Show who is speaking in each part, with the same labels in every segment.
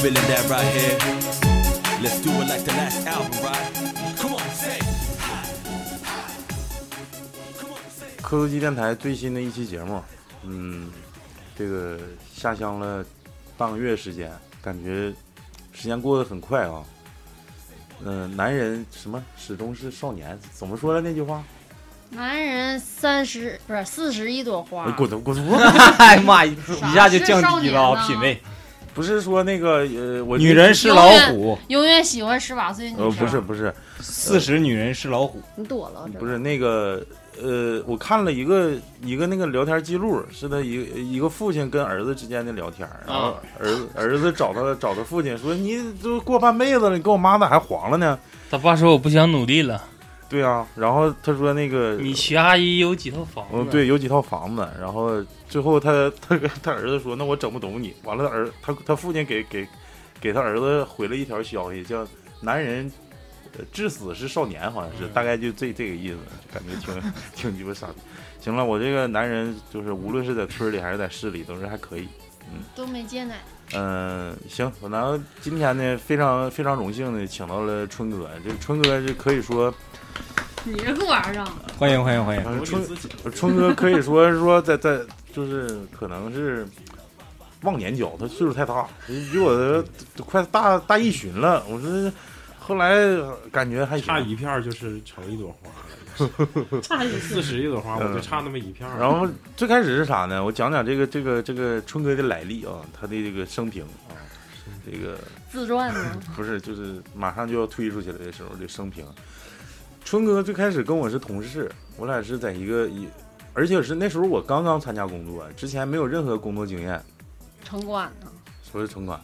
Speaker 1: feeling that right here. Let's do it like the last album, right? Come on, say.
Speaker 2: 科科技电台最新的一期节目，嗯，这个下乡了半个月时间，感觉时间过得很快啊。嗯、男人什么始终是少年，怎么说的那句话？
Speaker 3: 男人三十不是四十一朵花
Speaker 2: 哎，滚犊滚犊子！
Speaker 4: 哎呀妈，一下就降低了啊
Speaker 3: 啥是少年呢
Speaker 4: 品味。
Speaker 2: 不是说那个呃，我
Speaker 4: 女人是老虎，
Speaker 3: 永远喜欢十八岁女生。
Speaker 2: 呃不是不是
Speaker 4: 四十女人是老虎。
Speaker 3: 你躲了，
Speaker 2: 不是那个呃，我看了一个一个那个聊天记录，是他一个一个父亲跟儿子之间的聊天，然后
Speaker 5: 啊
Speaker 2: 儿子、儿子找他找他父亲说：“你都过半辈子了，你跟我妈咋还黄了呢
Speaker 6: 他爸说我不想努力了，？”
Speaker 2: 对啊，然后他说那个
Speaker 6: 你徐阿姨有几套房
Speaker 5: 哦
Speaker 2: 嗯，
Speaker 6: 子？
Speaker 2: 对，有几套房子，然后最后他他他儿子说，那我整不懂你。完了，他儿他他父亲给给给他儿子回了一条消息，叫“男人呃至死是少年”，好像是，大概就这这个意思，感觉挺 挺鸡巴傻逼。行了，我这个男人就是无论是在村里还是在市里，都是还可以。
Speaker 3: 都没见奶。
Speaker 2: 嗯，行，我呢今天呢非常非常荣幸的请到了春哥，这春哥就可以说
Speaker 3: 你这给我玩上了，
Speaker 4: 欢迎欢迎欢迎！
Speaker 2: 呃春春哥可以说 是说在在就是可能是忘年交，他岁数太大，比我的都快大大一旬了。我说后来感觉还行
Speaker 5: 差，一片儿就是成一朵花 了，
Speaker 3: 差一
Speaker 5: 四十一朵花，我就差那么一片儿。
Speaker 2: 然后最开始是啥呢？我讲讲这个这个这个春哥的来历啊，他的这个生平啊，这个
Speaker 3: 自传呢。
Speaker 2: 不是就是马上就要推出去了的时候的生平。春哥最开始跟我是同事，我俩是在一个一，而且是那时候我刚刚参加工作，之前没有任何工作经验。
Speaker 3: 城管呢？
Speaker 2: 说是城管，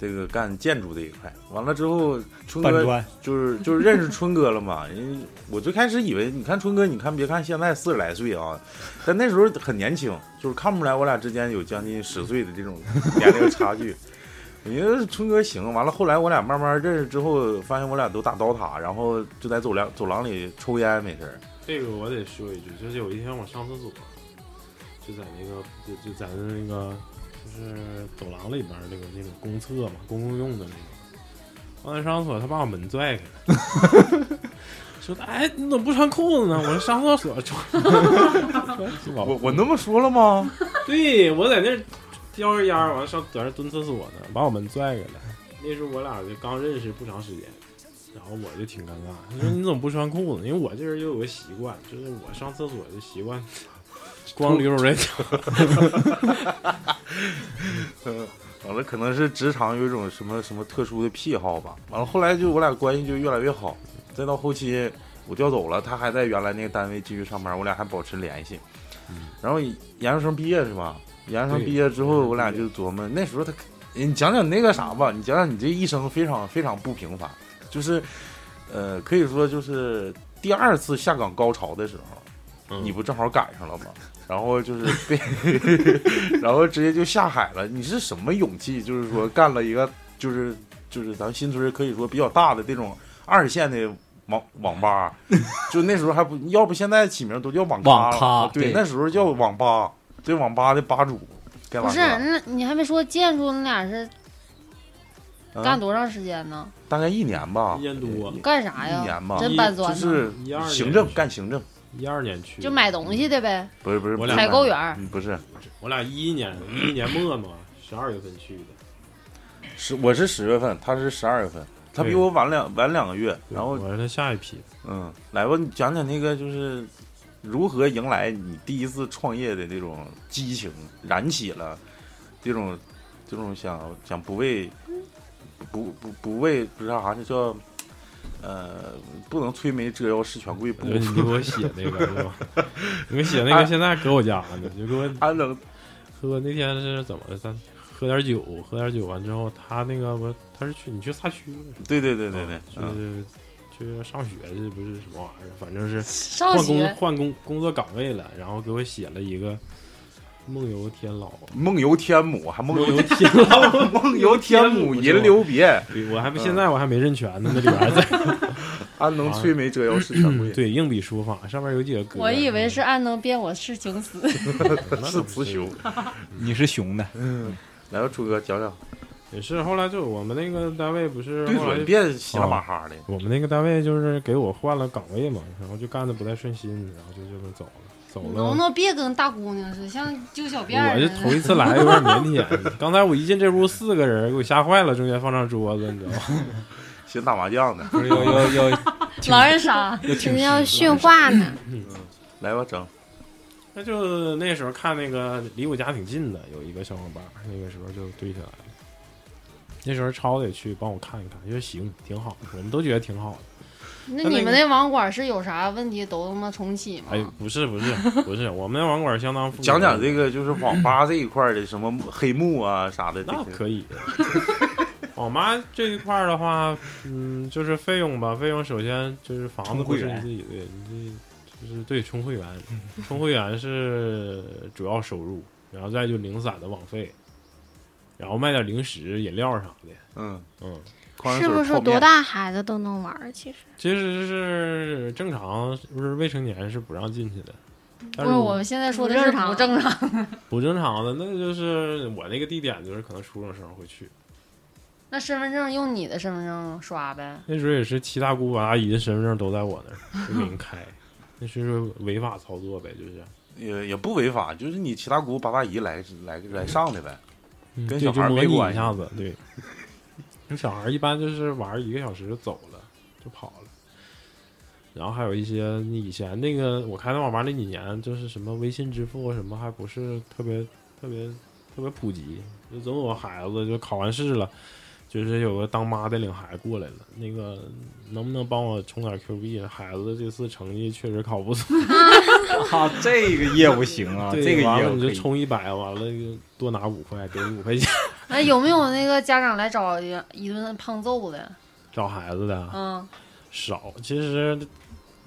Speaker 2: 这个干建筑这一块。完了之后，春
Speaker 4: 搬
Speaker 2: 哥
Speaker 4: 砖
Speaker 2: 就是就是认识春哥了嘛。人家我最开始以为，你看春哥，你看别看现在四十来岁 啊，但那时候很年轻，就是看不出来我俩之间有将近十岁的这种年龄差距。我觉得春哥行，完了后来我俩慢慢认识之后，发现我俩都打刀塔，然后就在走廊走廊里抽烟没事儿。
Speaker 5: 这个我得说一句，就是有一天我上厕所，就在那个就就在那个就是走廊里边儿那个那种公厕嘛，公共用的那个。完了上厕所，他把我门拽开了，说：“哎，你怎么不穿裤子呢？”我说：“上厕所穿。我
Speaker 2: 我我那么说了吗？
Speaker 5: 对，我在那儿叼着烟儿，完上在那儿蹲厕所呢，把我们拽过来。那时候我俩就刚认识不长时间，然后我就挺尴尬，他说你怎么不穿裤子？因为我这人就有个习惯，就是我上厕所就习惯光溜着 脚。
Speaker 2: 嗯， 完了，可能是职场有一种什么什么特殊的癖好吧。完了，后来就我俩关系就越来越好。再到后期我调走了，他还在原来那个单位继续上班，我俩还保持联系。然后研究生毕业是吧？研究生
Speaker 5: 嗯对
Speaker 2: 毕业之后，
Speaker 5: 研究生
Speaker 2: 我俩
Speaker 5: 毕
Speaker 2: 就琢磨，那时候他，你讲讲那个啥吧，你讲讲你这一生非常非常不平凡，就是，呃，可以说就是第二次下岗高潮的时候，
Speaker 5: 嗯
Speaker 2: 你不正好赶上了吗？然后就是被，然后直接就下海了。你是什么勇气？就是说干了一个，就是就是咱新村可以说比较大的这种二线的网网吧，就那时候还不要不现在起名都叫网咖了，啊
Speaker 4: 网咖
Speaker 2: 对，
Speaker 4: 对
Speaker 2: 那时候叫网吧，对网吧的吧主。该
Speaker 3: 不
Speaker 2: 完
Speaker 3: 是，
Speaker 2: 了
Speaker 3: 那你还没说建筑，你俩是
Speaker 2: 嗯
Speaker 3: 干多长时间呢？
Speaker 2: 大概一年吧，
Speaker 5: 一年多
Speaker 3: 干啥呀？
Speaker 2: 嗯一年吧
Speaker 3: 真搬砖
Speaker 2: 就
Speaker 3: 呢
Speaker 2: 是
Speaker 5: 一二年
Speaker 2: 行政干行政，
Speaker 5: 一二年去，
Speaker 3: 就买东西的呗，
Speaker 2: 不是不是
Speaker 5: 我俩
Speaker 3: 采购，员。
Speaker 2: 嗯不是
Speaker 5: 我俩一一年一一年末嘛，十二月份去的。
Speaker 2: 十我是十月份，他是十二月份，他比
Speaker 5: 对
Speaker 2: 我晚两晚两个月，然后
Speaker 5: 我是他下一批的。
Speaker 2: 嗯，来吧，你讲讲那个就是如何迎来你第一次创业的那种激情，燃起了这种这种想想不为不不不为不是啥，这叫呃不能摧眉折腰事权贵，不
Speaker 5: 我觉得你给我写那个是吧？你给我写那个，现在搁我家呢，就给我
Speaker 2: 安能
Speaker 5: 喝那天是怎么了？咱喝点酒，喝点酒完之后，他那个不，他是去你去萨区了，
Speaker 2: 对对对对对，
Speaker 5: 就
Speaker 2: 嗯
Speaker 5: 是去上学去，不是什么玩意儿，反正是
Speaker 3: 上
Speaker 5: 换工
Speaker 3: 学
Speaker 5: 换工工作岗位了，然后给我写了一个梦游天老，
Speaker 2: 梦游天母还 梦游
Speaker 5: 游天老，
Speaker 2: 梦游天母吟留别，
Speaker 5: 对 我还
Speaker 2: 嗯
Speaker 5: 不现在我还没认全呢，那里边儿在，
Speaker 2: 安能摧眉折腰事权贵
Speaker 5: 对硬笔书法上面有几个格，嗯
Speaker 3: 我以为是安能编我是情死，
Speaker 5: 那
Speaker 2: 是
Speaker 5: 不
Speaker 2: 雌雄。
Speaker 4: 你是熊的，
Speaker 2: 来吧，朱哥讲讲，
Speaker 5: 也是后来就我们那个单位不是
Speaker 2: 对
Speaker 5: 后来
Speaker 2: 准变稀拉马哈的，
Speaker 5: 我们那个单位就是给我换了岗位嘛，然后就干的不太顺心，然后就这么走了，走
Speaker 3: 龙
Speaker 5: 了。
Speaker 3: 龙别跟大姑娘似的，像揪小辫儿
Speaker 5: 我
Speaker 3: 似
Speaker 5: 是
Speaker 3: 的。
Speaker 5: 头一次来，有点腼腆。啊 刚才我一进这屋，四个人给我吓坏了，中间放张桌子，你知道吗？
Speaker 2: 先打麻将的，
Speaker 4: 有有有
Speaker 3: 狼人杀，
Speaker 4: 有挺
Speaker 7: 人要训话呢，
Speaker 2: 来吧整，
Speaker 5: 那就那时候看那个离我家挺近的有一个小网吧，那个时候就堆起来了。那时候超得去帮我看一看，就说行，挺好的，我们都觉得挺好的。
Speaker 3: 那
Speaker 5: 那
Speaker 3: 你们那
Speaker 5: 那
Speaker 3: 网管是有啥问题都他妈重启吗？
Speaker 5: 哎，不是不是不是，我们那网管相当负责
Speaker 2: 讲讲这个就是网吧这一块儿的什么黑幕啊啥的，
Speaker 5: 那
Speaker 2: 这些
Speaker 5: 可以。网吧这一块儿的话，嗯，就是费用吧，费用首先就是房子不
Speaker 4: 充会
Speaker 5: 是
Speaker 4: 员
Speaker 5: 你自己的，你这就是对充会员，充会员是主要收入，然后再就零散的网费，然后卖点零食、饮料啥的，
Speaker 2: 嗯，
Speaker 5: 嗯，
Speaker 2: 矿泉
Speaker 7: 是不
Speaker 2: 水
Speaker 7: 是
Speaker 2: 泡
Speaker 7: 多
Speaker 2: 面，
Speaker 7: 大孩子都能玩儿？其实
Speaker 5: 其实是正常，不是未成年是不让进去的。
Speaker 3: 不
Speaker 5: 但是
Speaker 3: 是，我们现在说的
Speaker 7: 不
Speaker 3: 是
Speaker 7: 正常
Speaker 3: 不正常。
Speaker 5: 不正常的，那就是我那个地点，就是可能初中生会去。
Speaker 3: 那身份证用你的身份证刷呗。
Speaker 5: 那时候也是七大姑八大姨的身份证都在我那儿，就给人开。那是违法操作呗，就是
Speaker 2: 也也不违法，就是你七大姑八大姨来来来上的呗，跟
Speaker 5: 嗯对
Speaker 2: 小孩儿
Speaker 5: 就模
Speaker 2: 没
Speaker 5: 拟
Speaker 2: 关
Speaker 5: 一
Speaker 2: 系
Speaker 5: 下子，对。 那小孩儿一般就是玩一个小时就走了，就跑了。然后还有一些你以前那个我开那网吧那几年，就是什么微信支付什么还不是特别特别特别普及，就总有孩子就考完试了。就是有个当妈的领孩子过来了，那个能不能帮我充点 Q 币？孩子这次成绩确实考 不错，
Speaker 4: 啊，这个业务行啊，
Speaker 5: 对
Speaker 4: 这个
Speaker 5: 完
Speaker 4: 业
Speaker 5: 了
Speaker 4: 务
Speaker 5: 你
Speaker 4: 可
Speaker 5: 就
Speaker 4: 以
Speaker 5: 充一百，完了就多拿五块，给你五块钱
Speaker 3: 哎，有没
Speaker 5: 嗯
Speaker 3: 有那个家长来找一一顿胖揍的？
Speaker 5: 找孩子的啊
Speaker 3: 嗯，
Speaker 5: 少，其实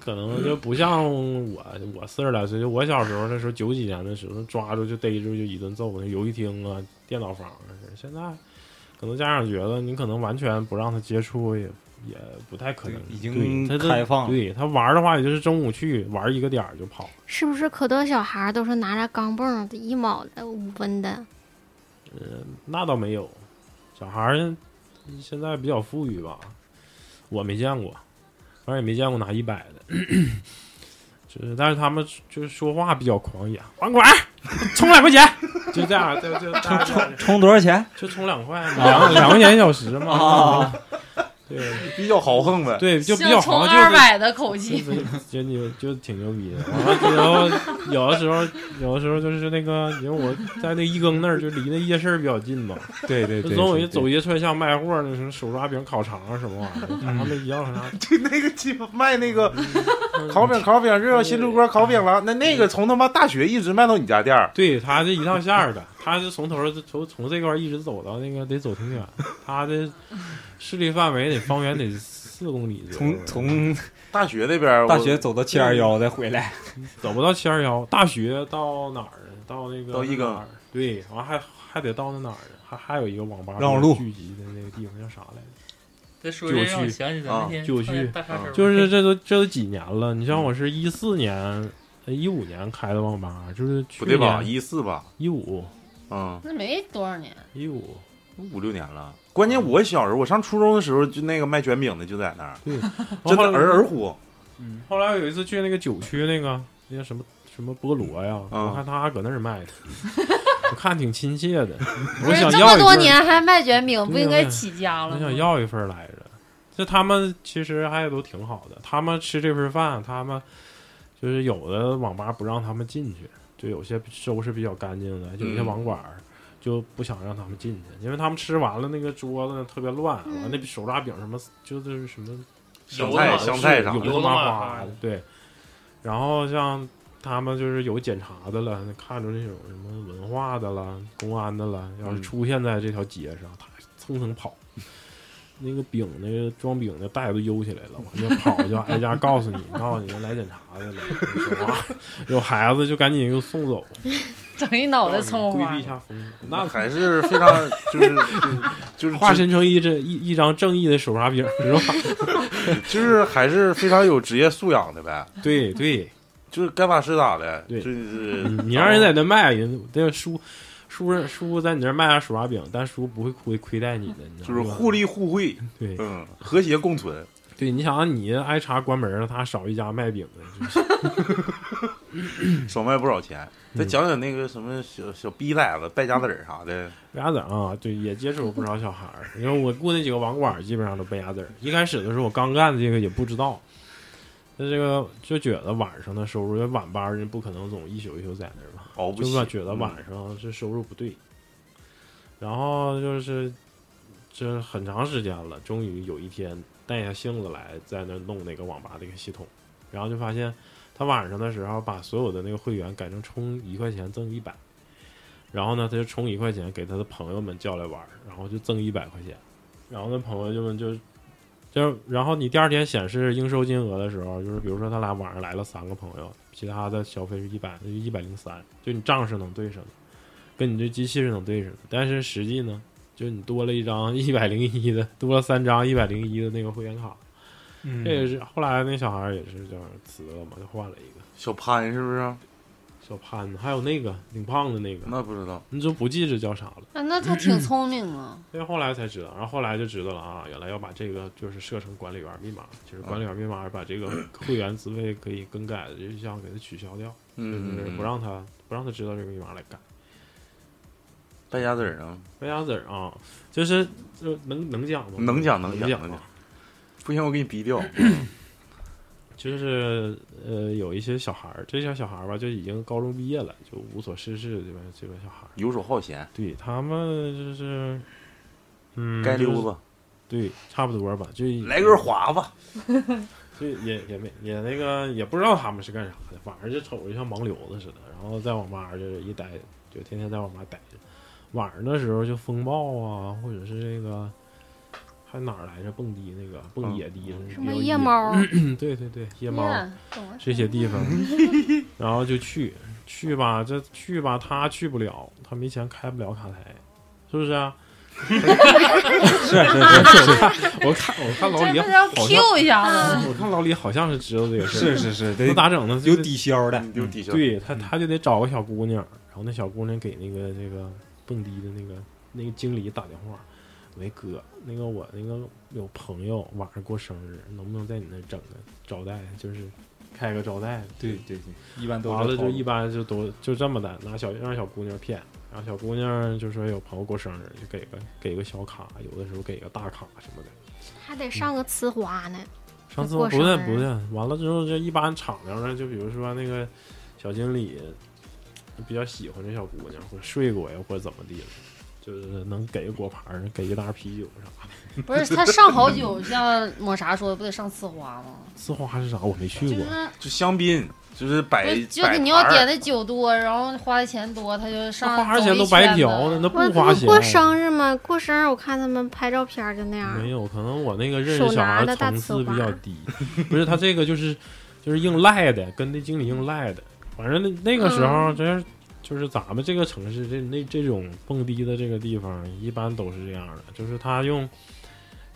Speaker 5: 可能就不像我，我四十来岁，就我小时候那时候九几年的时候，抓住就逮住就一顿揍，那游戏厅啊、电脑房啊，现在可能家长觉得你可能完全不让他接触也也不太可能，
Speaker 4: 已经
Speaker 5: 对他这
Speaker 4: 开放了
Speaker 5: 对他玩的话，也就是中午去玩一个点儿就跑。
Speaker 7: 是不是可多小孩儿都是拿着钢镚的一毛的五分的？
Speaker 5: 那倒没有，小孩儿现在比较富裕吧，我没见过，反正也没见过拿一百的，就是但是他们就是说话比较狂野，网管充两块钱，就这样，就就大家
Speaker 4: 充啊多少钱
Speaker 5: 就充两块，两两块钱一小时嘛，？
Speaker 4: 啊
Speaker 5: 对
Speaker 2: 比较豪横呗，
Speaker 5: 对，就比较
Speaker 3: 像充
Speaker 5: 好，
Speaker 3: 二
Speaker 5: 就是。
Speaker 3: 百的口
Speaker 5: 就
Speaker 3: 气，
Speaker 5: 是就你就挺牛逼的，然后有的时候有的时候就是那个，因为我在那一更那儿就离那夜市比较近嘛，
Speaker 4: 对对对，
Speaker 5: 总有一
Speaker 4: 对
Speaker 5: 走街串巷卖货的，什么手抓饼、烤肠啊什么玩意儿，他们一样啥
Speaker 2: 就那个鸡巴卖那个
Speaker 4: 嗯
Speaker 2: 烤饼烤饼，这叫新竹锅烤饼了，那那个从他妈大学一直卖到你家店儿，
Speaker 5: 对他这一趟线儿的，他是从头儿从从这块儿一直走到那个得走挺远，他的势力范围得方圆得四公里左右
Speaker 4: 从从
Speaker 2: 大学那边儿
Speaker 4: 大
Speaker 2: 我
Speaker 4: 学走到七二幺再回来，
Speaker 5: 走不到七二幺，大学到哪儿？到那个
Speaker 2: 到一更
Speaker 5: 哪儿对，完还还得到那哪儿呢？还还有一个网吧
Speaker 4: 让路
Speaker 5: 聚集的那个地方叫啥来着？
Speaker 6: 再说这
Speaker 5: 就
Speaker 6: 让我
Speaker 5: 去
Speaker 6: 想起咱
Speaker 2: 啊
Speaker 6: 那天
Speaker 5: 就
Speaker 6: 放在
Speaker 5: 去
Speaker 6: 大厦
Speaker 2: 啊
Speaker 6: 这儿
Speaker 5: 就是这都这都几年了，你像我是一四年。一五年开的网吧，就是去
Speaker 2: 不对吧？
Speaker 5: 年？
Speaker 2: 一四吧，
Speaker 5: 一五
Speaker 2: 嗯，
Speaker 3: 那没多少年。
Speaker 5: 一五，
Speaker 2: 五六年了。关键我小时候，我上初中的时候，就那个卖卷饼的就在那儿，真的
Speaker 5: 然后后来
Speaker 2: 儿儿虎，
Speaker 5: 后来有一次去那个九区那个那叫什么什么菠萝呀，
Speaker 2: 嗯
Speaker 3: 啊
Speaker 5: 我看他搁那儿卖的， 我看挺亲切 的，
Speaker 3: 不
Speaker 5: 我
Speaker 3: 是
Speaker 5: 想
Speaker 3: 这
Speaker 5: 要
Speaker 3: 么
Speaker 5: 一
Speaker 3: 多
Speaker 5: 份儿，
Speaker 3: 年还卖卷饼，
Speaker 5: 对
Speaker 3: 不应该
Speaker 5: 呀
Speaker 3: 起家了吗
Speaker 5: 我想？要一份儿来着。就他们其实还都挺好的，他们吃这份饭，他们就是有的网吧不让他们进去，就有些收拾比较干净的，有些
Speaker 2: 嗯
Speaker 5: 网管儿就不想让他们进去，因为他们吃完了那个桌子特别乱，完、那手抓饼什么就是什么
Speaker 2: 香
Speaker 6: 油
Speaker 2: 菜
Speaker 6: 啊
Speaker 2: 哎香菜啥
Speaker 5: 有
Speaker 2: 的，
Speaker 5: 油
Speaker 6: 油
Speaker 5: 麻
Speaker 6: 麻
Speaker 5: 花
Speaker 6: 花
Speaker 5: 的，对。然后像他们就是有检查的了，看着那种什么文化的了、公安的了，要是
Speaker 2: 嗯
Speaker 5: 出现在这条街上，他蹭蹭跑。 那个饼，那个装饼的袋子悠起来了，我就跑，就挨家告诉你，告诉你们来检查的了，说话有孩子就赶紧又送走，
Speaker 3: 整一脑袋葱
Speaker 5: 规
Speaker 3: 花
Speaker 5: 避一。下风险。
Speaker 2: 那
Speaker 5: 那
Speaker 2: 还是非常就是 就是
Speaker 5: 化身成一只一一张正义的手抓饼是吧？
Speaker 2: 就是还是非常有职业素养的 呗，
Speaker 5: 对对，
Speaker 2: 就是该咋是咋的，
Speaker 5: 对嗯
Speaker 2: 就是
Speaker 5: 你让人在那卖，人这书叔是叔在你这儿卖下手抓饼，但叔不会亏亏待你的，你知
Speaker 2: 就
Speaker 5: 道
Speaker 2: 是
Speaker 5: 吗？
Speaker 2: 互利互惠，
Speaker 5: 对
Speaker 2: 嗯，和谐共存。
Speaker 5: 对，你想想你挨查关门了，他少一家卖饼的，就是嗯
Speaker 2: 少卖不少钱。再讲讲那个什么小小逼崽子败家子儿啥的，
Speaker 5: 贝牙子儿啊，对，也接触过不少小孩儿。因为我雇那几个网管，基本上都贝牙子儿。一开始的时候，我刚干这个也不知道，那这个就觉得晚上的收入，因为晚班儿人不可能总一宿一宿在那儿吧，
Speaker 2: 熬不嗯
Speaker 5: 就
Speaker 2: 起
Speaker 5: 是。觉得晚上这收入不对。然后就是这很长时间了，终于有一天耐下性子来，在那弄那个网吧这个系统，然后就发现他晚上的时候把所有的那个会员改成充一块钱赠一百，然后呢他就充一块钱给他的朋友们叫来玩儿，然后就赠一百块钱，然后那朋友们就。就然后你第二天显示应收金额的时候，就是比如说他俩晚上来了三个朋友，其他的消费是一百，一百零三，就你账是能对上的，跟你这机器是能对上的，但是实际呢，就你多了一张 一百零一的，多了三张一百零一的那个会员卡，
Speaker 4: 嗯
Speaker 5: 这也是后来那小孩儿也是就是辞了嘛，就换了一个
Speaker 2: 小潘是不是？
Speaker 5: 嗯小潘子，还有那个挺胖的那个，
Speaker 2: 那不知道。
Speaker 5: 你就不记着叫啥了。
Speaker 3: 啊，那他挺聪明啊，
Speaker 5: 因为后来才知道，然后后来就知道了啊，原来要把这个就是设成管理员密码，就是管理员密码把这个
Speaker 2: 嗯
Speaker 5: 会员资费可以更改的这一项给它取消掉，就是
Speaker 2: 嗯，
Speaker 5: 不让他不让他知道这个密码来改。
Speaker 2: 败家子儿啊，
Speaker 5: 白鸭子儿啊，就是就能能讲吗？
Speaker 2: 能讲
Speaker 5: 能
Speaker 2: 能讲
Speaker 5: 啊
Speaker 2: 能讲不行我给你逼 掉。
Speaker 5: 就是呃，有一些小孩儿，这些小孩儿吧，就已经高中毕业了，就无所事事的这帮这帮小孩儿，
Speaker 2: 游手好闲，
Speaker 5: 对他们就是，嗯，
Speaker 2: 该溜
Speaker 5: 就是
Speaker 2: 子，
Speaker 5: 对，差不多吧，就
Speaker 2: 来根，华子，
Speaker 5: 就也也没也那个也不知道他们是干啥的，反正就瞅着像盲流子似的，然后在网吧就是一待，就天天在网吧待着，晚上的时候就风暴啊，或者是这个。还哪儿来着？蹦迪那个蹦
Speaker 2: 嗯
Speaker 5: 野迪
Speaker 7: 什么夜猫儿，
Speaker 5: 嗯，对对对，夜猫
Speaker 3: 呀懂了
Speaker 5: 这些地方， 然后就去去吧，这去吧，他去不了，他没钱开不了卡台，是不是啊？
Speaker 4: 是是是
Speaker 5: 我看我看老李
Speaker 3: 这要
Speaker 5: 好像，
Speaker 3: Q 一下啊子，
Speaker 5: 我看老李好像是知道这个事儿，
Speaker 4: 是是是，
Speaker 5: 那
Speaker 4: 得
Speaker 5: 咋整呢？
Speaker 4: 有
Speaker 5: 就
Speaker 4: 抵消的，
Speaker 2: 溜底下。，
Speaker 5: 嗯对
Speaker 4: 嗯
Speaker 5: 他他就得找个小姑娘，然后那小姑娘给那个这个蹦迪的那个那个经理打电话，喂哥，那个我那个有朋友晚上过生日，能不能在你那儿整个招待，就是开个招待？
Speaker 4: 对对对，一般都
Speaker 5: 完了
Speaker 4: 是
Speaker 5: 就一般就都就这么的，拿小让小姑娘骗，然后小姑娘就说有朋友过生日，就给个给个小卡，有的时候给个大卡什么的。
Speaker 7: 还得上个呲花
Speaker 5: 嗯
Speaker 7: 呢。
Speaker 5: 上次
Speaker 7: 过
Speaker 5: 不对
Speaker 7: 生日
Speaker 5: 不对，
Speaker 3: 啊
Speaker 5: 完了之后这一般敞亮的，就比如说那个小经理比较喜欢这小姑娘，或者睡过呀，或者怎么地了，就是能给个果盘儿，给一打啤酒啥的。啊
Speaker 3: 不是他上好酒，像抹茶说的，不得上呲花吗？
Speaker 5: 呲花是啥？我没去
Speaker 3: 就
Speaker 5: 过。
Speaker 3: 是
Speaker 2: 就香槟，就是
Speaker 3: 不
Speaker 5: 哎
Speaker 2: 摆
Speaker 3: 是就
Speaker 2: 摆
Speaker 3: 是你要
Speaker 2: 盘儿
Speaker 3: 点的酒多，然后花的钱多，他就上
Speaker 5: 那花钱都白嫖的，
Speaker 3: 啊
Speaker 5: 那不
Speaker 7: 我
Speaker 5: 花
Speaker 7: 我
Speaker 5: 钱。啊
Speaker 7: 过生日嘛，过生日我看他们拍照片儿就那样儿，
Speaker 5: 没有，可能我那个认识
Speaker 7: 啊手
Speaker 5: 小
Speaker 7: 拿
Speaker 5: 孩
Speaker 7: 的大
Speaker 5: 层次
Speaker 7: 瓷
Speaker 5: 比
Speaker 7: 花
Speaker 5: 较低，不是他这个就是就是硬赖的，跟那经理硬赖的。反正那那个时候
Speaker 7: 嗯
Speaker 5: 真是就是咱们这个城市这那这种蹦迪的这个地方，一般都是这样的，就是他用。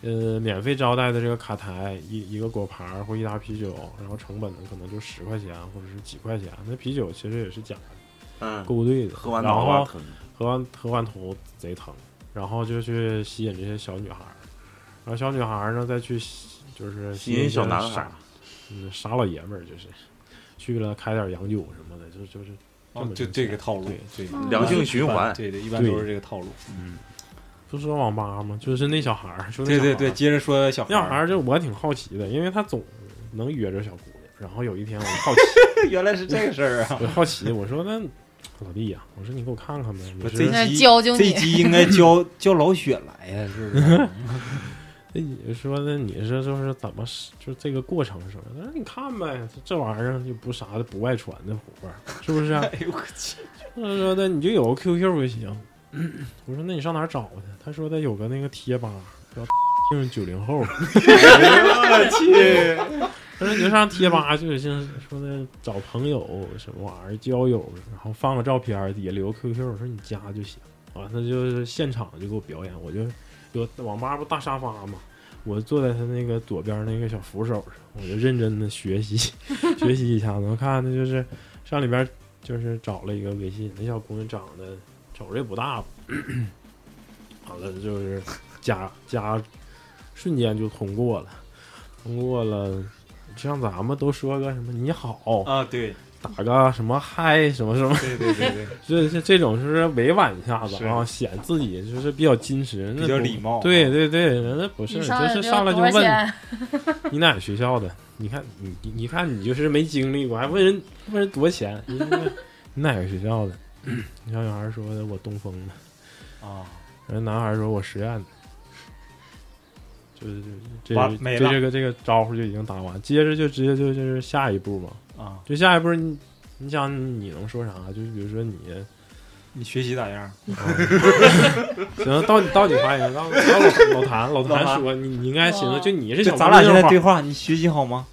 Speaker 5: 呃，免费招待的这个卡台，一一个果盘儿或一打啤酒，然后成本呢可能就十块钱或者是几块钱。那啤酒其实也是假的，
Speaker 2: 嗯，
Speaker 5: 勾兑的。
Speaker 2: 喝完
Speaker 5: 然
Speaker 2: 脑
Speaker 5: 后
Speaker 2: 瓜疼。
Speaker 5: 喝完喝完头贼疼，然后就去吸引这些小女孩儿，然后小女孩儿呢再去吸就是
Speaker 2: 吸引小男孩儿
Speaker 5: 一些傻，嗯，傻老爷们儿就是去了开点洋酒什么的，就就是这么
Speaker 4: 就
Speaker 5: 挣
Speaker 4: 这
Speaker 5: 钱
Speaker 4: 个套路
Speaker 5: 对，
Speaker 4: 这个
Speaker 2: 良性循环
Speaker 4: 对对，一般都是这个套路。
Speaker 5: 不是说网吧吗？就是那小孩儿，说那
Speaker 4: 对
Speaker 5: 小
Speaker 4: 对
Speaker 5: 孩
Speaker 4: 对，
Speaker 5: 儿，
Speaker 4: 接着说小
Speaker 5: 那小孩
Speaker 4: 孩
Speaker 5: 儿就我挺好奇的，因为他总能约着小姑娘，然后有一天我 好奇，
Speaker 4: 儿， 原来是这个事儿啊！
Speaker 5: 我好奇，我说那老弟呀、我说你给我看看呗，你
Speaker 4: 不
Speaker 5: 是
Speaker 4: 这
Speaker 3: 那教教
Speaker 4: 这
Speaker 3: 你，
Speaker 4: 集应该 叫叫老雪来呀，是不是？
Speaker 5: 那你说那你是就是怎么是就这个过程是吧？他说你看呗，这这玩意儿又不啥的不外传的活儿，是不是、啊？
Speaker 4: 哎呦我去！
Speaker 5: 他说那你就有个 QQ 就行。我说那你上哪儿找去？他说的有个那个贴吧叫 就是九零后。他说你就上贴吧，就是像说的找朋友什么玩意儿交友，然后放个照片儿，底下留个 QQ，我说你加就行。完、了就是现场就给我表演，我就有网吧不大沙发嘛，我坐在他那个左边那个小扶手上，我就认真的学习 学习一下子。我看他就是上里边就是找了一个微信，那小姑娘长得瞅着也不大吧。完了就是加加，瞬间就通过了，通过了。像咱们都说个什么你好，
Speaker 4: 啊，对
Speaker 5: 打个什么嗨什么什么，
Speaker 4: 对对对对，
Speaker 5: 这这这种就是委婉一下子
Speaker 4: 是
Speaker 5: 啊，显自己就是比较矜持，那
Speaker 4: 比较
Speaker 5: 不
Speaker 4: 礼貌啊
Speaker 5: 对对对，人家不是，
Speaker 3: 你
Speaker 5: 就
Speaker 3: 上
Speaker 5: 是上来就问你哪个学校的，你看你你你看你就是没经历过，还问人问人多少钱，你 说你哪个学校的？ 小女孩说的我东风的，
Speaker 4: 啊，
Speaker 5: 然后男孩说我实验的。就是这
Speaker 4: 完没
Speaker 5: 这
Speaker 4: 了
Speaker 5: 这个这个招呼就已经打完，接着就直接就就是下一步嘛，
Speaker 4: 啊，
Speaker 5: 就下一步你你想你能说啥？就比如说你
Speaker 4: 你学习咋样？
Speaker 5: 行，到你到你发言，到到老老谭，老
Speaker 4: 老
Speaker 5: 谭
Speaker 4: 谭
Speaker 5: 说你你应该行
Speaker 3: 哇
Speaker 5: 了，就你是
Speaker 4: 这
Speaker 5: 小
Speaker 4: 咱俩
Speaker 5: 姑
Speaker 4: 现
Speaker 5: 娘
Speaker 4: 在对
Speaker 5: 话
Speaker 4: 话，你学习好吗？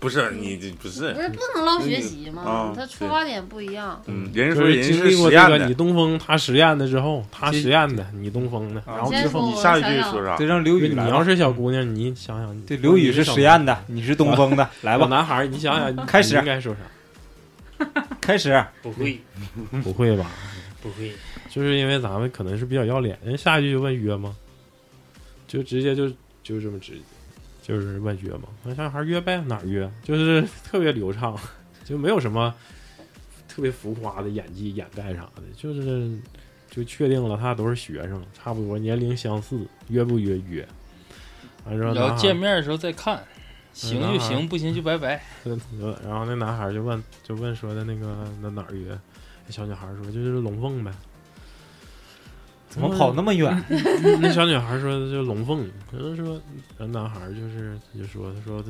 Speaker 2: 不是你这不是
Speaker 3: 不，是不能唠学习
Speaker 2: 啊
Speaker 5: 嗯
Speaker 3: 嘛，他出
Speaker 2: 对
Speaker 3: 发点不一样。
Speaker 2: 嗯，人家
Speaker 5: 就
Speaker 2: 说
Speaker 5: 是
Speaker 2: 人
Speaker 5: 经
Speaker 2: 是
Speaker 5: 历过
Speaker 2: 实
Speaker 5: 这
Speaker 2: 验
Speaker 5: 个你
Speaker 2: 的，
Speaker 5: 东风他实验的之后，他
Speaker 4: 其实
Speaker 5: 实验的你东风的，
Speaker 4: 啊
Speaker 5: 然后
Speaker 3: 先
Speaker 5: 之后
Speaker 3: 说
Speaker 2: 你下一
Speaker 3: 我
Speaker 2: 句
Speaker 3: 想
Speaker 2: 说
Speaker 3: 想
Speaker 2: 啥
Speaker 5: 就？让刘
Speaker 4: 宇
Speaker 5: 你
Speaker 4: 来吧
Speaker 5: 要是小姑娘，你想想，
Speaker 4: 对，刘宇
Speaker 5: 你
Speaker 4: 是
Speaker 5: 是
Speaker 4: 实验的，你是东风的，来
Speaker 5: 小
Speaker 4: 吧，
Speaker 5: 男孩，你想想，
Speaker 4: 开始
Speaker 5: 你应该说啥？
Speaker 4: 开始。
Speaker 6: 不会，
Speaker 4: 嗯
Speaker 5: 不会吧？
Speaker 6: 不会，
Speaker 5: 就是因为咱们可能是比较要脸，人下一句就问约吗？就直接就就这么直接，就是问约吗？那小孩约呗，哪儿约？啊就是特别流畅，就没有什么特别浮夸的演技掩盖啥的，就是就确定了他都是学生，差不多年龄相似，约不约约。完之后
Speaker 6: 你
Speaker 5: 男
Speaker 6: 要
Speaker 5: 孩
Speaker 6: 见面的时候再看，行就
Speaker 5: 男孩
Speaker 6: 行，不行就拜拜。
Speaker 5: 然后那男孩就问，就问说的那个那哪儿约？那小女孩说就是龙凤呗。
Speaker 4: 怎么跑那么远？
Speaker 3: 嗯
Speaker 5: 那小女孩说的就是龙凤，可能说那男孩就是他就说他说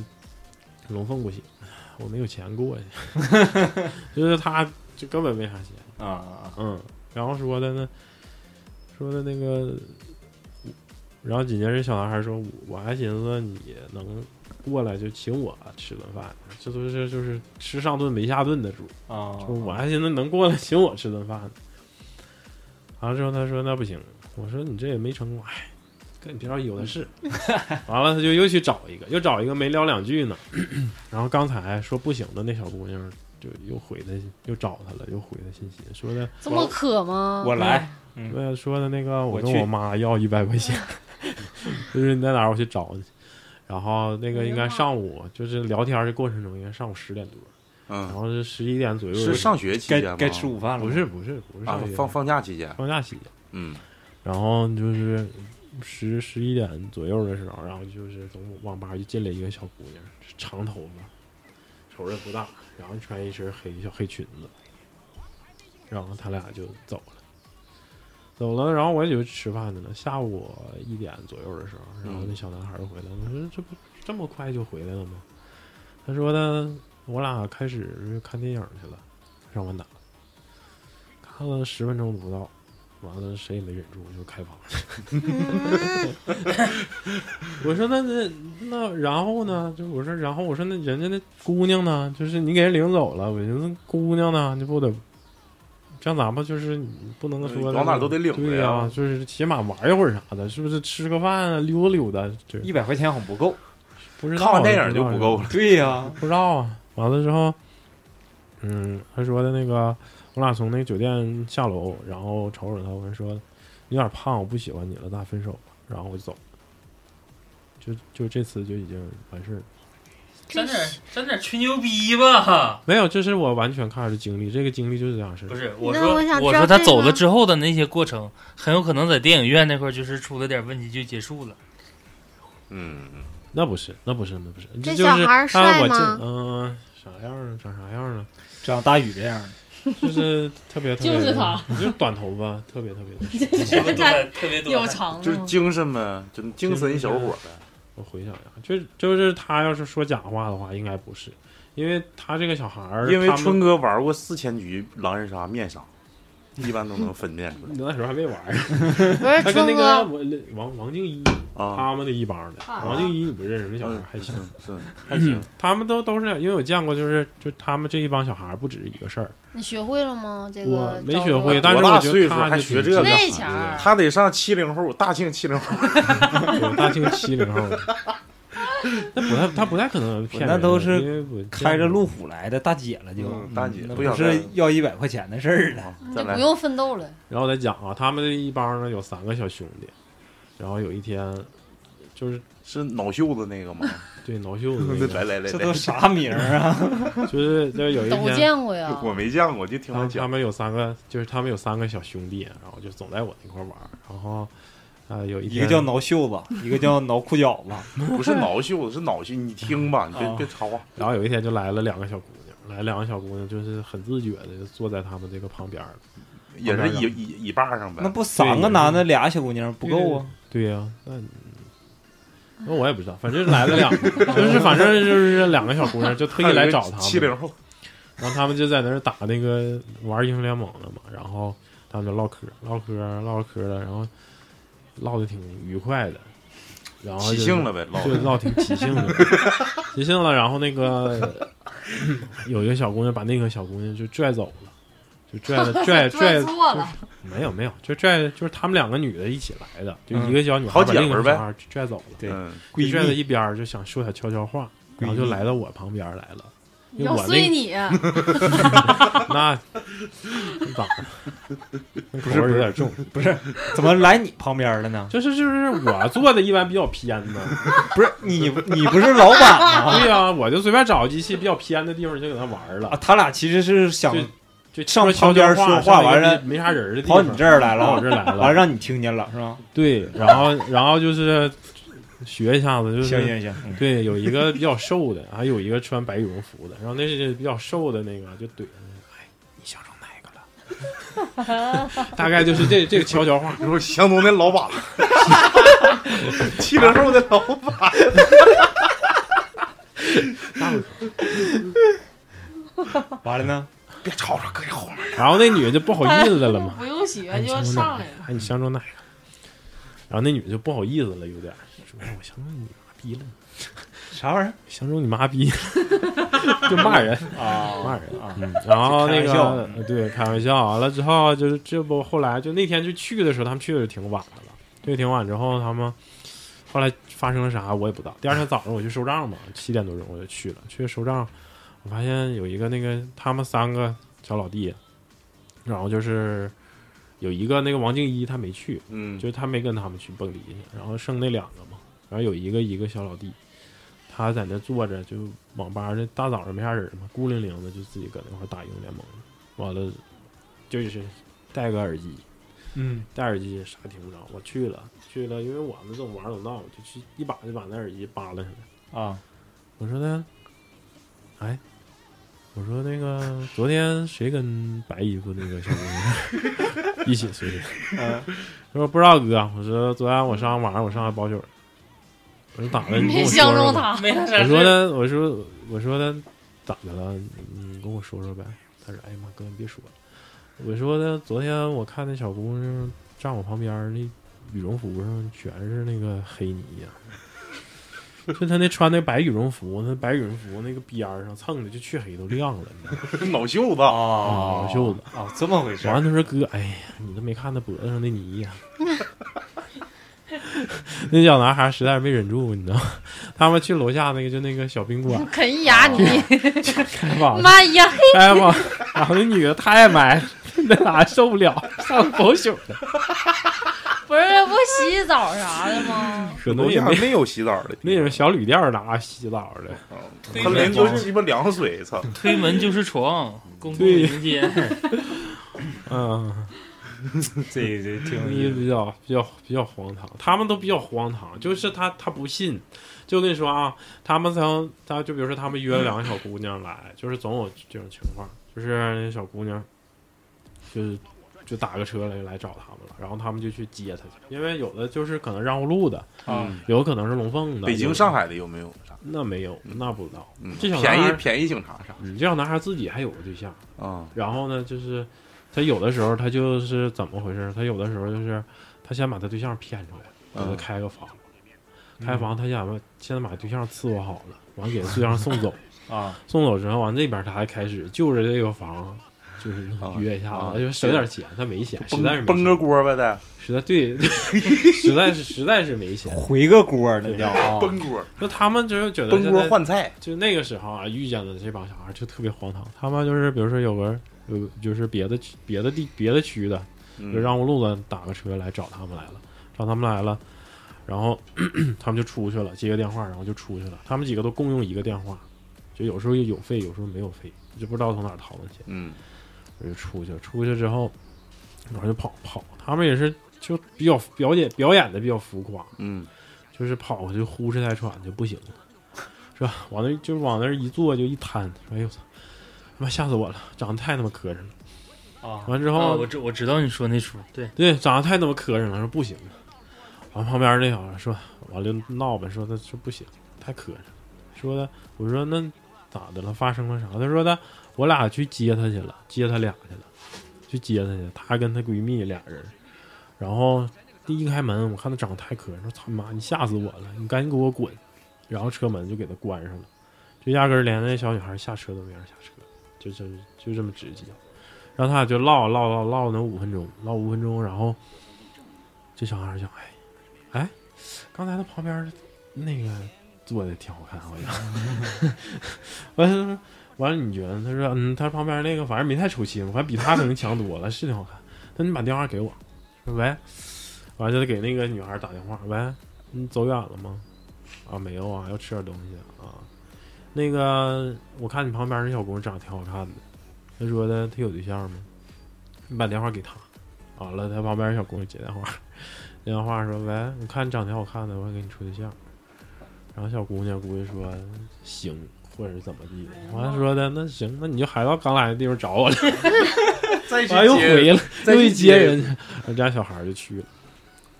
Speaker 5: 龙凤不行，我没有钱过去， 就是他就根本没啥钱，
Speaker 4: 啊啊
Speaker 5: 嗯，然后说的呢，说的那个，然后紧接着小男孩说，我还寻思你能过来就请我吃顿饭，这都是就是吃上顿没下顿的主，
Speaker 4: 啊啊！
Speaker 5: 说我还寻思能过来请我吃顿饭呢。完了之后他说那不行，我说你这也没成功，哎，跟你别着急有的 是。完了他就又去找一个，又找一个没聊两句呢。 然后刚才说不行的那小姑娘就又回他，又找他了，又回他信息，说的
Speaker 3: 这么渴吗？
Speaker 4: 我来，
Speaker 5: 对，说的那个，我
Speaker 4: 我
Speaker 5: 跟
Speaker 4: 去
Speaker 5: 我妈要一百块钱，就是你在哪儿，我去找你。然后那个应该上午，就是聊天的过程中，应该上午十点多，然
Speaker 2: 嗯，
Speaker 5: 后是十一点左右。
Speaker 2: 是上学期间
Speaker 4: 该
Speaker 2: 吗？
Speaker 4: 该吃 午饭了。
Speaker 5: 不是不是不是
Speaker 2: 啊
Speaker 5: 上学，
Speaker 2: 放放假期间，
Speaker 5: 放假期间，
Speaker 2: 嗯，
Speaker 5: 然后就是十十一点左右的时候，然后就是从网吧就进来一个小姑娘，长头发，瞅着也不大，然后穿一身黑小黑裙子，然后他俩就走了，走了，然后我也就吃饭去了。下午一点左右的时候，然后那小男孩儿回来了，我说这不这么快就回来了吗？他说呢，我俩开始看电影去了，上完打，看了十分钟不到。完了，谁也没忍住就开房了。 我说那那那然后呢？就我说然后我说那人家那姑娘呢？就是你给人领走了，我寻思姑娘呢，你不得像咱们就是你不能说
Speaker 2: 往哪儿都得领着呀
Speaker 5: 对呀、就是起码玩一会儿啥的，是不是吃个饭啊，溜达溜达，这
Speaker 4: 一百块钱好像不够。
Speaker 5: 不知道啊
Speaker 2: 看完电影就
Speaker 5: 不
Speaker 2: 不
Speaker 5: 知道
Speaker 2: 够了。
Speaker 4: 对呀，
Speaker 5: 不知道啊。完了之后，嗯，他说的那个，我俩从那酒店下楼，然后瞅瞅他，我说你有点胖，我不喜欢你了，咱俩分手吧。然后我就走了，就就这次就已经完事儿了。
Speaker 6: 咱点咱点吹牛逼吧。
Speaker 5: 没有，这是我完全看着的经历，这个经历就是这样式儿。
Speaker 6: 不是，我
Speaker 7: 那
Speaker 6: 说
Speaker 7: 我想知道
Speaker 6: 说他
Speaker 7: 这个
Speaker 6: 走了之后的那些过程，很有可能在电影院那块儿就是出了点问题就结束 了。
Speaker 2: 嗯，
Speaker 5: 那不是，那不是，那不是，
Speaker 7: 这
Speaker 5: 就
Speaker 7: 小
Speaker 5: 是
Speaker 7: 孩
Speaker 5: 他
Speaker 7: 儿帅
Speaker 5: 我进
Speaker 7: 吗
Speaker 5: 嗯、啥样儿啊？长啥样儿啊？
Speaker 4: 像大宇这样的，
Speaker 5: 就是特别特别，
Speaker 3: 就是他，
Speaker 5: 就是短头发，特别特别的帅。
Speaker 6: 特别短，特别短
Speaker 3: 有长
Speaker 2: 就是
Speaker 3: 吗？
Speaker 2: 精神呗，就精神小伙呗。
Speaker 5: 我回想一下，就是就是他要是说假话的话，应该不是，因为他这个小孩儿，
Speaker 2: 因为
Speaker 5: 他们
Speaker 2: 春哥玩过四千局狼人杀面杀，一般都能分辨出来
Speaker 5: 那时候还没玩儿，
Speaker 7: 不
Speaker 3: 哎
Speaker 7: 是
Speaker 5: 他跟那
Speaker 7: 春
Speaker 5: 个
Speaker 7: 哥，
Speaker 5: 我王王静一
Speaker 2: 啊。
Speaker 5: 他们的一帮的，王静一你不认识嗯那小孩儿还行，
Speaker 2: 嗯是
Speaker 5: 还行，他们都都是因为我见过，就是就他们这一帮小孩儿不止一个事儿，
Speaker 3: 你学会了吗？这
Speaker 5: 我
Speaker 3: 个
Speaker 5: 没
Speaker 3: 招
Speaker 5: 学
Speaker 3: 数
Speaker 5: 会，但是
Speaker 2: 多大
Speaker 5: 我觉
Speaker 2: 岁
Speaker 5: 得
Speaker 2: 数
Speaker 5: 他
Speaker 2: 还
Speaker 5: 就
Speaker 2: 学
Speaker 5: 挺
Speaker 2: 这个
Speaker 3: 那前儿
Speaker 2: 他得上七零后，大庆七零后，
Speaker 5: 对大庆七零后， 那不太，他不太可能骗人的。
Speaker 4: 那都是
Speaker 5: 因为我见
Speaker 4: 开
Speaker 5: 过
Speaker 4: 着路虎来的大姐了就，
Speaker 5: 嗯
Speaker 2: 大姐
Speaker 4: 那
Speaker 2: 不
Speaker 4: 不
Speaker 2: 想
Speaker 4: 是要一百块钱的事 儿了。
Speaker 2: 啊再
Speaker 3: 就
Speaker 2: 来
Speaker 3: 不用奋斗了。
Speaker 5: 然后再讲啊，他们这一帮呢有三个小兄弟，然后有一天就是
Speaker 2: 是脑袖子那个吗？
Speaker 5: 对挠 袖子
Speaker 2: 来
Speaker 5: 那个，
Speaker 2: 来来
Speaker 4: 这都
Speaker 2: 来，
Speaker 4: 啥名儿啊？
Speaker 5: 就是就是有一
Speaker 3: 都
Speaker 5: 天，
Speaker 3: 见过呀，
Speaker 2: 我没见过，就听
Speaker 5: 他
Speaker 2: 他
Speaker 5: 们
Speaker 2: 讲
Speaker 5: 他。们有三个，就是他们有三个小兄弟，然后就总在我那块玩儿，然后啊、呃有一
Speaker 4: 一
Speaker 5: 天
Speaker 4: 个叫挠袖子，一个叫挠裤脚子。
Speaker 2: 不是挠袖子，是脑袖。你听吧，你别、
Speaker 4: 啊
Speaker 2: 别插话。
Speaker 5: 然后有一天就来了两个小姑娘，来两个小姑娘就是很自觉的就坐在他们这个旁边儿，
Speaker 2: 也是
Speaker 5: 旁
Speaker 2: 椅
Speaker 5: 边
Speaker 2: 椅椅把上呗。
Speaker 4: 那不三个男的，俩小姑娘不够啊？
Speaker 5: 对呀、那你那我也不知道，反正来了两个， 就是反正就是两个小姑娘就特意来找 他们，
Speaker 2: 七零后，
Speaker 5: 然后他们就在那儿打那个玩英雄联盟了嘛，然后他们就唠嗑，唠嗑，唠嗑的，然后唠的挺愉快的，然后
Speaker 2: 起
Speaker 5: 就
Speaker 2: 兴了呗，老
Speaker 5: 就唠挺起兴的，起兴了。然后那 个有一个小姑娘把那个小姑娘就拽走了，就拽了拽拽
Speaker 3: 拽错了，
Speaker 5: 没有没有，就拽就是他们两个女的一起来的，就
Speaker 4: 嗯
Speaker 5: 一个小女孩
Speaker 2: 好
Speaker 5: 把
Speaker 2: 姐
Speaker 5: 另一
Speaker 2: 们
Speaker 5: 个
Speaker 2: 儿呗
Speaker 5: 小孩拽走了，
Speaker 4: 对
Speaker 2: 嗯，
Speaker 5: 就拽到
Speaker 4: 闺蜜
Speaker 5: 一边儿就想说点悄悄话，然后就来到我旁边来了。因为
Speaker 3: 要
Speaker 5: 我
Speaker 3: 碎
Speaker 5: 那
Speaker 3: 你，
Speaker 5: 那咋不
Speaker 4: 是不是
Speaker 5: 有点重，
Speaker 4: 不是，怎么来你旁边了呢？
Speaker 5: 就是就是我做的一般比较偏的，
Speaker 4: 不是你，你不是老板吗？
Speaker 5: 对呀、我就随便找个机器比较偏的地方就搁那玩
Speaker 4: 啊，
Speaker 5: 了，
Speaker 4: 他俩其实是想
Speaker 5: 对就
Speaker 4: 上
Speaker 5: 说悄
Speaker 4: 旁边
Speaker 5: 悄上
Speaker 4: 说话
Speaker 5: 一个
Speaker 4: 完了
Speaker 5: 没啥人的地
Speaker 4: 跑
Speaker 5: 方，
Speaker 4: 你这儿来
Speaker 5: 跑我
Speaker 4: 了，
Speaker 5: 这儿来
Speaker 4: 完了
Speaker 5: 了，
Speaker 4: 让你听见了是吧？
Speaker 5: 对，然后然后就是学一下子，就
Speaker 4: 行
Speaker 5: 是
Speaker 4: 行行，嗯
Speaker 5: 对，有一个比较瘦的，还有一个穿白羽绒服的，然后那是比较瘦的那个就怼，哎，你相中哪个了？大概就是这这个悄悄话，
Speaker 2: 你说相中那老板 了，七零后的老板，
Speaker 4: 完了呢？
Speaker 2: 别吵吵，搁这哄着。
Speaker 5: 然后那女的就不好意思了嘛。
Speaker 3: 不用学
Speaker 5: 哎，你
Speaker 3: 就
Speaker 5: 相中
Speaker 3: 上来
Speaker 5: 哪个
Speaker 3: 了。？
Speaker 5: 哎，你相中哪个？然后那女的就不好意思了，有点儿说：“哎，我相中你妈逼了，
Speaker 4: 啥玩意
Speaker 5: 相中你妈 逼了，就骂人，
Speaker 4: 儿啊？
Speaker 5: 骂人
Speaker 4: 啊
Speaker 5: 嗯，然后那
Speaker 4: 开玩笑
Speaker 5: 个对，开玩笑。完了之后，就是这不后来就那天就去的时候，他们去的挺晚的了，去的挺晚之后，他们后来发生了啥我也不知道。第二天早上我去收账嘛， 七点多钟我就去了，去收账，我发现有一个那个他们三个小老弟，然后就是有一个那个王静一他没去，
Speaker 2: 嗯，
Speaker 5: 就是他没跟他们去蹦迪去，然后剩那两个嘛，然后有一个一个小老弟，他在那坐着，就网吧这大早上没啥人嘛，孤零零的就自己搁那块儿打英雄联盟，完了就是戴个耳机，
Speaker 4: 嗯，
Speaker 5: 戴耳机啥也听不着。我去了，去了，因为我们这种玩儿总闹，我就去一把就把那耳机扒拉下来。
Speaker 4: 啊，
Speaker 5: 我说呢，哎，我说那个昨天谁跟白衣服那个小姑娘一起睡的？
Speaker 4: 嗯
Speaker 5: 他说不知道哥，我说昨天我上晚上我上来包宿，我说咋的？你
Speaker 3: 没
Speaker 5: 跟我说
Speaker 3: 相
Speaker 5: 说
Speaker 3: 中
Speaker 5: 吧。
Speaker 3: 他，
Speaker 6: 没啥事
Speaker 5: 我
Speaker 6: 儿。
Speaker 5: 说呢，我说我说呢，咋的了？你跟我说说呗。他说哎呀妈哥，你别说了。我说呢，昨天我看那小姑娘站我旁边儿，那羽绒服上全是那个黑泥呀、 就她那穿那白羽绒服，那白羽绒服那个边儿上蹭的就黢黑都亮了，你知道吗
Speaker 2: 脑袖子，
Speaker 4: 啊
Speaker 5: 老袖子
Speaker 4: 啊，这么回事儿？
Speaker 5: 完了，他说：“哥，哎呀，你都没看他脖子上的泥 呀、 那小男孩实在是没忍住，你知道吗，他们去楼下那个就那个小宾馆
Speaker 3: 啃一牙你，
Speaker 5: 开房
Speaker 3: 妈呀，
Speaker 5: 开房，哎然后那女的太埋了，那俩受不了，上包宿了，
Speaker 3: 不是不洗澡啥的吗？
Speaker 5: 可能也
Speaker 2: 楼
Speaker 5: 没
Speaker 2: 下没有洗澡的地
Speaker 5: 那种
Speaker 2: 方，嗯
Speaker 5: 小旅店儿拿洗澡的，
Speaker 6: 对
Speaker 2: 他连就是鸡巴凉水，操！
Speaker 6: 推门就是床，公共
Speaker 5: 对
Speaker 6: 空间。
Speaker 5: 嗯，
Speaker 4: 这这挺有
Speaker 5: 就是
Speaker 4: 意思。
Speaker 5: 比较比较比较荒唐，他们都比较荒唐，就是他他不信，就跟你说啊，他们曾他就比如说他们约了两个小姑娘来，就是总有这种情况，就是那小姑娘，就是就打个车来来找他们了，然后他们就去接她去，因为有的就是可能让路的，
Speaker 2: 嗯，
Speaker 5: 有的可能是龙凤的，
Speaker 2: 北
Speaker 5: 有
Speaker 2: 京、
Speaker 5: 的
Speaker 2: 上海的有没有啥？
Speaker 5: 那没有，那不知道，
Speaker 2: 嗯，
Speaker 5: 这小
Speaker 2: 便
Speaker 5: 男
Speaker 2: 宜
Speaker 5: 孩
Speaker 2: 便宜警察啥
Speaker 5: 嗯，这小男孩自己还有个对象，
Speaker 2: 啊？
Speaker 5: 然后呢，就是他有的时候他就是怎么回事？他有的时候就是他先把他对象骗出来，给他
Speaker 2: 嗯
Speaker 5: 开个房，开房他想把先把对象伺候好 了，完给对象送走，
Speaker 4: 啊
Speaker 5: 送走之后完那边他还开始就着这个房就是
Speaker 2: 啊
Speaker 5: 约一下
Speaker 2: 啊
Speaker 5: 子，就省点钱。他没钱，实在是
Speaker 2: 崩崩
Speaker 5: 没
Speaker 2: 个
Speaker 5: 钱，
Speaker 2: 锅呗得，
Speaker 5: 实在对， 实在是实在是没钱。
Speaker 4: 回个锅儿那叫啊，
Speaker 2: 崩锅，
Speaker 5: 那他们就是觉得
Speaker 2: 崩
Speaker 5: 现
Speaker 2: 锅
Speaker 5: 在
Speaker 2: 换菜，
Speaker 5: 就那个时候啊，遇见的这帮小孩就特别荒唐。他们就是比如说有个有就是别的区别的地别的区的，就
Speaker 2: 嗯
Speaker 5: 让我路子打个车来找他们来了，找他们来了，然后 他们就出去了，接个电话，然后就出去了。他们几个都共用一个电话，就有时候有费，有时候没有费，就不知道从哪儿掏的钱。
Speaker 2: 嗯
Speaker 5: 我就出去了，出去之后，然后就跑跑，他们也是就比较表演表演的比较浮夸，
Speaker 2: 嗯
Speaker 5: 就是跑过去呼哧带喘就不行了，是吧？往那就往那儿一坐就一瘫，说哎呦我操，他妈吓死我了，长得太他妈磕碜了。
Speaker 6: 啊
Speaker 5: 完之后，
Speaker 6: 啊我知我知道你说那出，对，
Speaker 5: 对，长得太他妈磕碜了，说不行。啊完旁边那小孩说，完了就闹呗，说他说不行，太磕碜了。说的，我说那咋的了？发生了啥？他说的，我俩去接他去了，接他俩去了，去接他去了。她跟她闺蜜俩人，然后第一开门，我看她长得太磕碜了，说他妈你吓死我了，你赶紧给我滚！然后车门就给她关上了，就压根儿连那小女孩下车都没让下车，就就就这么直接。然后他俩就唠唠唠唠那五分钟，唠五分钟，然后这小孩儿想，哎，哎，刚才他旁边儿那个做的挺好看，好像。完了完了，你觉得？他说，嗯，他旁边那个反正没太抽筋，我看比他可能强多了，是挺好看。那你把电话给我，说喂，完了就给那个女孩儿打电话，喂，你走远了吗？啊，没有啊，要吃点东西啊。那个，我看你旁边那小姑娘长得挺好看的。他说的他有对象吗？你把电话给他。完了，他旁边小姑娘接电话， 接电话说：“喂，你看你长得挺好看的，我想跟你处对象。”然后小姑娘估计说：“行，或者是怎么地的。”完了说的：“那行，那你就还到刚来的地方找我来。”
Speaker 2: 再去
Speaker 5: 完又
Speaker 2: 接
Speaker 5: 回了，
Speaker 2: 再
Speaker 5: 又
Speaker 2: 去
Speaker 5: 一接
Speaker 2: 接
Speaker 5: 人，人家小孩儿就去了。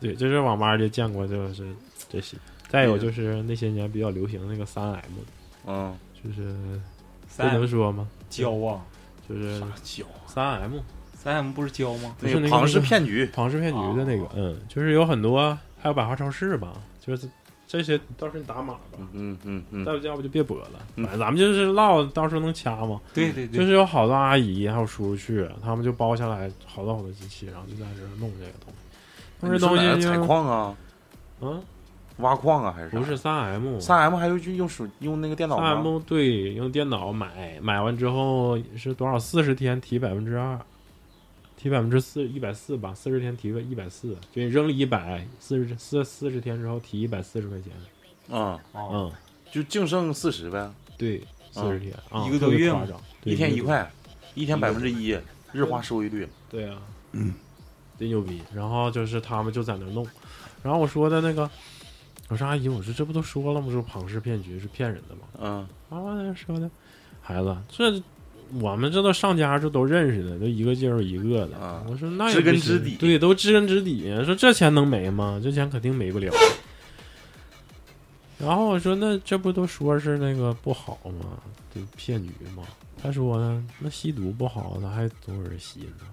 Speaker 5: 对，这是网吧就见过，就是这些。再
Speaker 2: 哎
Speaker 5: 有就是那些年比较流行的那个三 M，
Speaker 2: 嗯
Speaker 5: 就是不
Speaker 4: 三
Speaker 5: 能说吗？
Speaker 4: 交啊，
Speaker 5: 就是
Speaker 2: 酒，
Speaker 5: 三 M，
Speaker 4: 三 M 不是交吗？
Speaker 5: 不
Speaker 2: 那
Speaker 5: 是
Speaker 2: 个
Speaker 5: 那个
Speaker 2: 庞氏
Speaker 5: 那个
Speaker 2: 骗局，
Speaker 5: 庞氏骗局的那
Speaker 2: 哦
Speaker 5: 个，嗯，就是有很多，还有百花超市吧，就是这些，到时候你打码吧，
Speaker 2: 嗯嗯嗯，
Speaker 5: 再不要不就别播了，
Speaker 2: 嗯
Speaker 5: 反正咱们就是唠，到时候能掐吗？
Speaker 4: 对对
Speaker 5: 就
Speaker 4: 对，
Speaker 5: 是有好多阿姨还有叔叔去，他们就包下来好多好多机器，然后就在这儿弄这个东西。
Speaker 2: 你
Speaker 5: 弄这
Speaker 2: 说
Speaker 5: 东
Speaker 2: 哪儿
Speaker 5: 西
Speaker 2: 采
Speaker 5: 就
Speaker 2: 矿啊，
Speaker 5: 嗯，
Speaker 2: 挖矿啊还是啥
Speaker 5: 不是三 M，
Speaker 2: 三 M 还用用手用那个电脑
Speaker 5: 三
Speaker 2: 吗？
Speaker 5: M 对，用电脑买，买完之后是多少？四十天提百分之二，提百分之四，一百四吧，四十天提个一百四，就你扔了一百，四十四四十天之后提一百四十块钱，
Speaker 2: 嗯，
Speaker 4: 啊，
Speaker 5: 嗯，
Speaker 2: 就净剩四十呗，
Speaker 5: 对，四十天，啊
Speaker 4: 一个多
Speaker 5: 特
Speaker 4: 月
Speaker 5: 别
Speaker 4: 嘛
Speaker 5: 夸张，对
Speaker 2: 一天一
Speaker 5: 个多
Speaker 2: 块，一天百分之一，日化收益率。
Speaker 5: 对啊，嗯，真牛逼。然后就是他们就在那弄，然后我说的那个，我说阿姨，我说这不都说了吗？说庞氏骗局是骗人的吗？
Speaker 2: 嗯，
Speaker 5: 啊，说的，孩子，这我们这都上家这都认识的，都一个介绍一个的。
Speaker 2: 啊
Speaker 5: 我说那也
Speaker 2: 知根
Speaker 5: 不行
Speaker 2: 知底
Speaker 5: 对，都知根知底。说这钱能没吗？这钱肯定没不了。然后我说那这不都说是那个不好吗？就骗局吗？他说呢，那吸毒不好，咋还总有人吸呢？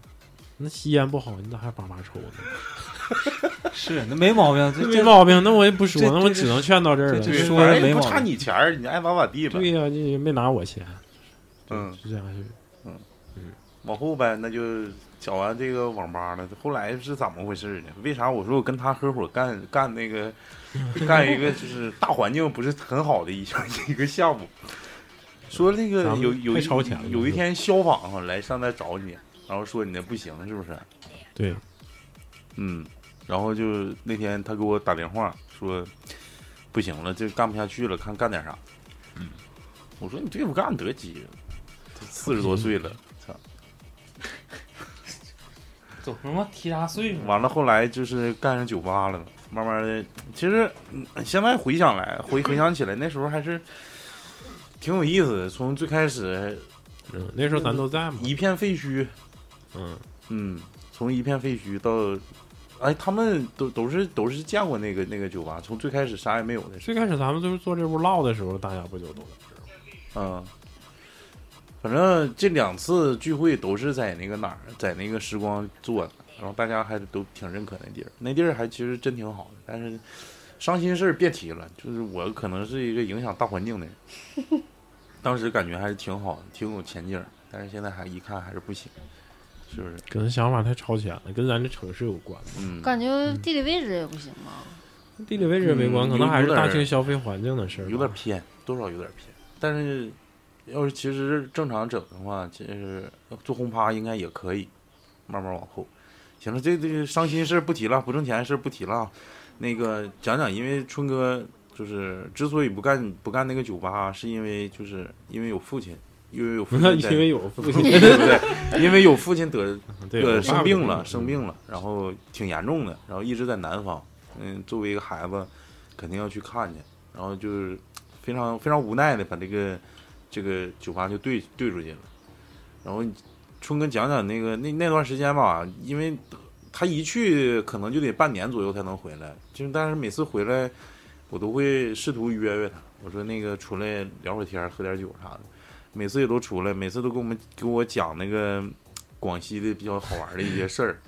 Speaker 5: 那吸烟不好，你咋还叭叭抽呢？
Speaker 4: 是那没毛病，
Speaker 5: 这
Speaker 4: 这
Speaker 5: 没
Speaker 4: 这
Speaker 5: 毛病，那我也不说，
Speaker 4: 这
Speaker 5: 那我
Speaker 4: 这
Speaker 5: 只能劝到这儿了。
Speaker 4: 这
Speaker 2: 对，
Speaker 4: 说
Speaker 2: 反
Speaker 4: 人
Speaker 2: 正
Speaker 4: 没
Speaker 2: 也不
Speaker 4: 毛
Speaker 2: 差
Speaker 4: 病
Speaker 2: 你钱儿，你爱咋咋地呗。
Speaker 5: 对呀、你也没拿我钱，
Speaker 2: 嗯，
Speaker 5: 就这样去。
Speaker 2: 往后呗，那就讲完这个网吧了。后来是怎么回事呢？为啥我说我跟他合伙干干那 个干一个就是大环境不是很好的一个一个项 目？说那个
Speaker 5: 咱们
Speaker 2: 有有
Speaker 5: 太
Speaker 2: 一
Speaker 5: 超前了
Speaker 2: 有一天消防啊来上来找你，然后说你那不行是不是？
Speaker 5: 对，
Speaker 2: 嗯，然后就那天他给我打电话说，不行了，这干不下去了，看干点啥。我说你这不干得急，四十多岁了，操！
Speaker 6: 总他妈提啥岁数？
Speaker 2: 完了后来就是干上酒吧了，慢慢的，其实嗯现在回想来，回回想起来，那时候还是挺有意思的。从最开始
Speaker 5: 嗯，那时候咱都在嘛。
Speaker 2: 一片废墟，
Speaker 5: 嗯，
Speaker 2: 嗯，从一片废墟到。哎，他们都都是都是见过那个那个酒吧，从最开始啥也没有的时候
Speaker 5: 最开始咱们就是坐这屋唠的时候，大家不就都在这儿吗？
Speaker 2: 嗯，反正这两次聚会都是在那个哪儿，在那个时光做的，然后大家还都挺认可那地儿，那地儿还其实真挺好的，但是伤心事儿别提了，就是我可能是一个影响大环境的人，当时感觉还是挺好的，挺有前景儿，但是现在还一看还是不行，是不是？
Speaker 5: 可能想法太超前了，跟咱这城市有关吧。
Speaker 2: 嗯，
Speaker 3: 感觉地理位置也不行啊吧？
Speaker 5: 地理位置也没
Speaker 2: 嗯
Speaker 5: 关，可能还是
Speaker 2: 有点
Speaker 5: 大庆消费环境的事儿吧。
Speaker 2: 有点偏，多少有点偏。但是要是其实正常整的话，其实做轰趴应该也可以，慢慢往后。行了，这这个伤心事儿不提了，不挣钱的事儿不提了啊。那个讲讲，因为春哥就是之所以不干不干那个酒吧，是因为就是因为有父亲，因为有父
Speaker 5: 那
Speaker 2: 亲在，
Speaker 5: 因为有父亲，
Speaker 2: 对不对？因为有父亲得
Speaker 5: 对
Speaker 2: 呃，
Speaker 5: 我爸
Speaker 2: 生
Speaker 5: 爸
Speaker 2: 病
Speaker 5: 就嗯
Speaker 2: 了，生病了，然后挺严重的，然后一直在南方。嗯，作为一个孩子，肯定要去看去，然后就是非常非常无奈的把这个这个酒吧就兑兑出去了。然后春哥讲讲那个那那段时间吧，因为他一去可能就得半年左右才能回来，就是但是每次回来，我都会试图约约他，我说那个出来聊会儿天儿，喝点酒啥的。每次也都出来，每次都跟我们给我讲那个广西的比较好玩的一些事儿。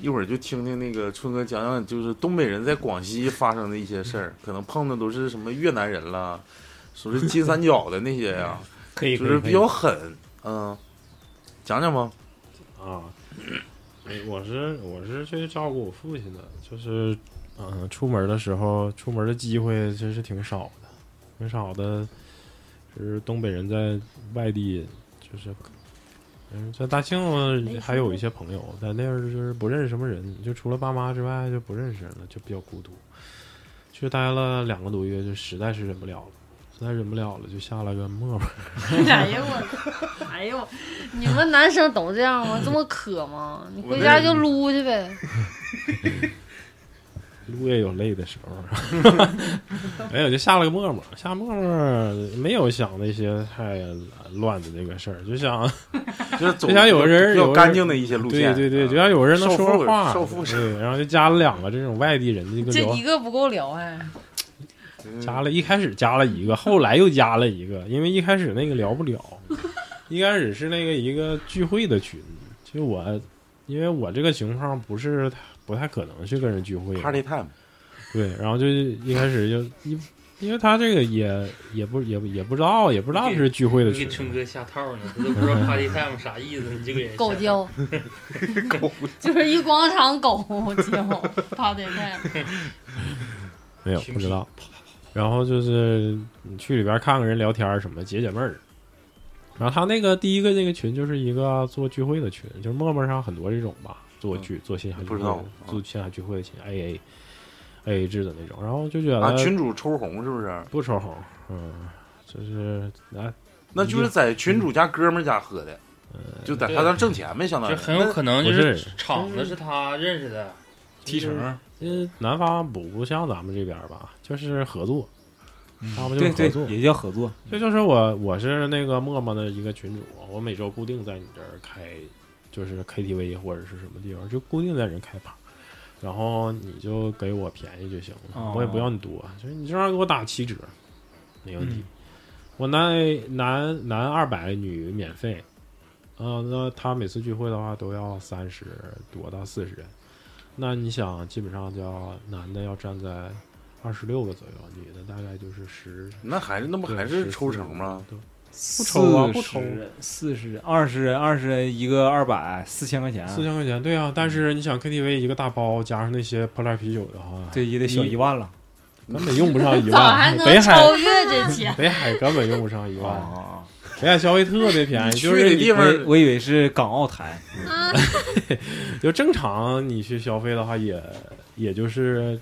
Speaker 2: 一会儿就听听那个春哥讲讲，就是东北人在广西发生的一些事儿，可能碰的都是什么越南人啦，说是金三角的那些 呀、
Speaker 4: 可以
Speaker 2: 就是比较狠，嗯，讲讲吧，
Speaker 5: 啊，我是我是去照顾我父亲的，就是嗯、出门的时候，出门的机会其实挺少的，挺少的。就是东北人在外地，就是嗯，在大庆我还有一些朋友，在那儿就是不认识什么人，就除了爸妈之外就不认识人了，就比较孤独。去待了两个多月，就实在是忍不了了，实在忍不了了，就下了个陌陌。
Speaker 3: 哎呦我，哎呦，你们男生都这样吗？这么渴吗？你回家就撸去呗。
Speaker 5: 路也有累的时 候，没有就下了个陌陌，下陌陌没有想那些太乱的那个事儿，就想
Speaker 2: 就是走
Speaker 5: 就像有个人
Speaker 2: 比较
Speaker 5: 有个人
Speaker 2: 干净的一些路
Speaker 5: 对
Speaker 2: 线，嗯
Speaker 5: 对对，就像有人能
Speaker 2: 少
Speaker 5: 说
Speaker 2: 妇
Speaker 5: 说话，
Speaker 2: 少妇
Speaker 5: 对，然后就加了两个这种外地人的一个
Speaker 3: 这
Speaker 5: 聊
Speaker 3: 一，个不够聊哎，
Speaker 2: 嗯
Speaker 5: 加了一开始加了一个，后来又加了一个，因为一开始那个聊不了， 一开始是那个一个聚会的群，就我因为我这个情况不是太不太可能去跟人聚会
Speaker 2: party time，
Speaker 5: 对，然后就一开始就因因为他这个也也不也不也不知道也不知道是聚会的
Speaker 6: 你给
Speaker 5: 群，
Speaker 6: 春哥下套呢，他都不知道 party time 啥意思，你就给人
Speaker 3: 狗
Speaker 6: 交。
Speaker 3: 叫，就是一广场狗叫，趴对面。
Speaker 5: 没有不知道。然后就是你去里边看看人聊天儿什么的解解闷儿。然后他那个第一个那个群就是一个做聚会的群，就是陌陌上很多这种吧，做聚做线下聚
Speaker 2: 嗯不
Speaker 5: 会
Speaker 2: 知
Speaker 5: 的
Speaker 2: 道，啊
Speaker 5: 做线下聚会的群 A A A A 制的那种。然后就觉
Speaker 2: 啊，
Speaker 5: 得
Speaker 2: 群主抽红是不是？
Speaker 5: 不抽红，嗯，就是啊
Speaker 2: 那就是在群主家哥们儿家喝的，
Speaker 5: 嗯
Speaker 2: 就在他那挣钱呗，相当于
Speaker 6: 就很有可能
Speaker 5: 不
Speaker 6: 就是是厂子是他认识的，
Speaker 4: 提成，
Speaker 5: 因为南方不不像咱们这边儿吧，就是合作，他们就
Speaker 4: 对
Speaker 5: 是合
Speaker 4: 嗯对
Speaker 5: 作。，
Speaker 4: 也叫合作。
Speaker 5: 这就是我我是那个陌陌的一个群主，我每周固定在你这儿开，就是 KTV 或者是什么地方，就固定在人开趴，然后你就给我便宜就行了，
Speaker 4: 哦
Speaker 5: 我也不要你多，就是你正好给我打七折，没问题。
Speaker 4: 嗯
Speaker 5: 我男男男二百，女免费。嗯、那他每次聚会的话都要三十多到四十人，那你想，基本上就要男的要占在二十六个左右，女的大概就是十
Speaker 2: 那还是那不
Speaker 5: 对
Speaker 2: 还是抽成吗？？
Speaker 5: 对
Speaker 4: 不
Speaker 5: 抽啊不抽，
Speaker 4: 四十二十二十一个二百四千块钱，
Speaker 8: 嗯
Speaker 5: 四千块钱，对啊。但是你想 KTV 一个大包加上那些破烂啤酒的话，
Speaker 4: 这也得小一万了。
Speaker 5: 根本用不上一
Speaker 3: 咋还
Speaker 5: 万。
Speaker 3: 能
Speaker 5: 北海
Speaker 3: 超越这钱？
Speaker 5: 北海根本用不上一万，
Speaker 4: 啊！
Speaker 5: 北海消费特别便宜，
Speaker 2: 哦你去
Speaker 5: 就是
Speaker 2: 的
Speaker 5: 你
Speaker 2: 地方
Speaker 4: 我我以为是港 澳台，
Speaker 7: 啊，
Speaker 5: 就正常你去消费的话也也就是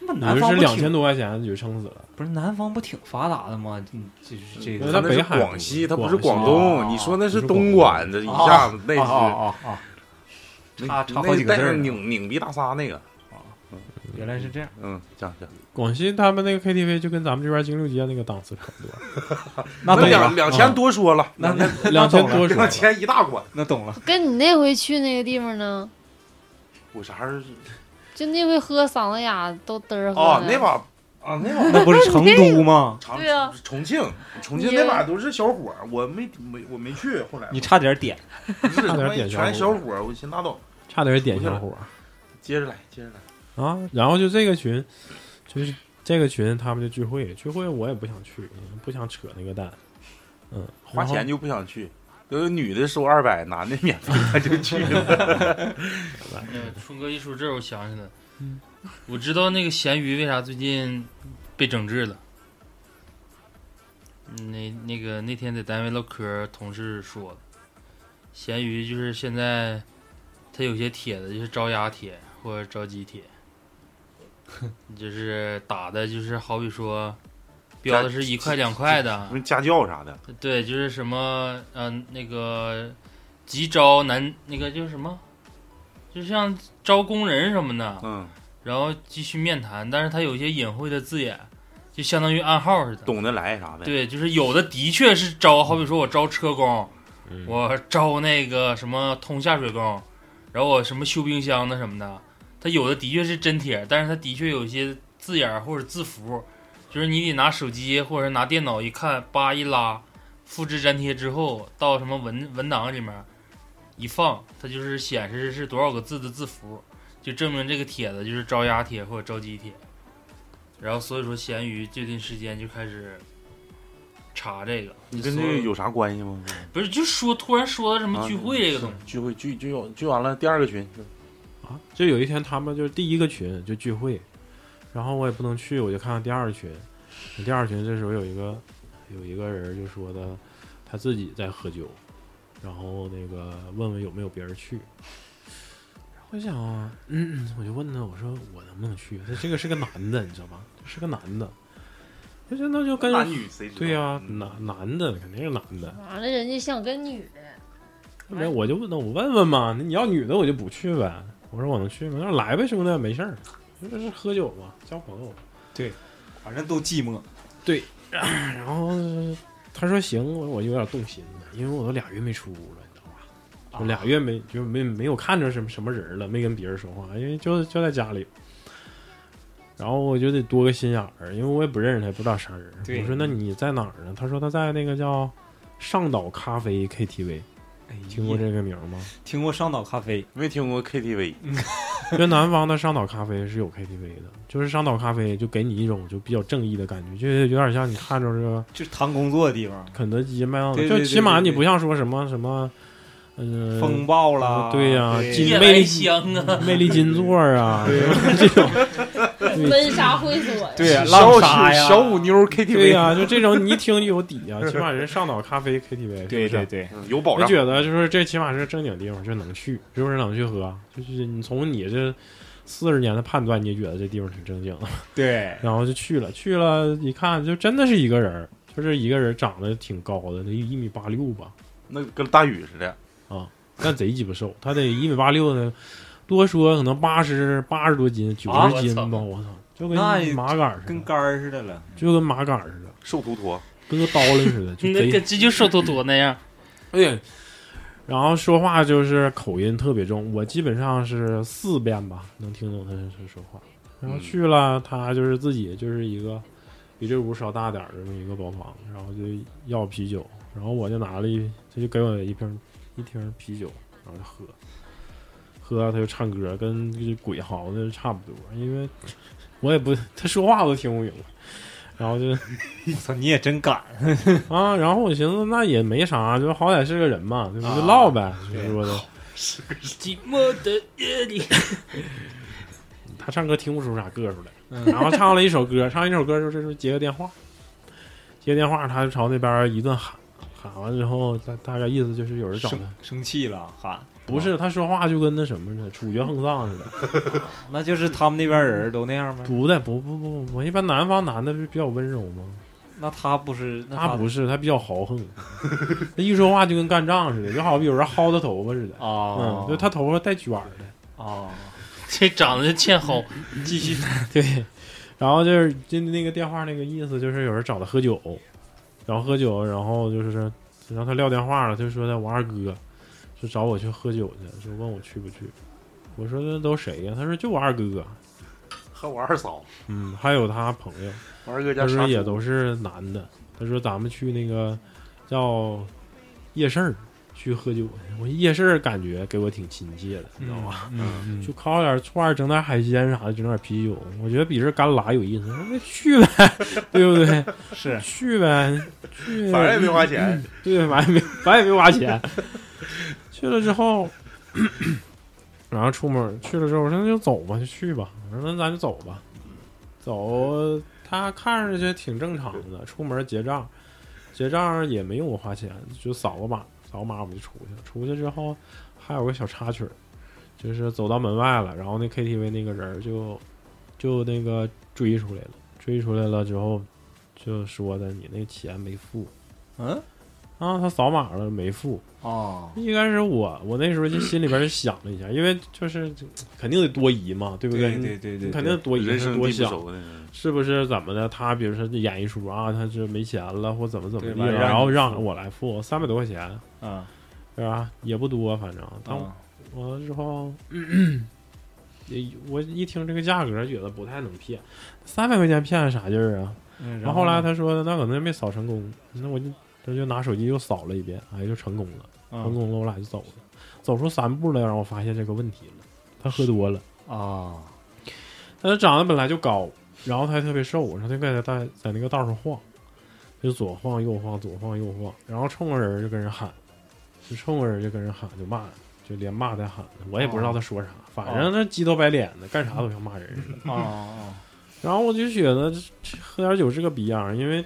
Speaker 4: 那
Speaker 5: 也
Speaker 4: 南
Speaker 5: 就
Speaker 4: 方
Speaker 5: 是
Speaker 4: 不
Speaker 5: 两
Speaker 4: 挺
Speaker 5: 千多块钱你就撑死了。
Speaker 4: 不是南方不挺发达的吗？嗯就是这
Speaker 5: 那
Speaker 4: 个
Speaker 2: 他
Speaker 5: 他
Speaker 2: 那是
Speaker 5: 北海
Speaker 2: 广西，他不是
Speaker 5: 广
Speaker 2: 广
Speaker 5: 西
Speaker 4: 哦
Speaker 2: 东，你说那是东莞，这一
Speaker 4: 哦
Speaker 2: 下子那
Speaker 6: 啊
Speaker 4: 哦
Speaker 2: 是
Speaker 4: 哦哦哦，
Speaker 2: 那
Speaker 4: 差差好几个
Speaker 2: 那
Speaker 4: 字儿
Speaker 2: 带
Speaker 4: 呢
Speaker 2: 拧拧鼻大沙那个，
Speaker 4: 原来是这样。
Speaker 2: 嗯，讲讲，
Speaker 5: 广西他们那个 KTV 就跟咱们这边金六街那个档次差不多，
Speaker 4: 那懂
Speaker 2: 两
Speaker 4: 了，
Speaker 2: 两千多说了，
Speaker 4: 那那那
Speaker 5: 两千
Speaker 4: 懂了
Speaker 5: 多 说
Speaker 2: 那
Speaker 5: 了。
Speaker 2: 钱一大管。
Speaker 4: 那懂了。
Speaker 3: 跟你那回去那个地方呢？
Speaker 2: 我啥时候是？
Speaker 3: 就那回喝嗓子哑都嘚儿 喝
Speaker 2: 哦，
Speaker 3: 的
Speaker 2: 那把啊那把
Speaker 4: 那不是成都 吗？
Speaker 2: 长
Speaker 3: 对啊
Speaker 2: 重庆，重庆
Speaker 3: 你
Speaker 2: 那把都是小伙儿，我没没我没去，后来
Speaker 4: 你差点点，
Speaker 2: 不是
Speaker 5: 差
Speaker 2: 他
Speaker 5: 点
Speaker 2: 妈
Speaker 5: 点小
Speaker 2: 全
Speaker 5: 伙
Speaker 2: 小
Speaker 5: 儿
Speaker 2: 伙儿，我寻拉倒，
Speaker 5: 差点点小伙
Speaker 2: 接着来接着来，
Speaker 5: 啊。然后就这个群，就是这个群他们就聚会，聚会我也不想去，不想扯那个蛋。嗯，
Speaker 2: 花钱就不想去。有的女的收二百，男的免费，他就去了。
Speaker 6: 嗯，春哥一说这，我想起来了，我知道那个咸鱼为啥最近被整治了。嗯那那个那天在单位唠嗑，同事说的，咸鱼就是现在，它有些帖子就是招鸭帖或者招鸡帖，就是打的就是好比说，标的是一块两块的，
Speaker 2: 什么家教啥的，
Speaker 6: 对，就是什么，嗯、那个急招男，那个就是什么，就像招工人什么的，
Speaker 2: 嗯，
Speaker 6: 然后继续面谈，但是他有一些隐晦的字眼，就相当于暗号似的。
Speaker 2: 懂得来啥的。
Speaker 6: 对，就是有的的确是招，好比说我招车工，
Speaker 5: 嗯
Speaker 6: 我招那个什么通下水工，然后我什么修冰箱的什么的，他有的的确是真帖，但是他的确有一些字眼儿或者字符，就是你得拿手机或者是拿电脑一看，叭一拉，复制粘贴之后到什么文文档里面一放，它就是显示是多少个字的字符，就证明这个帖子就是招鸭帖或者招鸡帖。然后所以说，闲鱼最近时间就开始查这个，
Speaker 2: 你跟这个有啥关系吗？
Speaker 6: 不是就说突然说到什么
Speaker 2: 啊
Speaker 6: 聚会这个东西，
Speaker 2: 聚会聚聚聚完了，第二个群
Speaker 5: 啊，就有一天他们就是第一个群就聚会，然后我也不能去，我就看看第二群。第二群这时候有一个有一个人就说的他自己在喝酒，然后那个问问有没有别人去。我想啊，嗯，我就问他，我说我能不能去？他这个是个男的，你知道吗？是个男的。我说那就跟
Speaker 2: 男女谁知道？
Speaker 5: 对呀、
Speaker 2: 嗯
Speaker 5: 男男的肯定是男的。
Speaker 3: 完了，人家想跟女的，
Speaker 5: 然后我就问，那我问问嘛，那你要女的我就不去呗。我说我能去吗？他说来呗，兄弟，没事儿，这是喝酒嘛，交朋友。
Speaker 8: 反正都寂寞。
Speaker 5: 然后他说行，我我就有点动心了，因为我都俩月没出屋了，你知道吧？就俩月没就没没有看着什么什么人了，没跟别人说话，因为就就在家里。然后我就得多个心眼儿，因为我也不认识他，也不知道啥人。
Speaker 8: 对
Speaker 5: 我说那你在哪儿呢？他说他在那个叫上岛咖啡 KTV，
Speaker 8: 哎呀
Speaker 5: 听过这个名儿吗？
Speaker 8: 听过上岛咖啡，
Speaker 2: 没听过 KTV，
Speaker 5: 因为南方的上岛咖啡是有 KTV 的，就是上岛咖啡就给你一种就比较正义的感觉，就是有点像你看着这个
Speaker 8: 就是谈工作的地方，
Speaker 5: 肯德基、麦当
Speaker 8: 对对
Speaker 5: 劳，就
Speaker 8: 对
Speaker 5: 起码
Speaker 8: 对
Speaker 5: 你
Speaker 8: 对
Speaker 5: 不像说什么什么，嗯、
Speaker 8: 风暴啦，
Speaker 5: 对呀
Speaker 8: 对
Speaker 5: 今
Speaker 6: 夜
Speaker 5: 魅
Speaker 6: 来
Speaker 5: 力
Speaker 6: 香 啊，
Speaker 5: 魅力金座啊，这种对
Speaker 3: 温莎会所呀，
Speaker 8: 对呀，
Speaker 2: 小
Speaker 8: 浪
Speaker 2: 曲
Speaker 8: 莎呀，
Speaker 2: 小五妞儿
Speaker 5: 对
Speaker 2: KTV，
Speaker 5: 呀、就这种你一听就有底啊，起码人上岛咖啡
Speaker 8: 对
Speaker 5: KTV，是不
Speaker 8: 对
Speaker 5: 是？
Speaker 8: 对，
Speaker 2: 嗯有保
Speaker 5: 我
Speaker 2: 障。
Speaker 5: 觉得就是这起码是正经地方，就能去，是不是能去喝？就是你从你这四十年的判断，你也觉得这地方挺正经的。
Speaker 8: 对，
Speaker 5: 然后就去了，去了一看，就真的是一个人儿，就是一个人长得挺高的，得一米八六吧，
Speaker 2: 那跟大宇似的，
Speaker 5: 但贼鸡巴瘦，他得一米八六呢，多说可能八十八十多斤，九
Speaker 6: 啊
Speaker 5: 十
Speaker 6: 我
Speaker 5: 斤
Speaker 6: 操
Speaker 5: 吧，我操，就跟
Speaker 8: 那
Speaker 5: 麻杆儿似
Speaker 8: 跟
Speaker 5: 的，
Speaker 8: 杆儿似的了，
Speaker 5: 就跟麻杆儿似的，
Speaker 2: 瘦秃秃，
Speaker 5: 跟个刀子似的，就
Speaker 6: 那个
Speaker 5: 贼，
Speaker 6: 这就瘦多多那样，
Speaker 5: 哎，然后说话就是口音特别重，我基本上是四遍吧能听懂他说话。然后
Speaker 2: 嗯
Speaker 5: 去了，他就是自己就是一个比这屋稍大点儿的这么一个包房，然后就要啤酒，然后我就拿了一，他就给我一瓶一瓶啤酒，然后就喝，喝完他就唱歌，跟这鬼嚎的差不多，因为我也不他说话我都听不明白，然后就
Speaker 8: 我操，你也真敢，
Speaker 5: 啊，然后我寻思那也没啥，就好歹是个人嘛，对吧？
Speaker 8: 啊
Speaker 5: 就唠呗，就是
Speaker 8: 对
Speaker 5: 说的。
Speaker 6: 寂寞的夜里，
Speaker 5: 他唱歌听不出啥个数来，
Speaker 8: 嗯
Speaker 5: 然后唱了一首歌，唱一首歌就是接个电话，接电话他就朝那边一顿喊，喊完之后大大概意思就是有人找他
Speaker 8: 生，生气了，喊，
Speaker 5: 不是他说话就跟那什么似的，处决横丧似的，
Speaker 8: 嗯那就是他们那边人都那样吗？
Speaker 5: 不的不不不不，一般南方男的不是比较温柔吗？
Speaker 8: 那他不是，那
Speaker 5: 他不是，他比较豪横， 他一说话就跟干仗似的，就好比有人薅他头发似的，
Speaker 8: 啊
Speaker 4: 哦
Speaker 5: 嗯，，就他头发带卷儿的。
Speaker 8: 啊，
Speaker 6: 这长得就欠薅，
Speaker 8: 继续，
Speaker 5: 对，然后就是就那个电话那个意思就是有人找他喝酒，然后喝酒，然后就是让他撂电话了，就说的我二哥，就找我去喝酒去，就问我去不去。我说那都谁呀、他说就我二哥，啊
Speaker 2: 和我二 嫂，
Speaker 5: 嗯，还有他朋友，
Speaker 2: 我二哥家
Speaker 5: 他
Speaker 2: 啥
Speaker 5: 说也都是男的。他说咱们去那个叫夜市儿去喝酒去。我夜市儿感觉给我挺亲切的，你知道吗？
Speaker 8: 嗯，
Speaker 5: 就烤点串儿，整点海鲜啥的，整点啤 酒，我觉得比这干拉有意思。那去呗，对不对？
Speaker 8: 是
Speaker 5: 去呗，
Speaker 2: 反正也没花钱。
Speaker 5: 对，反正也没反正也没花钱。去了之后，然后出门去了之后，我说那就走吧，就去吧。我说那咱就走吧，走。他看上去挺正常的，出门结账，结账也没用我花钱，就扫个码，扫个码我们就出去了。出去之后还有个小插曲儿，就是走到门外了，然后那 KTV 那个人儿就就那个追出来了，追出来了之后就说的你那钱没付，
Speaker 4: 嗯
Speaker 5: 啊，他扫码了没付。
Speaker 4: 哦，
Speaker 5: 一开始我我那时候就心里边就想了一下，因为就是肯定得多疑嘛，对不
Speaker 4: 对
Speaker 5: 你
Speaker 4: 对对对，
Speaker 5: 肯定多疑
Speaker 2: 人生
Speaker 5: 多
Speaker 2: 地不
Speaker 5: 想，嗯
Speaker 2: 熟的人，
Speaker 5: 是不是怎么的？他比如说演一出啊，他是没钱了或怎么怎么
Speaker 4: 对
Speaker 5: 地
Speaker 4: 完
Speaker 5: 了，
Speaker 4: 让你
Speaker 5: 然后
Speaker 4: 付
Speaker 5: 让我来付三百多块钱，
Speaker 4: 啊
Speaker 5: 是吧？也不多，反正。但
Speaker 4: 啊
Speaker 5: 完了之后， 也我一听这个价格，觉得不太能骗，三百块钱骗啥劲儿啊？
Speaker 4: 嗯，
Speaker 5: 然后后来他说那可能没扫成功，那我就他就拿手机又扫了一遍，哎，就成功了。
Speaker 4: 啊
Speaker 5: 成功了，我俩就走了。走出三步了，让我发现这个问题了。他喝多了，
Speaker 4: 啊
Speaker 5: 但他长得本来就高，然后他还特别瘦，然后他就在在在那个道上晃，就左晃右晃，左晃右晃，然后冲个人就跟人喊，就冲个人就跟人喊，就骂，就连骂带喊的。我也不知道他说啥，反正那鸡头白脸的，干啥都像骂人似的。
Speaker 4: 啊啊
Speaker 5: 然后我就觉得这这喝点酒是个逼样儿，因为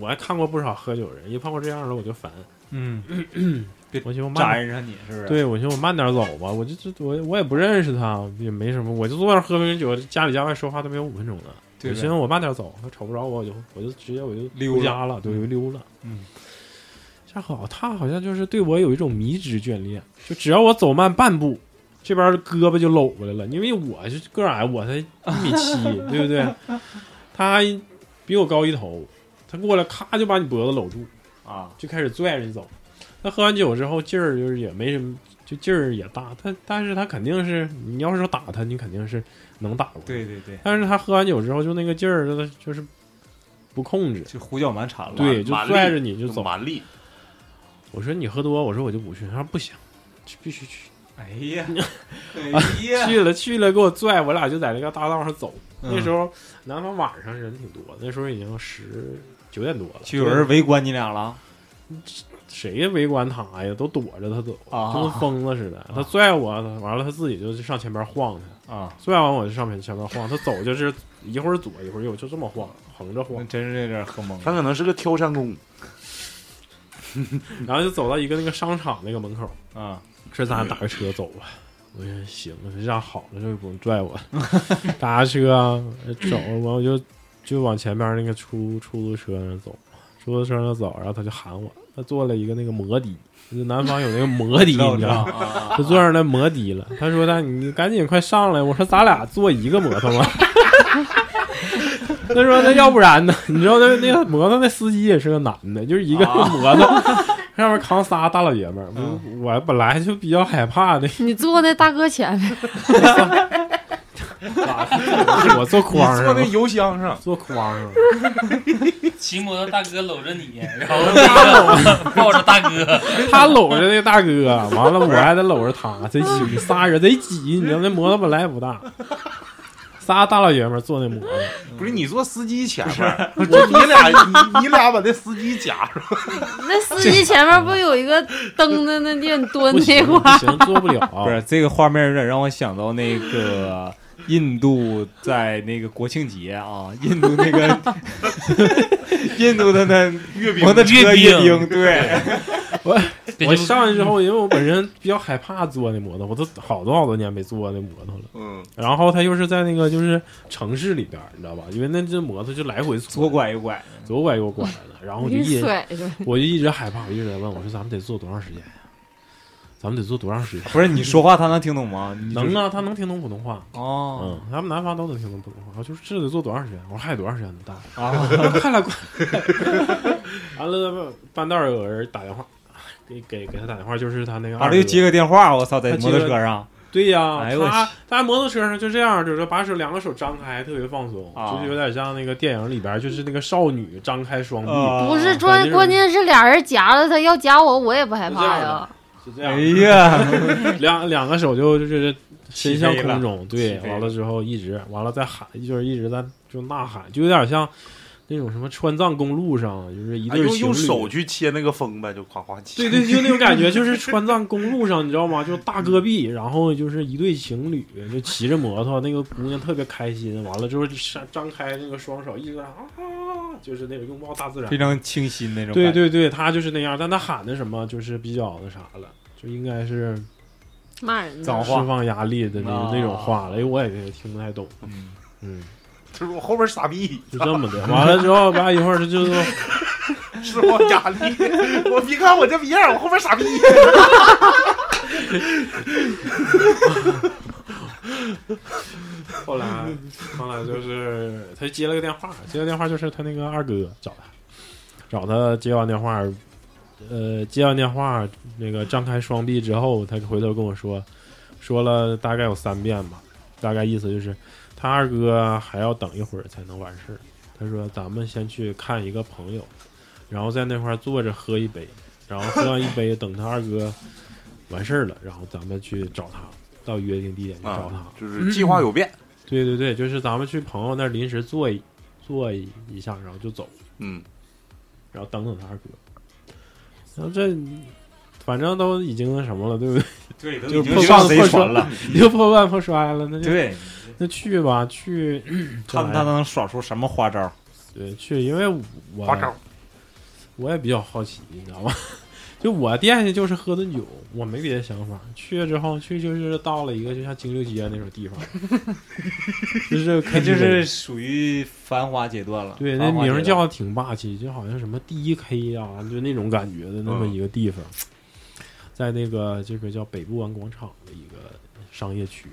Speaker 5: 我还看过不少喝酒人，一碰到这样的我就烦，
Speaker 4: 嗯，
Speaker 5: 我寻思我慢点
Speaker 4: 粘上你是不是？
Speaker 5: 对，我寻思我慢点走吧，我就就我我也不认识他，也没什么，我就坐那儿喝瓶酒，家里家外说话都没有五分钟呢。
Speaker 4: 对
Speaker 5: 我
Speaker 4: 呗
Speaker 5: 寻思我慢点走，他瞅不着我，我就我就直接我就
Speaker 4: 溜
Speaker 5: 回
Speaker 4: 了
Speaker 5: 家了，对，
Speaker 4: 嗯
Speaker 5: 我就溜了。
Speaker 4: 嗯，
Speaker 5: 这好，他好像就是对我有一种迷之眷恋，就只要我走慢半步，这边胳膊就搂过来了，因为我是个矮，我才一米 七，对不对？他比我高一头，他过来咔就把你脖子搂住。
Speaker 4: 啊，
Speaker 5: 就开始拽着你走。他喝完酒之后劲儿就是也没什么，就劲儿也大，他但是他肯定是你要是说打他，你肯定是能打过。，
Speaker 4: 对对对，
Speaker 5: 但是他喝完酒之后就那个劲儿就是就是不控制，
Speaker 4: 就胡搅蛮缠了。
Speaker 5: 对，就
Speaker 2: 蛮
Speaker 5: 拽
Speaker 2: 力
Speaker 5: 着你就走。
Speaker 2: 蛮力，
Speaker 5: 我说你喝多，我说我就不去，他说不行，去必须去。
Speaker 4: 哎 呀，哎呀，
Speaker 5: 去了去了，给我拽，我俩就在那个大道上走。那时
Speaker 4: 候
Speaker 5: 候南方晚上人挺多，那时候已经十九点多了，
Speaker 4: 就有人围观你俩了
Speaker 5: 谁围观他呀？都躲着他走，
Speaker 4: 啊
Speaker 5: 就跟疯子似的。他拽我，完了他自己就上前边晃他，
Speaker 4: 啊，
Speaker 5: 拽完我就上前前边晃，他走就是一会儿左一会儿右，就这么晃，横着
Speaker 4: 那
Speaker 5: 晃，
Speaker 4: 真是有点喝懵
Speaker 2: 他
Speaker 4: 了。
Speaker 2: 可能是个挑山工，
Speaker 5: 然后就走到一个那个商场那个门口，
Speaker 4: 啊
Speaker 5: 这咱俩打个车走吧。我说行，我说这样好了，就不用拽我 了，打个车走，完我就就往前边那个出出租车上走，出租车上走，然后他就喊我，他坐了一个那个摩的，就南方有那个摩的，
Speaker 4: 知道
Speaker 5: 你知
Speaker 4: 知道
Speaker 5: 道吗？
Speaker 4: 啊，
Speaker 5: 他坐上来摩的了，他说：“那你赶紧快上来。”我说：“咱俩坐一个摩托吗？” 他说：“那要不然呢？你知道那那个摩托那司机也是个男的，就是一个 摩托、上面扛仨大老爷们儿。我我本来就比较害怕的，
Speaker 7: 你坐那大哥前面，
Speaker 5: 哎我坐筐
Speaker 4: 坐
Speaker 5: 上
Speaker 4: 那
Speaker 5: 了，
Speaker 4: 油箱上，
Speaker 5: 坐筐 上了。
Speaker 6: 骑摩托大哥搂着你， 然后那个抱着大哥，
Speaker 5: 他搂着那大哥，完了我还得搂着他，这挤仨人贼挤，你知道那摩托本来也不大，仨大老爷们儿坐那摩托。”
Speaker 2: 不是你坐司机前面儿， 我你俩你你俩把那司机夹上，
Speaker 7: 那司机前面不有一个蹬的那地方蹲
Speaker 5: 不
Speaker 7: 那
Speaker 5: 行
Speaker 7: 块
Speaker 5: 不
Speaker 7: 儿？
Speaker 5: 行，坐不了。啊
Speaker 4: 不是这个画面有点让我想到那个 印度在那个国庆节啊，印度那 个印度的那
Speaker 2: 阅
Speaker 4: 摩托车
Speaker 6: 阅
Speaker 4: 阅
Speaker 6: 兵
Speaker 4: 兵，对，
Speaker 5: 我上去之后，因为我本身比较害怕坐那摩托，我都好多好多年没坐那摩托了。
Speaker 2: 嗯，
Speaker 5: 然后他又是在那个就是城市里边儿，你知道吧？因为那这摩托就来回窜
Speaker 4: 左拐右拐，
Speaker 5: 左拐右拐的，然后我就
Speaker 7: 给
Speaker 5: 一啊
Speaker 7: 你
Speaker 5: 直
Speaker 7: 甩着，
Speaker 5: 我就一直害怕，我一直在问我说咱们得坐多长时间呀、咱们得坐多长时间？
Speaker 4: 不是你说话他能听懂吗？你就是
Speaker 5: 能啊，他能听懂普通话，
Speaker 4: 哦
Speaker 5: 嗯，他们南方都能听懂普通话。我就是这得坐多长时间？我说还有多长时间呢？大爷
Speaker 4: 啊，
Speaker 5: 快了快了！完了，半道儿有人打电话，给给给他打电话，就是他那个
Speaker 4: 完
Speaker 5: 二
Speaker 4: 了又
Speaker 5: 哥
Speaker 4: 接个电话，我操，在
Speaker 5: 他
Speaker 4: 摩
Speaker 5: 接个
Speaker 4: 托车上
Speaker 5: 对呀、
Speaker 4: 哎
Speaker 5: 他
Speaker 4: 呦我
Speaker 5: 他在摩托车上就这样，就是把手两个手张开，特别放松，
Speaker 4: 啊
Speaker 5: 就是有点像那个电影里边，就是那个少女张开双臂，
Speaker 4: 啊
Speaker 7: 不是
Speaker 5: 我
Speaker 7: 专，
Speaker 5: 就是
Speaker 7: 关键是俩人夹着他，要夹我我也不害
Speaker 5: 就这
Speaker 7: 怕
Speaker 5: 样
Speaker 7: 呀。
Speaker 5: 是这
Speaker 4: 哎
Speaker 5: 样，
Speaker 4: 呀，
Speaker 5: 两两个手就就是伸向
Speaker 4: 起飞了
Speaker 5: 空中，对
Speaker 4: 起，飞了
Speaker 5: 完了之后一直完了再喊，就是一直在就呐喊，就有点像那种什么川藏公路上，就是一
Speaker 2: 啊
Speaker 5: 对
Speaker 2: 用
Speaker 5: 情
Speaker 2: 用
Speaker 5: 侣
Speaker 2: 手去切那个风呗，就夸夸切。
Speaker 5: 对对，就那种感觉，就是川藏公路上，你知道吗？就大戈壁，然后就是一对情侣就骑着摩托，那个姑娘特别开心，完了之后张张开那个双手，一直在啊，就是那种拥抱大自然
Speaker 4: 非。常清新那种。
Speaker 5: 对，对对，她就是那样，但她喊的什么就是比较那啥了，就应该是
Speaker 3: 骂人
Speaker 4: 脏
Speaker 3: 的
Speaker 4: 话啊
Speaker 5: 释放压力的那种那种话了，因为哎我也听不太懂。
Speaker 4: 嗯
Speaker 5: 嗯，
Speaker 2: 就是我后边傻逼，
Speaker 5: 就这么 的。完了之后，完一会儿她就说
Speaker 2: 释放压力。我别看我这逼样，我后边傻逼。
Speaker 5: 后来，后来就是他接了个电话，接了电话就是他那个二哥找他，找他接完电话，呃，接完电话那个张开双臂之后，他回头跟我说，说了大概有三遍吧，大概意思就是他二哥还要等一会儿才能完事儿。他说咱们先去看一个朋友，然后在那块儿坐着喝一杯，然后喝完一杯，等他二哥完事儿了，然后咱们去找他，到约定地点去嗯找他。
Speaker 2: 啊，就是计划有变。
Speaker 5: 对对对，就是咱们去朋友那儿临时坐一坐一一下，然后就走，
Speaker 2: 嗯，
Speaker 5: 然后等等他二哥。然后这反正都已经那什么了，对不 对？
Speaker 4: 对，都
Speaker 5: 就
Speaker 4: 已
Speaker 5: 是
Speaker 4: 经
Speaker 5: 破
Speaker 4: 上
Speaker 5: 罐
Speaker 4: 贼
Speaker 5: 破
Speaker 4: 船
Speaker 5: 摔
Speaker 4: 了。，
Speaker 5: 又破罐破摔了，那就
Speaker 4: 对，
Speaker 5: 那去吧，去
Speaker 4: 看他能耍出什么花招。
Speaker 5: 对去，因为我
Speaker 2: 花
Speaker 6: 嗯
Speaker 2: 招。
Speaker 5: 我也比较好奇，你知道吗？ 就我惦记就是喝顿酒，我没别的想法。去了之后，去就是到了一个就像金六街那种地 方，就是
Speaker 4: 他
Speaker 5: 肯定
Speaker 4: 就是属于繁华阶段了。
Speaker 5: 对，那
Speaker 4: 繁华阶
Speaker 5: 名
Speaker 4: 段
Speaker 5: 儿叫的挺霸气，就好像什么第一 K 啊，就那种感觉的那
Speaker 4: 嗯
Speaker 5: 么一个地方，在那个这个叫北部湾广场的一个商业区，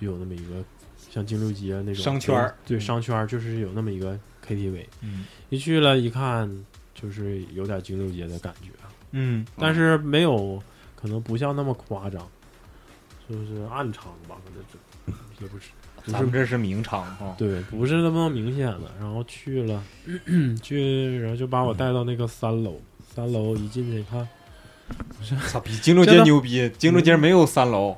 Speaker 5: 就有那么一个像金六街那种
Speaker 4: 商圈儿
Speaker 5: 对商圈儿就是有那么一个 KTV，
Speaker 4: 嗯
Speaker 5: 一去了一看，就是有点金六街的感觉，
Speaker 4: 嗯，
Speaker 5: 但是没有，可能不像那么夸张，就是暗娼吧，可能这也不是。
Speaker 4: 咱们这是名场啊。
Speaker 5: 对，不是那么明显的。然后去了，去，然后就把我带到那个三楼。三楼一进去一看，
Speaker 4: 操，比金六街牛逼！金六街没有三楼，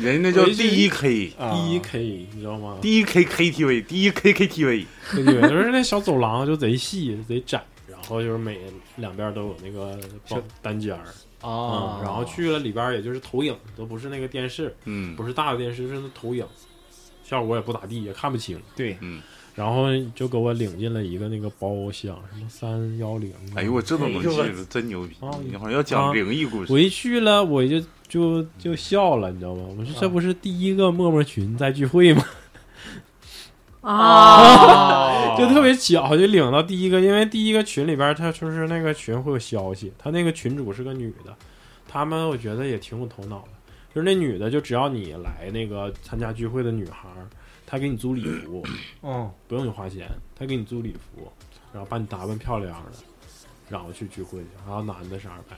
Speaker 2: 人家叫第一 K，
Speaker 4: 啊
Speaker 5: 第一 K，你知道吗？
Speaker 2: 第一 K KTV，第一 K KTV，
Speaker 5: 对对，就是那小走廊就贼细贼窄，然后就是每两边都有那个
Speaker 4: 小
Speaker 5: 单间儿嗯
Speaker 4: 啊
Speaker 5: 然后去了里边儿也就是投影，都不是那个电视，
Speaker 2: 嗯，
Speaker 5: 不是大的电视，是那投影，效果也不咋地，也看不清。
Speaker 4: 对，
Speaker 5: 然后就给我领进了一个那个包厢，什么三幺零。
Speaker 2: 哎呦，我这都能
Speaker 5: 哎呦我
Speaker 2: 记住，真牛逼
Speaker 4: 哦
Speaker 5: 啊！
Speaker 2: 你好像要讲
Speaker 5: 啊
Speaker 2: 灵异故事
Speaker 5: 我一去了，我就就就笑了，你知道吗？我说这不是第一个陌陌群在聚会吗？
Speaker 3: 啊，
Speaker 4: 哦
Speaker 5: 就特别巧，就领到第一个，因为第一个群里边，他就是那个群会有消息，他那个群主是个女的，他们我觉得也挺有头脑的，就是那女的，就只要你来那个参加聚会的女孩儿，她给你租礼服，
Speaker 4: 嗯，
Speaker 5: 不用你花钱，她给你租礼服，然后把你打扮漂亮的，然后去聚会去，然后男的是二百。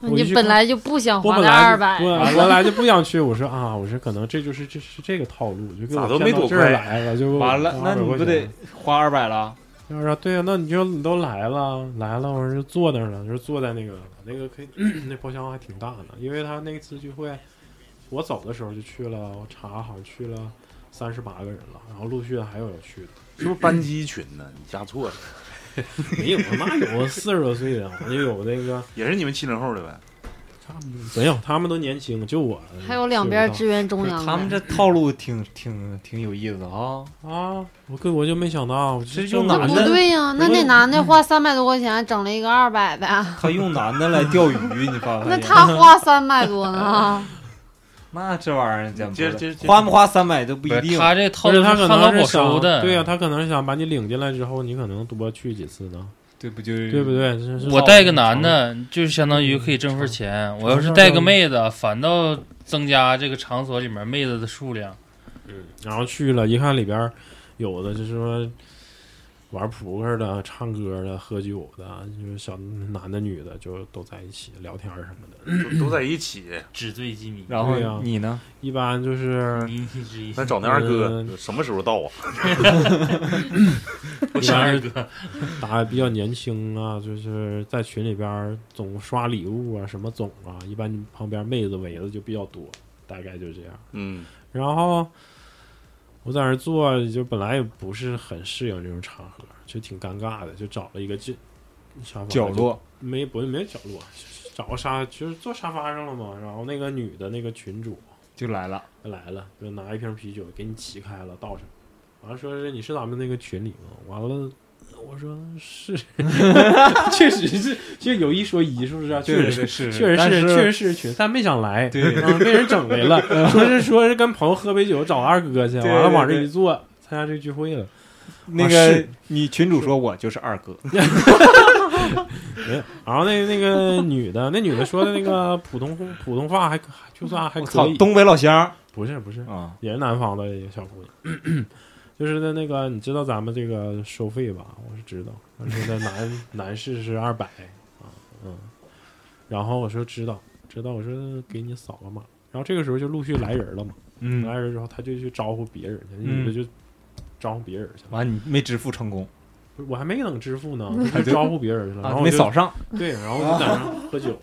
Speaker 5: 我一
Speaker 3: 你
Speaker 5: 去
Speaker 3: 本
Speaker 5: 看
Speaker 3: 来就不想
Speaker 5: 我
Speaker 3: 花
Speaker 5: 本
Speaker 3: 那
Speaker 5: 来
Speaker 3: 哦二百
Speaker 5: 就，我我啊本来就不想去，我说啊，我说可能这就是这是这个套路，就给我
Speaker 2: 咋都没
Speaker 5: 骗到
Speaker 2: 躲
Speaker 5: 这儿
Speaker 2: 开
Speaker 5: 来了，就
Speaker 4: 完了，那你不得？花二百了？
Speaker 5: 他说对啊，那你就你都来了，来了，我说就坐那儿了，就是坐在那个那个可以， 那包厢还挺大呢，因为他那次聚会，我走的时候就去了，我查好像去了三十八个人了，然后陆续还有要去的，
Speaker 2: 是不是班级群呢？你加错了，
Speaker 5: 没有啊那有四十多岁的，也有那个
Speaker 2: 也是你们七零后的呗？
Speaker 5: 没有，他们都年轻，就我
Speaker 3: 还有两边
Speaker 5: 知
Speaker 3: 支援中央的，
Speaker 4: 他们这套路挺挺挺有意思啊！
Speaker 5: 啊，我跟我就没想到，我
Speaker 4: 这
Speaker 5: 就
Speaker 4: 就
Speaker 5: 哪
Speaker 4: 男
Speaker 3: 不
Speaker 4: 的
Speaker 3: 对呀、那
Speaker 5: 不嗯
Speaker 3: 那
Speaker 5: 对
Speaker 3: 男的花三百多块钱整了一个二百的，
Speaker 4: 他用男的来钓鱼，你发 现？
Speaker 3: 那他花三百多 呢？
Speaker 4: 那这玩意儿怎么
Speaker 2: 接着接着接着
Speaker 4: 花不花三百都不一定。
Speaker 6: 他这套
Speaker 5: 不
Speaker 6: 路
Speaker 5: 是他
Speaker 6: 旱涝
Speaker 5: 可能
Speaker 6: 保
Speaker 5: 是
Speaker 6: 收
Speaker 5: 想，
Speaker 6: 的，
Speaker 5: 对呀、啊他可能是想把你领进来之后，你可能多去几次呢，
Speaker 4: 对不就是
Speaker 5: 对不？对？这是
Speaker 6: 我带个男，的，就是相当于可以挣份钱。我要是带个妹子，反倒增加这个场所里面妹子的数量。
Speaker 5: 嗯然后去了，一看里边儿有的就是说玩扑克的、唱歌的、喝酒的，就是小男的、女的，就都在一起聊天儿什么的。
Speaker 2: 都都在一起，
Speaker 6: 纸醉金迷，
Speaker 4: 然
Speaker 5: 对呀
Speaker 4: 后你呢？
Speaker 5: 一般就是
Speaker 6: 迷之一。
Speaker 2: 咱找那二哥
Speaker 5: 嗯
Speaker 2: 什么时候到啊？
Speaker 6: 我想二哥，
Speaker 5: 打比较年轻啊，就是在群里边儿总刷礼物啊，什么总啊，一般旁边妹子围的就比较多，大概就这样。
Speaker 2: 嗯，
Speaker 5: 然后我在那儿做，就本来也不是很适应这种场合，就挺尴尬的，就找了一个这沙发
Speaker 4: 角，落，
Speaker 5: 就没不是没有角落，就是找个沙就是坐沙发上了嘛。然后那个女的那个群主
Speaker 4: 就来了，
Speaker 5: 来了，就拿一瓶啤酒给你沏开了倒上，完了说是你是咱们那个群里吗？完了。我说是， 确实是，就有一说一，是不是啊？确实
Speaker 4: 对是，
Speaker 5: 确
Speaker 4: 但
Speaker 5: 实
Speaker 4: 是
Speaker 5: 是，确实是群，但没想来，
Speaker 4: 对
Speaker 5: 嗯被人整没了。说是说是跟朋友喝杯酒，找二哥去，
Speaker 4: 对
Speaker 5: 完了往这
Speaker 4: 对
Speaker 5: 一坐，参加这个聚会了。
Speaker 4: 那
Speaker 5: 啊
Speaker 4: 个
Speaker 5: 是
Speaker 4: 你群主说我就是二哥，
Speaker 5: 没有然后那那 个女的，那女的说的那个普通普通话还就算还
Speaker 4: 我
Speaker 5: 可
Speaker 4: 操
Speaker 5: 以，，
Speaker 4: 东北老乡
Speaker 5: 不是不是，
Speaker 4: 啊，
Speaker 5: 也是南方的一个小姑娘。 就是那那个，你知道咱们这个收费吧？我是知道，我说的男男士是二百啊，嗯，然后我说知道知道，我说给你扫个码，然后这个时候就陆续来人了嘛，
Speaker 4: 嗯，
Speaker 5: 来人之后他就去招呼别人去，那女的就招呼别人去了，
Speaker 4: 完你没支付成功，
Speaker 5: 不是我还没等支付呢，他就招呼别人去了，然
Speaker 4: 啊
Speaker 5: 后
Speaker 4: 没
Speaker 5: 我就
Speaker 4: 扫上，
Speaker 5: 对，然后我就在那儿喝酒。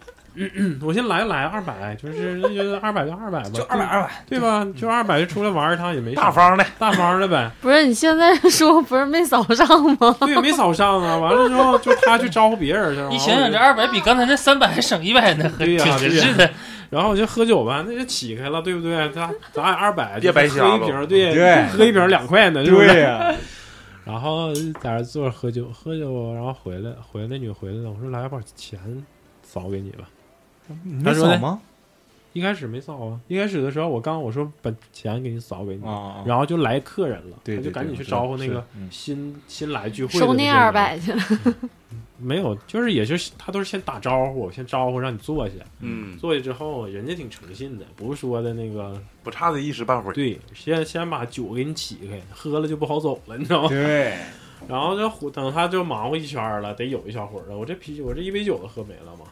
Speaker 5: 我先来来二百，就是那就二百就二百吧，就二百二百，对吧？就二百就出来玩一趟也没啥
Speaker 2: 大方的，
Speaker 5: 大方的呗，
Speaker 7: 不是你现在说不是没扫上吗？
Speaker 5: 对，没扫上啊。完了之后就他去招呼别人去了，
Speaker 6: 你想想，这二百比刚才那三百还省一百呢，
Speaker 5: 对呀
Speaker 6: 挺合适的。
Speaker 5: 然后我就喝酒吧，那就起开了，对不对？咱咱俩二百，
Speaker 2: 别白瞎
Speaker 5: 喝一
Speaker 2: 了
Speaker 5: 瓶，对
Speaker 4: 对
Speaker 5: 喝一瓶两块呢，是不是
Speaker 4: 对呀，
Speaker 5: 然后在那坐着喝酒，喝酒，然后回来，回来那女回来了，我说来把钱扫给你吧。
Speaker 4: 你没
Speaker 5: 他说
Speaker 4: 扫
Speaker 5: 的
Speaker 4: 吗？
Speaker 5: 一开始没扫啊，一开始的时候我刚我说把钱给你扫给你，
Speaker 4: 啊，
Speaker 5: 然后就来客人了，
Speaker 4: 对
Speaker 5: 他
Speaker 4: 对
Speaker 5: 就赶紧
Speaker 4: 对
Speaker 5: 去
Speaker 4: 是
Speaker 5: 招呼那
Speaker 4: 是
Speaker 5: 个
Speaker 4: 嗯
Speaker 5: 新新来聚会的
Speaker 7: 收
Speaker 5: 这
Speaker 7: 那
Speaker 5: 些
Speaker 7: 二
Speaker 5: 人
Speaker 7: 百去了，
Speaker 5: 没有，就是也就是他都是先打招呼，先招呼让你坐下，
Speaker 2: 嗯，
Speaker 5: 坐下之后人家挺诚信的，不是说的那个
Speaker 2: 不差这一时半会儿。
Speaker 5: 对，先先把酒给你起开，喝了就不好走了，你知道吗？
Speaker 4: 对，
Speaker 5: 然后就胡等他就忙活一圈儿了，得有一小会儿了。我这啤酒，我这一杯酒都喝没了嘛，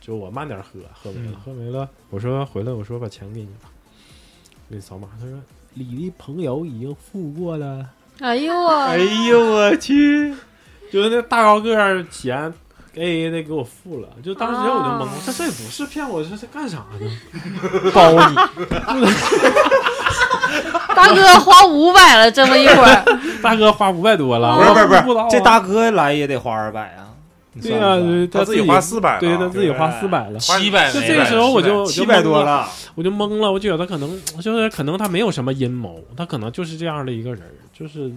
Speaker 5: 就我慢点儿喝，喝没了，喝没了。我说回来，我说把钱给你吧，给你扫码。他说你的朋友已经付过了。
Speaker 7: 哎呦我
Speaker 4: 哎呦我去，
Speaker 5: 就是那大高个儿钱 A A 的给我付了，就当时我就懵了，这这也不是骗我，这是干啥呢？
Speaker 4: 包你，
Speaker 7: 大哥花五百了，这么一会儿，
Speaker 5: 大哥花五百多了，
Speaker 4: 不是
Speaker 5: 我
Speaker 4: 不是
Speaker 5: 不知道啊
Speaker 4: 是，这大哥来也得花二百啊，你
Speaker 5: 对
Speaker 4: 算不
Speaker 5: 啊，
Speaker 4: 算
Speaker 5: 就是
Speaker 2: 他
Speaker 5: 自己
Speaker 2: 花，四百，
Speaker 5: 对他自己花
Speaker 4: 对
Speaker 5: 四百了。
Speaker 2: 花
Speaker 6: 七百
Speaker 5: 就
Speaker 6: 没
Speaker 5: 这个
Speaker 6: 了
Speaker 5: 时候我就
Speaker 4: 哎七百多，
Speaker 5: 我就懵我
Speaker 4: 了，
Speaker 5: 就懵了，我觉得可能就是可能他没有什么阴谋，他可能就是这样的一个人儿，就是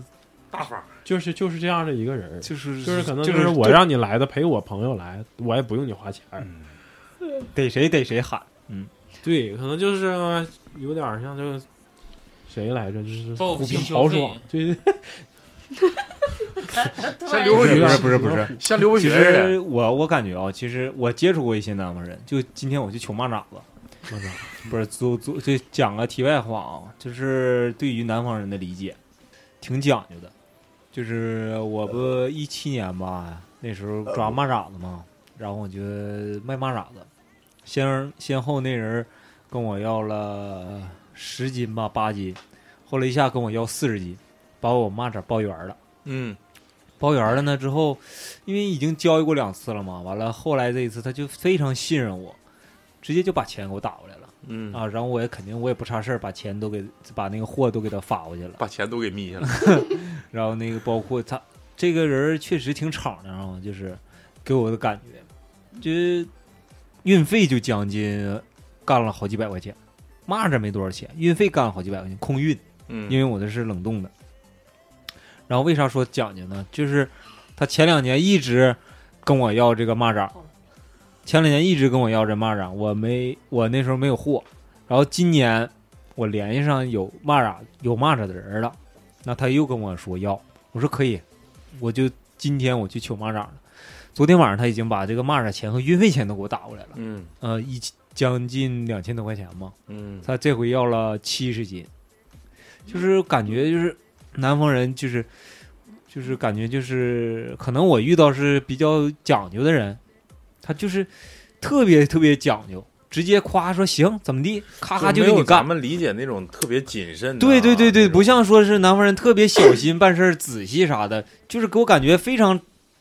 Speaker 2: 大方，
Speaker 5: 就是就是这样的一个人儿，
Speaker 4: 就是
Speaker 5: 就是可能
Speaker 4: 就是
Speaker 5: 我让你来的，陪我朋友来，我也不用你花钱儿，
Speaker 4: 嗯逮谁逮谁喊，
Speaker 5: 对，可能就是有点儿像这个谁来着，就是
Speaker 6: 报复
Speaker 5: 虎皮
Speaker 6: 性消
Speaker 5: 豪
Speaker 6: 费
Speaker 5: 爽，就是
Speaker 2: 像刘
Speaker 4: 不是
Speaker 2: 宇
Speaker 4: 不是不是不是，
Speaker 2: 像刘
Speaker 4: 其
Speaker 2: 宇似的
Speaker 4: 实我我感觉啊，其实我接触过一些南方人，就今天我去求蚂蚱子，
Speaker 5: 蚂蚱
Speaker 4: 不是昨昨就讲个题外话啊，就是对于南方人的理解，挺讲究的。就是我不一七年吧，那时候抓蚂蚱子嘛，然后我就卖蚂蚱子，先先后那人跟我要了十斤吧，八斤，后来一下跟我要四十斤，把我蚂蚱包圆了。
Speaker 2: 嗯，
Speaker 4: 包圆了呢之后，因为已经交易过两次了嘛，完了后来这一次他就非常信任我，直接就把钱给我打过来了、
Speaker 2: 嗯，
Speaker 4: 啊，然后我也肯定我也不差事儿，把钱都给把那个货都给他发过去 了，
Speaker 2: 把钱都给眯下了。
Speaker 4: 然后那个包括他这个人儿确实挺敞亮啊，就是给我的感觉，就是运费就将近干了好几百块钱，蚂蚱没多少钱，运费干了好几百块钱，空运。
Speaker 2: 嗯，
Speaker 4: 因为我的是冷冻的。然后为啥说讲究呢？就是他前两年一直跟我要这个蚂蚱，前两年一直跟我要这蚂蚱，我没我那时候没有货，然后今年我联系上有蚂蚱有蚂蚱的人了，那他又跟我说要，我说可以，我就今天我去取蚂蚱了。昨天晚上他已经把这个蚂蚱钱和运费钱都给我打过来了，
Speaker 2: 嗯
Speaker 4: 呃，一将近两千多块钱吧。
Speaker 2: 嗯，
Speaker 4: 他这回要了七十斤，就是感觉就是南方人就是就是感觉就是可能我遇到是比较讲究的人，他就是特别特别讲究，直接夸说行怎么地，咔咔就
Speaker 2: 没
Speaker 4: 给
Speaker 2: 有
Speaker 4: 你
Speaker 2: 咱
Speaker 4: 干。
Speaker 2: 们理解那种特别谨慎的啊。
Speaker 4: 对对对对，
Speaker 2: 那种
Speaker 4: 不像说是南方人特别小心办事儿仔细啥的，就是给我感觉非常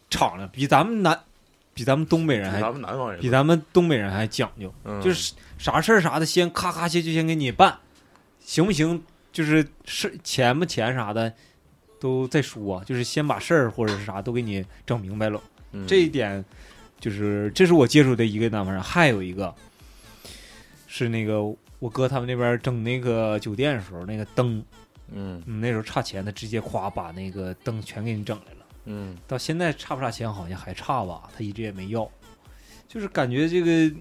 Speaker 4: 敞亮，比咱们南比咱们东北人
Speaker 2: 比咱
Speaker 4: 还
Speaker 2: 们南方人
Speaker 4: 比咱们东北人还讲究。
Speaker 2: 嗯
Speaker 4: 就是啥事儿啥的，先咔咔先就先给你办，行不行？就是是钱不钱啥的都再说，就是先把事儿或者是啥都给你整明白了。
Speaker 2: 嗯
Speaker 4: 这一点就是这是我接触的一个男朋友，还有一个是那个我哥他们那边整那个酒店的时候，那个灯，
Speaker 2: 嗯
Speaker 4: 嗯那时候差钱，他直接夸把那个灯全给你整来了。
Speaker 2: 嗯
Speaker 4: 到现在差不差钱好像还差吧，他一直也没要，就是感觉这个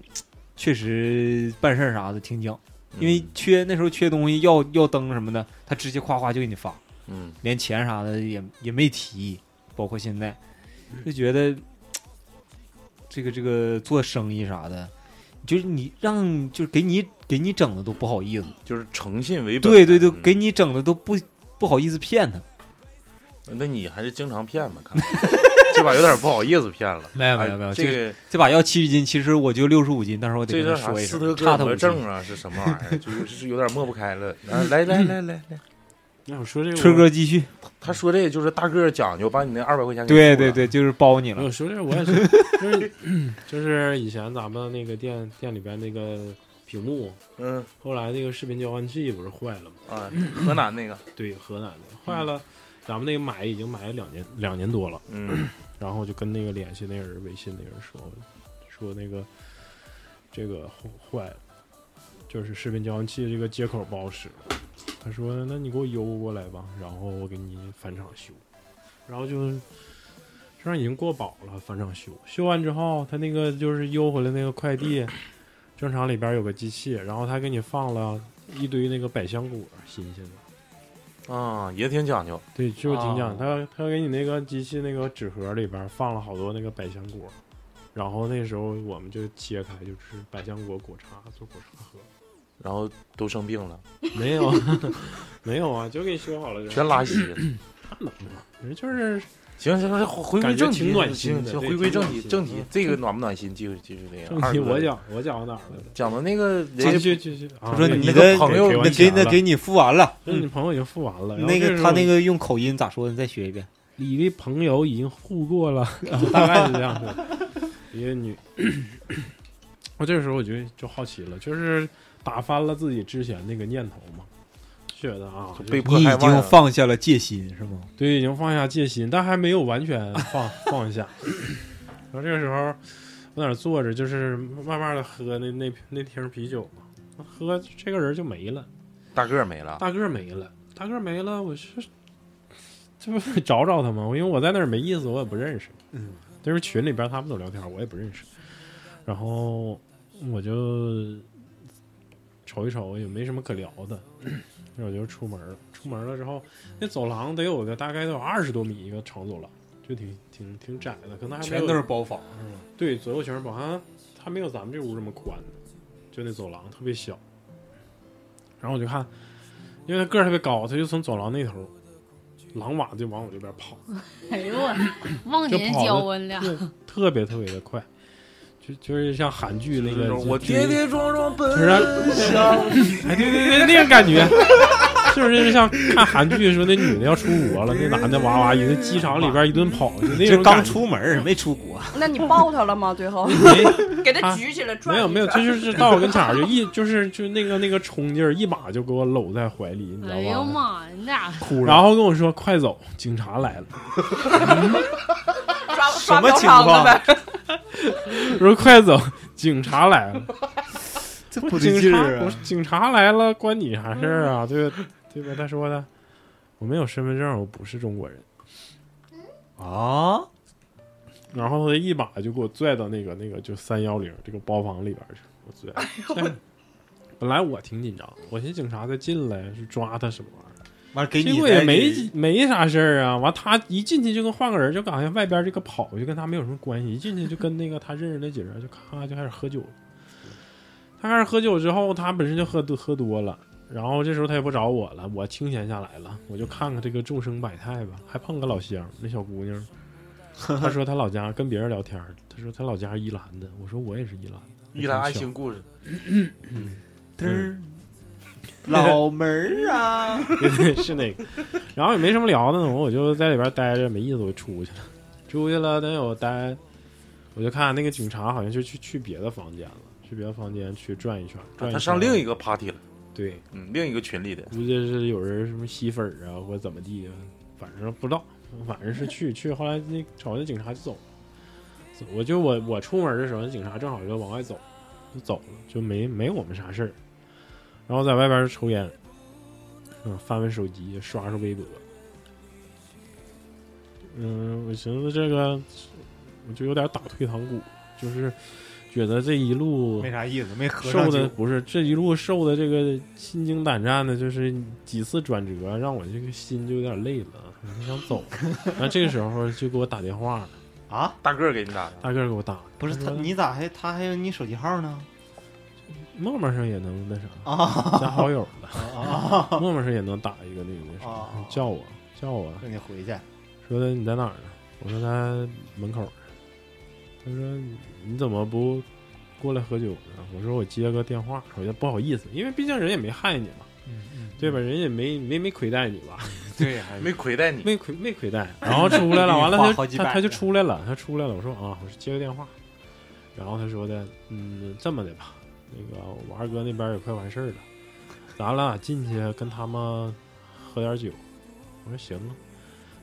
Speaker 4: 确实办事儿啥的挺讲，因为缺那时候缺东西要要灯什么的，他直接夸夸就给你发，
Speaker 2: 嗯
Speaker 4: 连钱啥的也也没提，包括现在就觉得这个这个做生意啥的，就是你让就是给你给你整的都不好意思，
Speaker 2: 就是诚信为本。
Speaker 4: 对对对，
Speaker 2: 嗯
Speaker 4: 给你整的都不不好意思骗他，
Speaker 2: 那你还是经常骗吧，看来 这把有点不好意思骗了。
Speaker 4: 没有
Speaker 2: 哎
Speaker 4: 没有没有，
Speaker 2: 这个
Speaker 4: 这把要七十斤，其实我就六十五斤，但是我得
Speaker 2: 这
Speaker 4: 跟他
Speaker 2: 叫啥
Speaker 4: 说一
Speaker 2: 斯
Speaker 4: 声，
Speaker 2: 德哥
Speaker 4: 差
Speaker 2: 尔
Speaker 4: 他五
Speaker 2: 摩
Speaker 4: 斤。
Speaker 2: 症啊，是什么玩意儿？ 就是是有点抹不开了。啊来来来来来，
Speaker 5: 那我说这个，
Speaker 4: 春哥继续，
Speaker 2: 他说这个就是大个儿讲究，把你那二百块钱给
Speaker 4: 对
Speaker 2: 付
Speaker 4: 对
Speaker 2: 了，
Speaker 4: 对，就是包你
Speaker 5: 我
Speaker 4: 了，
Speaker 5: 说这个我也是，就是 就是以前咱们那个店店里边那个屏幕，
Speaker 2: 嗯
Speaker 5: 后来那个视频交换器不是坏了吗？
Speaker 2: 啊，河南那个，
Speaker 5: 对，河南的坏了，咱们那个买已经买了两年两年多了。
Speaker 2: 嗯
Speaker 5: 然后就跟那个联系那个人微信那个人说，说那个这个坏了，就是视频交换器这个接口不好使。他说：“那你给我邮过来吧，然后我给你返厂修。”然后就身上已经过保了，返厂修。修完之后，他那个就是邮回来那个快递，正常里边有个机器，然后他给你放了一堆那个百香果，新鲜的。
Speaker 2: 啊，也挺讲究，
Speaker 5: 对，就是挺讲
Speaker 4: 哦
Speaker 5: 他他给你那个机器那个纸盒里边儿放了好多那个百香果，然后那时候我们就切开就吃百香果果茶做果茶喝，
Speaker 2: 然后都生病了，
Speaker 5: 没有 没有啊，就给你修好了，
Speaker 2: 全拉稀了。
Speaker 5: 就是
Speaker 2: 行行行，回归
Speaker 5: 感觉
Speaker 2: 正题，
Speaker 5: 挺暖心的
Speaker 2: 行行
Speaker 5: 对
Speaker 2: 回归
Speaker 5: 挺
Speaker 2: 正
Speaker 5: 暖
Speaker 2: 题，
Speaker 5: 心
Speaker 2: 正
Speaker 5: 的
Speaker 2: 题
Speaker 5: 嗯，
Speaker 2: 这个暖不暖心？继续继续那
Speaker 5: 正
Speaker 2: 个。
Speaker 5: 题
Speaker 2: 二哥
Speaker 5: 我讲我讲到哪儿了？
Speaker 2: 讲的那个人
Speaker 5: 继
Speaker 2: 家
Speaker 5: 续继续，
Speaker 4: 他
Speaker 5: 他
Speaker 4: 说你
Speaker 5: 那
Speaker 4: 的
Speaker 5: 个朋友
Speaker 4: 那给那
Speaker 5: 那
Speaker 4: 给你付完了，
Speaker 5: 你嗯朋友已经付完了，然后
Speaker 4: 那
Speaker 5: 这
Speaker 4: 个
Speaker 5: 时
Speaker 4: 他
Speaker 5: 候
Speaker 4: 那个用口音咋说的？你再学一遍。
Speaker 5: 你的朋友已经互过了，大概是这样的。一个女， 我这个时候我就就好奇了，就是打翻了自己之前那个念头嘛，觉得啊，
Speaker 2: 被迫
Speaker 4: 你
Speaker 2: 害
Speaker 4: 已
Speaker 2: 妄
Speaker 4: 经
Speaker 2: 想，
Speaker 4: 放下了戒心是吗？
Speaker 5: 对，已经放下戒心，但还没有完全放 放下。然后这个时候，我在那儿坐着，就是慢慢的喝那那那瓶啤酒嘛，喝这个人就没了，
Speaker 2: 大个儿没了，
Speaker 5: 大个儿没了，大个儿没了，我是这不是找找他吗？因为我在那儿没意思，我也不认识。
Speaker 4: 嗯，
Speaker 5: 就是群里边他们都聊天，我也不认识。然后我就瞅一瞅，也没什么可聊的，那我就出门了。出门了之后，那走廊得有个大概得有二十多米一个长走廊，就挺挺挺窄的，可能还没有
Speaker 4: 包房。
Speaker 5: 对左右全是包，好像还没有咱们这屋这么宽呢，就那走廊特别小。然后我就看，因为他个儿特别高，他就从走廊那头狼粑就往我这边跑。
Speaker 3: 哎呦我，忘
Speaker 5: 就
Speaker 3: 年
Speaker 5: 跑
Speaker 3: 交
Speaker 5: 了
Speaker 3: 温俩，
Speaker 5: 对，特别特别的快，就就是像韩剧那
Speaker 2: 那
Speaker 5: 个，
Speaker 2: 种我
Speaker 5: 就
Speaker 2: 跌跌撞撞奔
Speaker 5: 就是
Speaker 2: 向
Speaker 5: 哎，对对对，那个感觉，就是就是像看韩剧说那女的要出国了，那男的哇哇一顿机场里边一顿跑，就那
Speaker 4: 这
Speaker 5: 种
Speaker 4: 刚
Speaker 5: 感觉。
Speaker 4: 出门儿没出国，
Speaker 9: 那你抱他了吗？最后 给他
Speaker 5: 啊
Speaker 9: 举起来转
Speaker 5: 没有
Speaker 9: 一
Speaker 5: 没有，
Speaker 9: 转
Speaker 5: 他就是到我跟前儿就一就是就那个那个冲劲儿，一把就给我搂在怀里，你知
Speaker 3: 哎呦
Speaker 5: 道吗？
Speaker 3: 妈，呀，你俩
Speaker 5: 哭，然后跟我说快走，警察来了。
Speaker 9: 抓抓
Speaker 4: 么
Speaker 9: 嫖
Speaker 4: 情
Speaker 9: 娼
Speaker 4: 况
Speaker 9: 了呗？
Speaker 5: 我说快走，警察来了。
Speaker 4: 这
Speaker 5: 我
Speaker 4: 不
Speaker 5: 警
Speaker 4: 得
Speaker 5: 察，
Speaker 4: 劲儿
Speaker 5: 我
Speaker 4: 啊
Speaker 5: 说！警察来了，关你啥事儿啊？
Speaker 9: 嗯
Speaker 5: 对吧？对吧？他说的，我没有身份证，我不是中国人。
Speaker 4: 啊，
Speaker 5: 然后他一把就给我拽到那个那个就三幺零这个包房里边去，我拽。
Speaker 9: 哎
Speaker 5: 拽 本来我挺紧张，我寻思警察再进来是抓他什么玩意儿，
Speaker 4: 完了给
Speaker 5: 结
Speaker 4: 你
Speaker 5: 果也
Speaker 4: 再
Speaker 5: 没
Speaker 4: 给
Speaker 5: 没啥事儿啊。完他一进去就跟换个人，就好像外边这个跑就跟他没有什么关系，一进去就跟那个他认识那几人就咔就开始喝酒了。他开始喝酒之后，他本身就喝多喝多了，然后这时候他也不找我了，我清闲下来了，我就看看这个众生百态吧，还碰个老乡，那小姑娘，她说她老家跟别人聊天儿，她说她老家是宜兰的，我说我也是宜兰的，
Speaker 2: 一兰爱情故事，
Speaker 4: 嘚儿老门儿啊！
Speaker 5: 对 是那个，然后也没什么聊的呢，我就在里边待着没意思，我就出去了，出去了，等我待，我就看那个警察好像就去去别的房间了，去别的房间去转一圈，转一圈
Speaker 2: 啊他上另一个 party 了，
Speaker 5: 对，
Speaker 2: 嗯，另一个群里的，
Speaker 5: 估计是有人什么吸粉儿啊，或者怎么地的，反正不知道，反正是去去，后来那吵架警察就走了，走我就我我出门的时候，那警察正好就往外走，就走了，就没没我们啥事儿，然后在外边儿抽烟，嗯，翻翻手机，刷刷微博，嗯，我寻思这个我就有点打退堂鼓，就是觉得这一路
Speaker 4: 没啥意思，没合
Speaker 5: 受
Speaker 4: 上
Speaker 5: 的
Speaker 4: 去。
Speaker 5: 不是这一路受的这个心惊胆战的，就是几次转折，让我这个心就有点累了，我就想 走。然后这个时候就给我打电话了，
Speaker 4: 啊，
Speaker 2: 大个儿给你打的，
Speaker 5: 大个儿给我打了，
Speaker 4: 不是他，
Speaker 5: 说
Speaker 4: 你咋还他还有你手机号呢？
Speaker 5: 陌陌上也能那啥
Speaker 4: 啊
Speaker 5: 加好友 了，
Speaker 4: 啊
Speaker 5: 陌陌上也能打一个那个那啥
Speaker 4: 啊，
Speaker 5: 叫我叫我，
Speaker 4: 那你回去。
Speaker 5: 说的你在哪儿呢？我说他门口儿。他说你怎么不过来喝酒呢？我说我接个电话，我就不好意思，因为毕竟人也没害你嘛，
Speaker 4: 嗯
Speaker 5: 对吧？人也没没没亏待你吧？
Speaker 4: 对呀，
Speaker 2: 没亏待你，
Speaker 5: 没亏没亏待，然后出 来了，完了
Speaker 4: 花
Speaker 5: 他
Speaker 4: 好几
Speaker 5: 他
Speaker 4: 百
Speaker 5: 他就出来了，他出来了，我说啊，我说接个电话，然后他说的，嗯，这么的吧，那个我二哥那边也快完事儿了，咱俩进去跟他们喝点酒，我说行啊，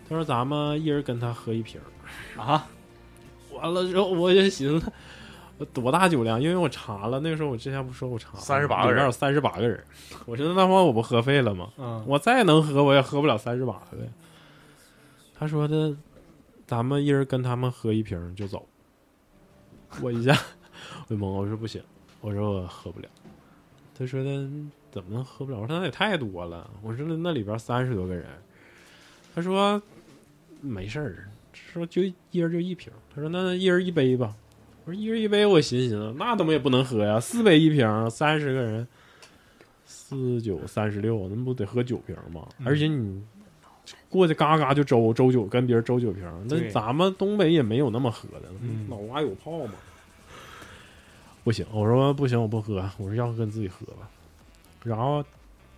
Speaker 5: 他说咱们一人跟他喝一瓶儿，
Speaker 4: 啊，
Speaker 5: 完了之后我也寻思。我多大酒量？因为我查了，那时候我之前不说我查了
Speaker 2: 38个人
Speaker 5: 里边有三十八个人。我寻思那他妈我不喝废了吗？
Speaker 4: 嗯，
Speaker 5: 我再能喝，我也喝不了三十八呗。他说的，咱们一人跟他们喝一瓶就走。我一下 我就懵了，我说不行，我说我喝不了。他说的怎么能喝不了？我说那也太多了。我说那里边三十多个人。他说没事儿，说就一人就一瓶。他说那一人一杯吧。我说一人一杯，我寻思寻思，那怎么也不能喝呀，四杯一瓶，三十个人。四九三十六，那不得喝九瓶吗？而且你过去嘎嘎就周周酒，跟别人周酒瓶，那
Speaker 4: 对
Speaker 5: 咱们东北也没有那么喝的，
Speaker 4: 嗯
Speaker 5: 脑瓜有泡嘛。不行，我说不行，我不喝，我说要不跟自己喝吧。然后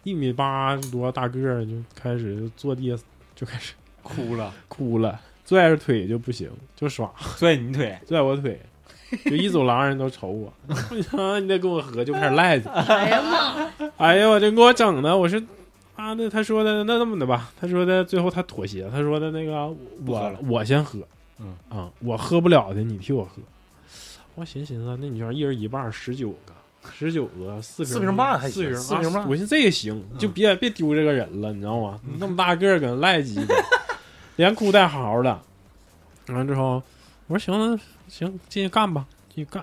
Speaker 5: 一米八多大个儿就开始就坐地下就开始
Speaker 4: 哭了，
Speaker 5: 哭了，拽着腿就不行，就耍
Speaker 4: 拽你腿，
Speaker 5: 拽我腿，就一走廊人都瞅我， 你他妈你得跟我喝，就开始赖着。
Speaker 3: 哎呀妈，
Speaker 5: 哎呀，我这给我整的，我是啊，那他说的那那么的吧，他说的最后他妥协，他说的那个
Speaker 4: 不喝
Speaker 5: 我
Speaker 4: 了
Speaker 5: 我先喝，
Speaker 4: 嗯
Speaker 5: 啊，我喝不了的你替我喝。我寻思寻思，那你就一人一半儿，十九个，十九个四瓶
Speaker 2: 四瓶半还行
Speaker 5: 四瓶
Speaker 2: 四瓶半嗯
Speaker 5: 啊我寻思这也行，就别别丢这个人了，你知道吗？那么大个儿搁那赖鸡巴，连哭带嚎的。完之后，我说行了，行，进去干吧，进去干。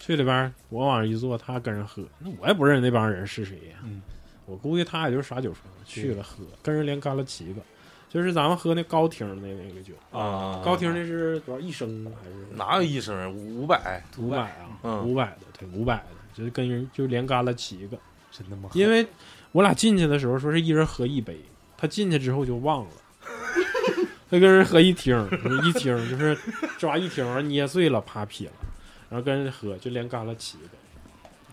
Speaker 5: 去里边儿，我往上一坐，他跟人喝，那我也不认识那帮人是谁呀、
Speaker 4: 嗯
Speaker 5: 我估计他也就是耍酒疯，去了喝，跟人连干了七个，就是咱们喝那高厅的那个酒，
Speaker 2: 啊
Speaker 5: 高厅那是多少一升还是
Speaker 2: 哪有医生五五 百？
Speaker 5: 五百啊？
Speaker 2: 嗯
Speaker 5: 五百的，对，五百的，就是跟人就连干了七个，
Speaker 4: 真的吗？
Speaker 5: 因为我俩进去的时候说是一人喝一杯，他进去之后就忘了。他跟人喝一听，一听就是抓一听，捏碎了，啪撇了，然后跟人喝，就连干了七个，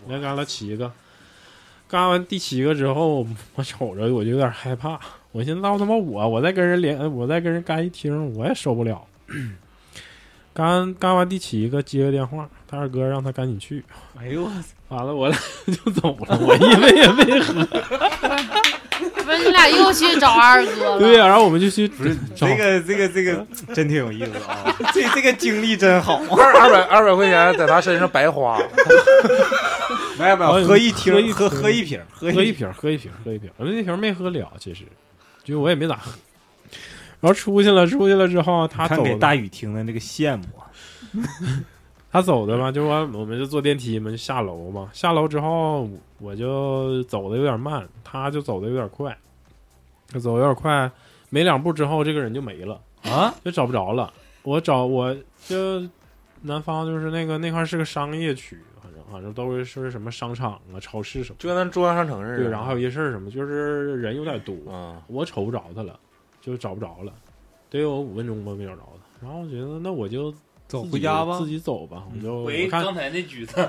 Speaker 5: 连干了七个。干完第七个之后， 我瞅着我就有点害怕，我寻思那他妈我我再跟人连，我再跟人干一听，我也受不了。干干完第七个接个电话，他二哥让他赶紧去，
Speaker 4: 哎呦我
Speaker 5: 完了我俩 就走 了，我因为也没喝。
Speaker 3: 不是你俩又去找二哥了？
Speaker 5: 对呀、然后我们就去不是找
Speaker 4: 这个这个这个 真挺有意思啊！这这个经历真好，
Speaker 2: 二二百二百块钱在他身上白花，
Speaker 4: 没有没
Speaker 5: 哎
Speaker 4: 有，
Speaker 5: 呦
Speaker 4: 喝一
Speaker 5: 喝
Speaker 4: 听
Speaker 5: 一
Speaker 4: 喝
Speaker 5: 瓶
Speaker 4: 喝一瓶，喝
Speaker 5: 喝一
Speaker 4: 瓶，
Speaker 5: 瓶，喝一瓶，喝一瓶。我那瓶没喝了，其实，就我也没咋喝。然后出去了，出去了之后，他
Speaker 4: 看
Speaker 5: 走
Speaker 4: 给
Speaker 5: 的，
Speaker 4: 大宇听的那个羡慕啊，
Speaker 5: 他走的嘛，就我我们就坐电梯嘛，就下楼嘛。下楼之后，我就走的有点慢，他就走的有点快，他走得有点快，没两步之后，这个人就没了
Speaker 4: 啊，
Speaker 5: 就找不着了。我找我就南方就是那个那块儿是个商业区，反正反正都是是什么商场啊、超市什么的。
Speaker 2: 就跟咱中央商城似的。
Speaker 5: 对，然后还有夜市什么，就是人有点多，
Speaker 2: 嗯，
Speaker 5: 我瞅不着他了，就找不着了，得有五分钟吧没找着他。然后我觉得那我就自
Speaker 4: 走
Speaker 5: 己
Speaker 4: 回家吧
Speaker 5: 自，己走吧，我就
Speaker 6: 嗯喂，
Speaker 5: 我看
Speaker 6: 刚才那局子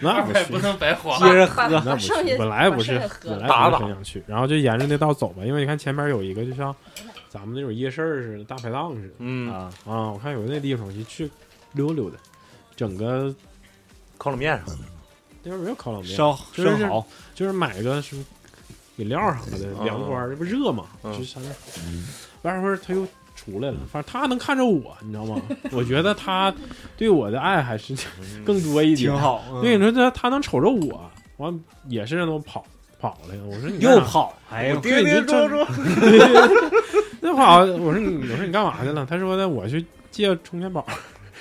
Speaker 5: 那
Speaker 6: 二
Speaker 5: 不
Speaker 6: 百不
Speaker 5: 去，
Speaker 6: 能白花，
Speaker 4: 接着
Speaker 9: 把
Speaker 4: 喝，
Speaker 5: 那
Speaker 9: 把
Speaker 5: 不去
Speaker 9: 剩，下
Speaker 5: 本来
Speaker 9: 把
Speaker 5: 不是
Speaker 9: 剩下喝
Speaker 5: 本
Speaker 9: 了，
Speaker 5: 来
Speaker 2: 打
Speaker 5: 不
Speaker 2: 打
Speaker 5: 是很想去，然后就沿着那道走吧，因为你看前面有一个就像咱们那种夜市似的大排档似
Speaker 2: 嗯，
Speaker 4: 啊，
Speaker 5: 的啊，我看有那地方我就去溜溜达，整个
Speaker 2: 烤冷面啥的，
Speaker 5: 那边没有烤冷面，
Speaker 4: 烧
Speaker 5: 就是
Speaker 4: 生蚝，
Speaker 5: 就是买个什么饮料啥的，
Speaker 2: 嗯
Speaker 5: 凉快儿，这不热嘛，
Speaker 2: 嗯
Speaker 5: 就上那儿。完事儿他又出来了，反正他能看着我，你知道吗？我觉得他对我的爱还是
Speaker 2: 嗯
Speaker 5: 更多一点
Speaker 4: 挺。好。嗯
Speaker 5: 对，你说他他能瞅着我，完也是让我跑跑来，我说你干
Speaker 4: 又
Speaker 5: 啥
Speaker 4: 跑，哎呦，
Speaker 5: 对，你就
Speaker 2: 住
Speaker 5: 正
Speaker 2: 住，
Speaker 5: 那跑，我说你，我说你干嘛去了？他说呢，我去借充电宝，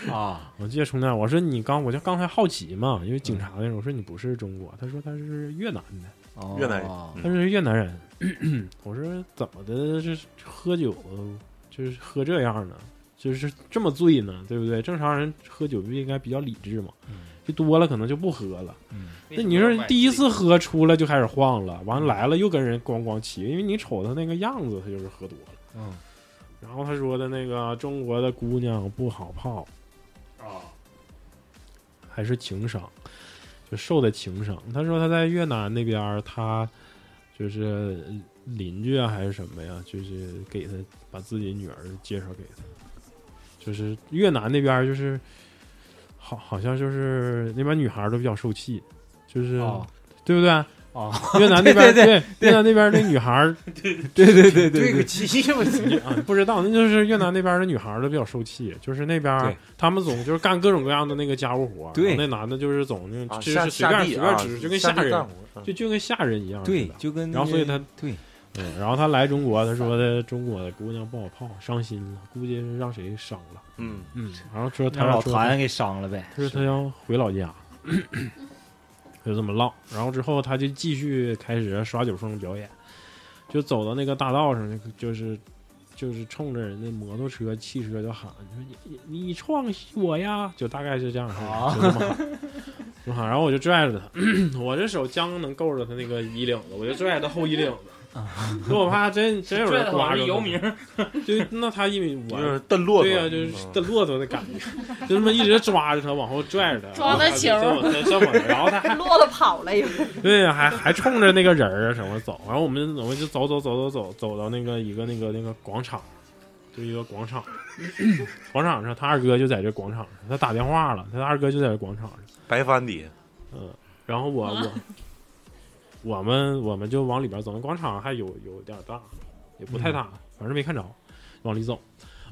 Speaker 4: 啊，
Speaker 5: 我借充电宝。我说你刚，我就刚才好奇嘛，因为警察那时候，我说你不是中国，他说他是越南的，
Speaker 4: 哦
Speaker 2: 越南人
Speaker 5: 他是越南人。 我说怎么的，这喝酒就是喝这样呢，就是这么醉呢，对不对？正常人喝酒不应该比较理智嘛，就多了可能就不喝了。那你说第一次喝出来就开始晃了，完来了又跟人咣咣骑，因为你瞅他那个样子，他就是喝多了。
Speaker 4: 嗯，
Speaker 5: 然后他说的那个中国的姑娘不好泡，
Speaker 6: 啊，
Speaker 5: 还是情商，就受的情商。他说他在越南那边儿，他就是邻居啊还是什么呀，就是给他把自己女儿介绍给他，就是越南那边儿就是好好像就是那边女孩儿都比较受气，就是、
Speaker 4: 哦
Speaker 5: 对不 对？
Speaker 4: 哦，
Speaker 5: 越南那边儿
Speaker 4: 对对
Speaker 5: 越南那边儿那女孩儿
Speaker 4: 对对对对
Speaker 2: 对个
Speaker 4: 对，
Speaker 2: 鸡 巴
Speaker 5: 啊，不知道，那就是越南那边的女孩儿都比较受气，就是那边儿
Speaker 4: 对
Speaker 5: 他们总就是干各种各样的那个家务活儿，
Speaker 4: 对
Speaker 5: 那男的就是总那
Speaker 2: 啊
Speaker 5: 种就是
Speaker 2: 下
Speaker 5: 随
Speaker 2: 下
Speaker 5: 便
Speaker 2: 地
Speaker 5: 随
Speaker 2: 啊
Speaker 5: 便，指，就跟
Speaker 2: 下
Speaker 5: 下
Speaker 2: 地干
Speaker 5: 人，
Speaker 2: 活啊
Speaker 5: 就就跟下人一样似
Speaker 4: 对
Speaker 5: 的，。
Speaker 4: 就跟那
Speaker 5: 然后所以他
Speaker 4: 对
Speaker 5: 嗯，然后他来中国，他说的中国的姑娘不好泡，伤心了，估计是让谁伤了，
Speaker 2: 嗯，
Speaker 5: 嗯，然后说他
Speaker 4: 让老
Speaker 5: 说
Speaker 4: 谭给伤了呗，
Speaker 5: 他说他要回老家， 就这么唠。然后之后他就继续开始耍酒疯表演，就走到那个大道上，就是就是冲着人家摩托车、汽车就喊：“说你你你创喜我呀！”就大概是这样式
Speaker 6: 啊
Speaker 5: 的，就这么喊。这么喊然后我就拽着他， 我这手将能够着他那个衣领子，我就拽着他后衣领子，因为我怕真真有
Speaker 6: 啊拽
Speaker 5: 人
Speaker 6: 的
Speaker 5: 刮
Speaker 6: 好
Speaker 5: 着
Speaker 6: 像
Speaker 5: 他
Speaker 6: 姚明，
Speaker 5: 就那他一米五
Speaker 2: 就。是蹬骆驼，
Speaker 5: 对呀、就是
Speaker 2: 嗯
Speaker 5: 的骆驼的感觉，就这么一直抓着他，往后拽着他，
Speaker 3: 抓他球
Speaker 5: 这么这么，然后他还
Speaker 9: 骆驼跑了又。
Speaker 5: 对呀，还还冲着那个人儿啊什么走，然后我们我们就走走走走走走到那个一个那个那个广场，就一个广场， 广场上他二哥就在这广场上，他打电话了，他二哥就在这广场上，
Speaker 2: 白帆底，
Speaker 5: 嗯，然后我
Speaker 9: 啊
Speaker 5: 我我们我们就往里边走，那广场还有有点大，也
Speaker 2: 嗯
Speaker 5: 不太大，反正没看着，往里走，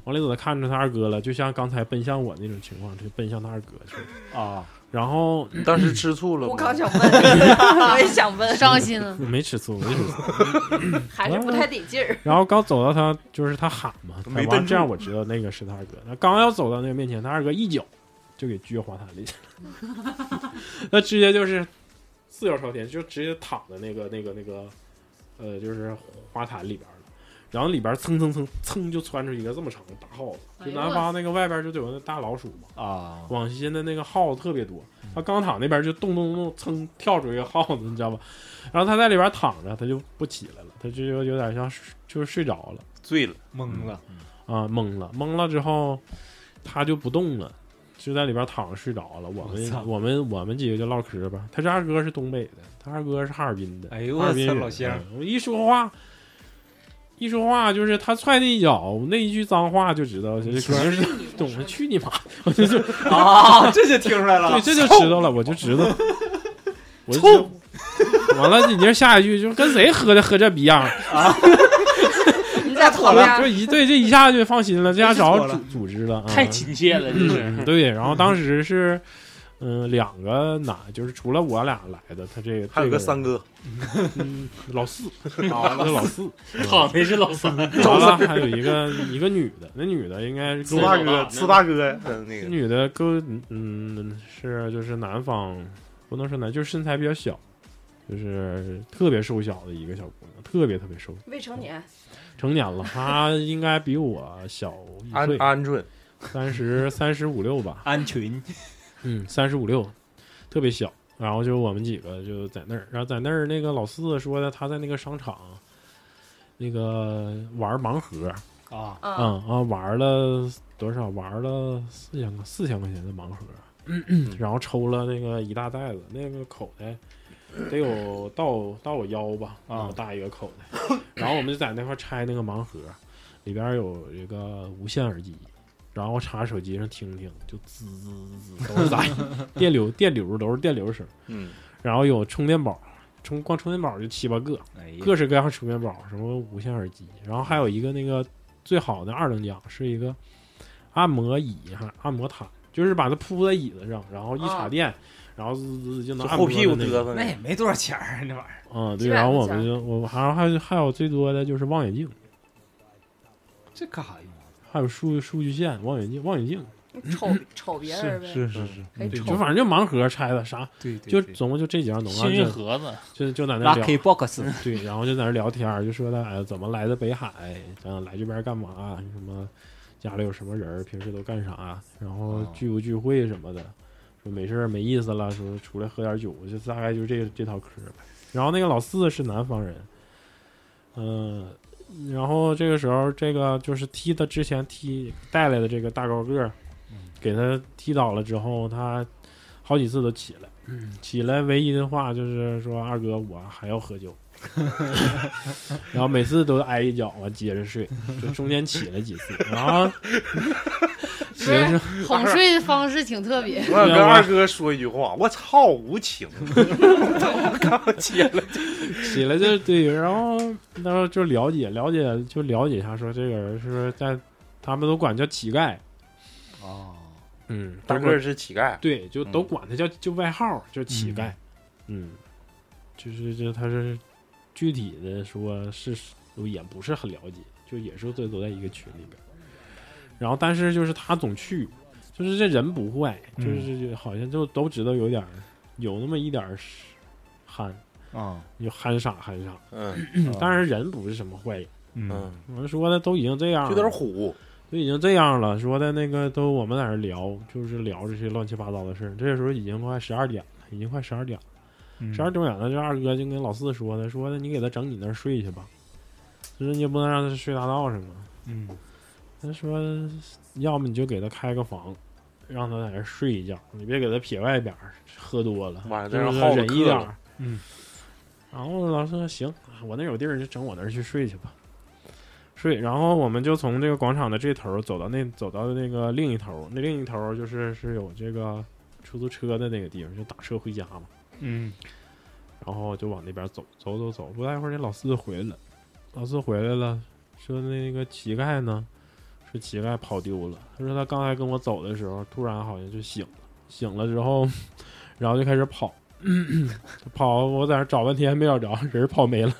Speaker 5: 往里走，他看着他二哥了，就像刚才奔向我那种情况，就奔向他二哥去了，
Speaker 4: 啊，
Speaker 5: 然后
Speaker 2: 你当时吃醋了
Speaker 9: 我
Speaker 2: 吗？
Speaker 9: 刚想问，我也想问，
Speaker 3: 伤心了，
Speaker 5: 没吃醋，没吃醋。
Speaker 9: 还是不太得劲儿。
Speaker 5: 然后刚走到他，就是他喊嘛，
Speaker 2: 没
Speaker 5: 他
Speaker 2: 瞪
Speaker 5: 完
Speaker 2: 住
Speaker 5: 这样我知道那个是他二哥。他刚要走到那个面前，他二哥一脚就给撅滑坛里去了， 他直接就是四脚朝天，就直接躺在那个那个那个呃，就是滑坛里边了。然后里边蹭蹭蹭蹭就窜出一个这么长的大耗子，
Speaker 3: 哎
Speaker 5: 就
Speaker 3: 呦
Speaker 5: 南方那个外边就有那大老鼠嘛，
Speaker 4: 啊，
Speaker 5: 广西的那个耗子特别多，他刚躺那边就咚咚咚噌跳出一个耗子，你知道吧？然后他在里边躺着，他就不起来了，他就有有点像睡就是睡着了
Speaker 2: 醉了，
Speaker 4: 懵了，
Speaker 5: 啊，懵了，懵了之后他就不动了，就在里边躺着睡着了。我
Speaker 4: 我操
Speaker 5: 们我们我们几个就唠嗑吧。他这二哥是东北的，他二哥是哈尔滨的，
Speaker 4: 哎呦
Speaker 5: 哈
Speaker 4: 我
Speaker 5: 尔滨
Speaker 4: 操，
Speaker 5: 人
Speaker 4: 老乡，
Speaker 5: 嗯我一说话。一说话就是他踹那一脚，那一句脏话就知道，就是可能是懂了，去你妈！我就就
Speaker 4: 啊，这就听出来了
Speaker 5: 对，，这就知道了，我就知道， 我就知道完了，你这下一句就跟谁喝的喝这逼 样儿，
Speaker 4: 啊
Speaker 9: 你在旁
Speaker 5: 就
Speaker 9: 边，
Speaker 5: 一对这一下就放心了，这下找
Speaker 4: 错了
Speaker 5: 组组织了，啊、
Speaker 6: 太亲切了，这是。
Speaker 5: 嗯对。然后当时是，嗯、两个男，就是除了我俩来的，他这个
Speaker 2: 还有
Speaker 5: 这
Speaker 2: 个三哥，
Speaker 5: 嗯老四，啊，老四，
Speaker 6: 好，那是老三，
Speaker 5: 完了还有一 个一个女的，那女的应该是
Speaker 2: 四
Speaker 5: 跟
Speaker 6: 自
Speaker 5: 我
Speaker 2: 大
Speaker 6: 由
Speaker 2: 哥，
Speaker 6: 吧
Speaker 2: 四大哥，嗯，那
Speaker 5: 那
Speaker 2: 个
Speaker 5: 女的跟嗯是就是南方，不能说南，就是身材比较小，就是特别瘦小的一个小姑娘，特别特别瘦，
Speaker 9: 未成年，
Speaker 5: 成年 了，她应该比我小一
Speaker 2: 安
Speaker 5: 岁，
Speaker 2: 鹌鹑，
Speaker 5: 三十三十五六吧，
Speaker 4: 安群，
Speaker 5: 嗯，三十五六，特别小。然后就我们几个就在那儿，然后在那儿那个老四说的，他在那个商场，那个玩盲盒，
Speaker 4: 啊，
Speaker 9: 嗯，
Speaker 5: 嗯啊，玩了多少？玩了四千块四千块钱的盲盒，
Speaker 4: 嗯
Speaker 5: 然后抽了那个一大袋子，那个口袋得有到到我腰吧，
Speaker 4: 啊
Speaker 5: 那么大一个口袋。然后我们就在那块拆那个盲盒，里边有一个无线耳机，然后插手机上听听，就滋滋滋滋 都是
Speaker 4: 哎
Speaker 5: 杂音，电流电流都是电流声。
Speaker 2: 嗯，
Speaker 5: 然后有充电宝，充光充电宝就七八个，
Speaker 4: 哎呀，
Speaker 5: 各式各样充电宝，什么无线耳机，然后还有一个那个最好的二等奖是一个按摩椅还是按摩毯，就是把它铺在椅子上，然后一插
Speaker 3: 啊
Speaker 5: 电，然后滋滋滋就能
Speaker 2: 就
Speaker 5: 按
Speaker 2: 后
Speaker 5: 摩
Speaker 2: 屁股
Speaker 5: 的那
Speaker 2: 嘚
Speaker 5: 个。
Speaker 2: 瑟
Speaker 4: 那也
Speaker 2: 呢，
Speaker 4: 没多少钱儿，那玩意儿。
Speaker 5: 嗯，对，
Speaker 9: 基本上
Speaker 5: 然后我
Speaker 9: 是这
Speaker 5: 们就我还有还有还有最多的就是望远镜，
Speaker 4: 这干啥用？
Speaker 5: 还有数数据线、望远镜、望远镜，
Speaker 9: 瞅瞅别人呗，
Speaker 4: 是是是，
Speaker 9: 可以
Speaker 5: 对，
Speaker 9: 瞅
Speaker 5: 就反正就盲盒拆的啥，
Speaker 4: 对
Speaker 5: 就总共就这几样东西，
Speaker 6: 幸
Speaker 5: 然
Speaker 6: 运
Speaker 5: 后
Speaker 6: 盒子，
Speaker 5: 就就就在那聊。
Speaker 4: Lucky Box，
Speaker 5: 对，然后就在那聊天儿，就说的哎，怎么来的北海？嗯，来这边干嘛？什么家里有什么人儿？平时都干啥？啊然后聚不聚会什么的？说没事儿，没意思了，说出来喝点酒，就大概就这这套嗑儿呗。然后那个老四是南方人，嗯、然后这个时候这个就是踢他之前踢带来的这个大高个儿，给他踢倒了之后，他好几次都起来。起来唯一的话就是说：“二哥，我还要喝酒。”然后每次都挨一脚，完接着睡，就中间起来几次，然后起 来之后
Speaker 3: 哄睡的方式挺特别，
Speaker 2: 我想跟
Speaker 5: 啊
Speaker 2: 二哥说一句话，我操，无情！ 我刚接了，
Speaker 5: 起来就对，然后那时候就了解了解，就了解一下，说这个人是不是在他们都管叫乞丐，
Speaker 4: 哦，
Speaker 5: 嗯，
Speaker 2: 大
Speaker 5: 都
Speaker 2: 个
Speaker 5: 管
Speaker 2: 儿是乞丐，
Speaker 5: 对，就都管他叫就外号叫乞丐，嗯，就是这他是具体的说是也不是很了解，就也是最多在一个群里边，然后但是就是他总去，就是这人不坏，就是好像就都知道有点儿有那么一点儿憨，
Speaker 4: 啊，
Speaker 5: 就憨傻憨傻。
Speaker 2: 嗯
Speaker 5: 当然人不是什么坏人，
Speaker 4: 嗯，
Speaker 2: 嗯，
Speaker 5: 我们说的都已经这样了，
Speaker 2: 有点虎，
Speaker 5: 都已经这样了，说的那个都我们在那儿聊，就是聊这些乱七八糟的事儿。这时候已经快十二点了，已经快十二点了，
Speaker 4: 嗯
Speaker 5: 嗯十二点了，这二哥就跟老四说的，说的你给他整你那儿睡去吧，就是你也不能让他睡大道上啊。
Speaker 4: 嗯，
Speaker 5: 他说，要么你就给他开个房，让他在那儿睡一觉，你别给他撇外边儿，喝多了，
Speaker 2: 晚上
Speaker 5: 就
Speaker 2: 在那
Speaker 5: 是
Speaker 2: 耗着
Speaker 5: 忍一
Speaker 2: 客
Speaker 5: 点
Speaker 2: 了
Speaker 5: 儿。嗯然后老师说行，我那儿有地儿，就整我那儿去睡去吧。睡，然后我们就从这个广场的这头走到那走到那个另一头，那另一头就是是有这个出租车的那个地方，就打车回家嘛。
Speaker 4: 嗯，
Speaker 5: 然后就往那边走，走走走，不大一会儿，这老四回来了，老四回来了，说那个乞丐呢，说乞丐跑丢了。他说他刚才跟我走的时候，突然好像就醒了，醒了之后， 然后就开始跑， 跑，我在那找半天没找着，人跑没了，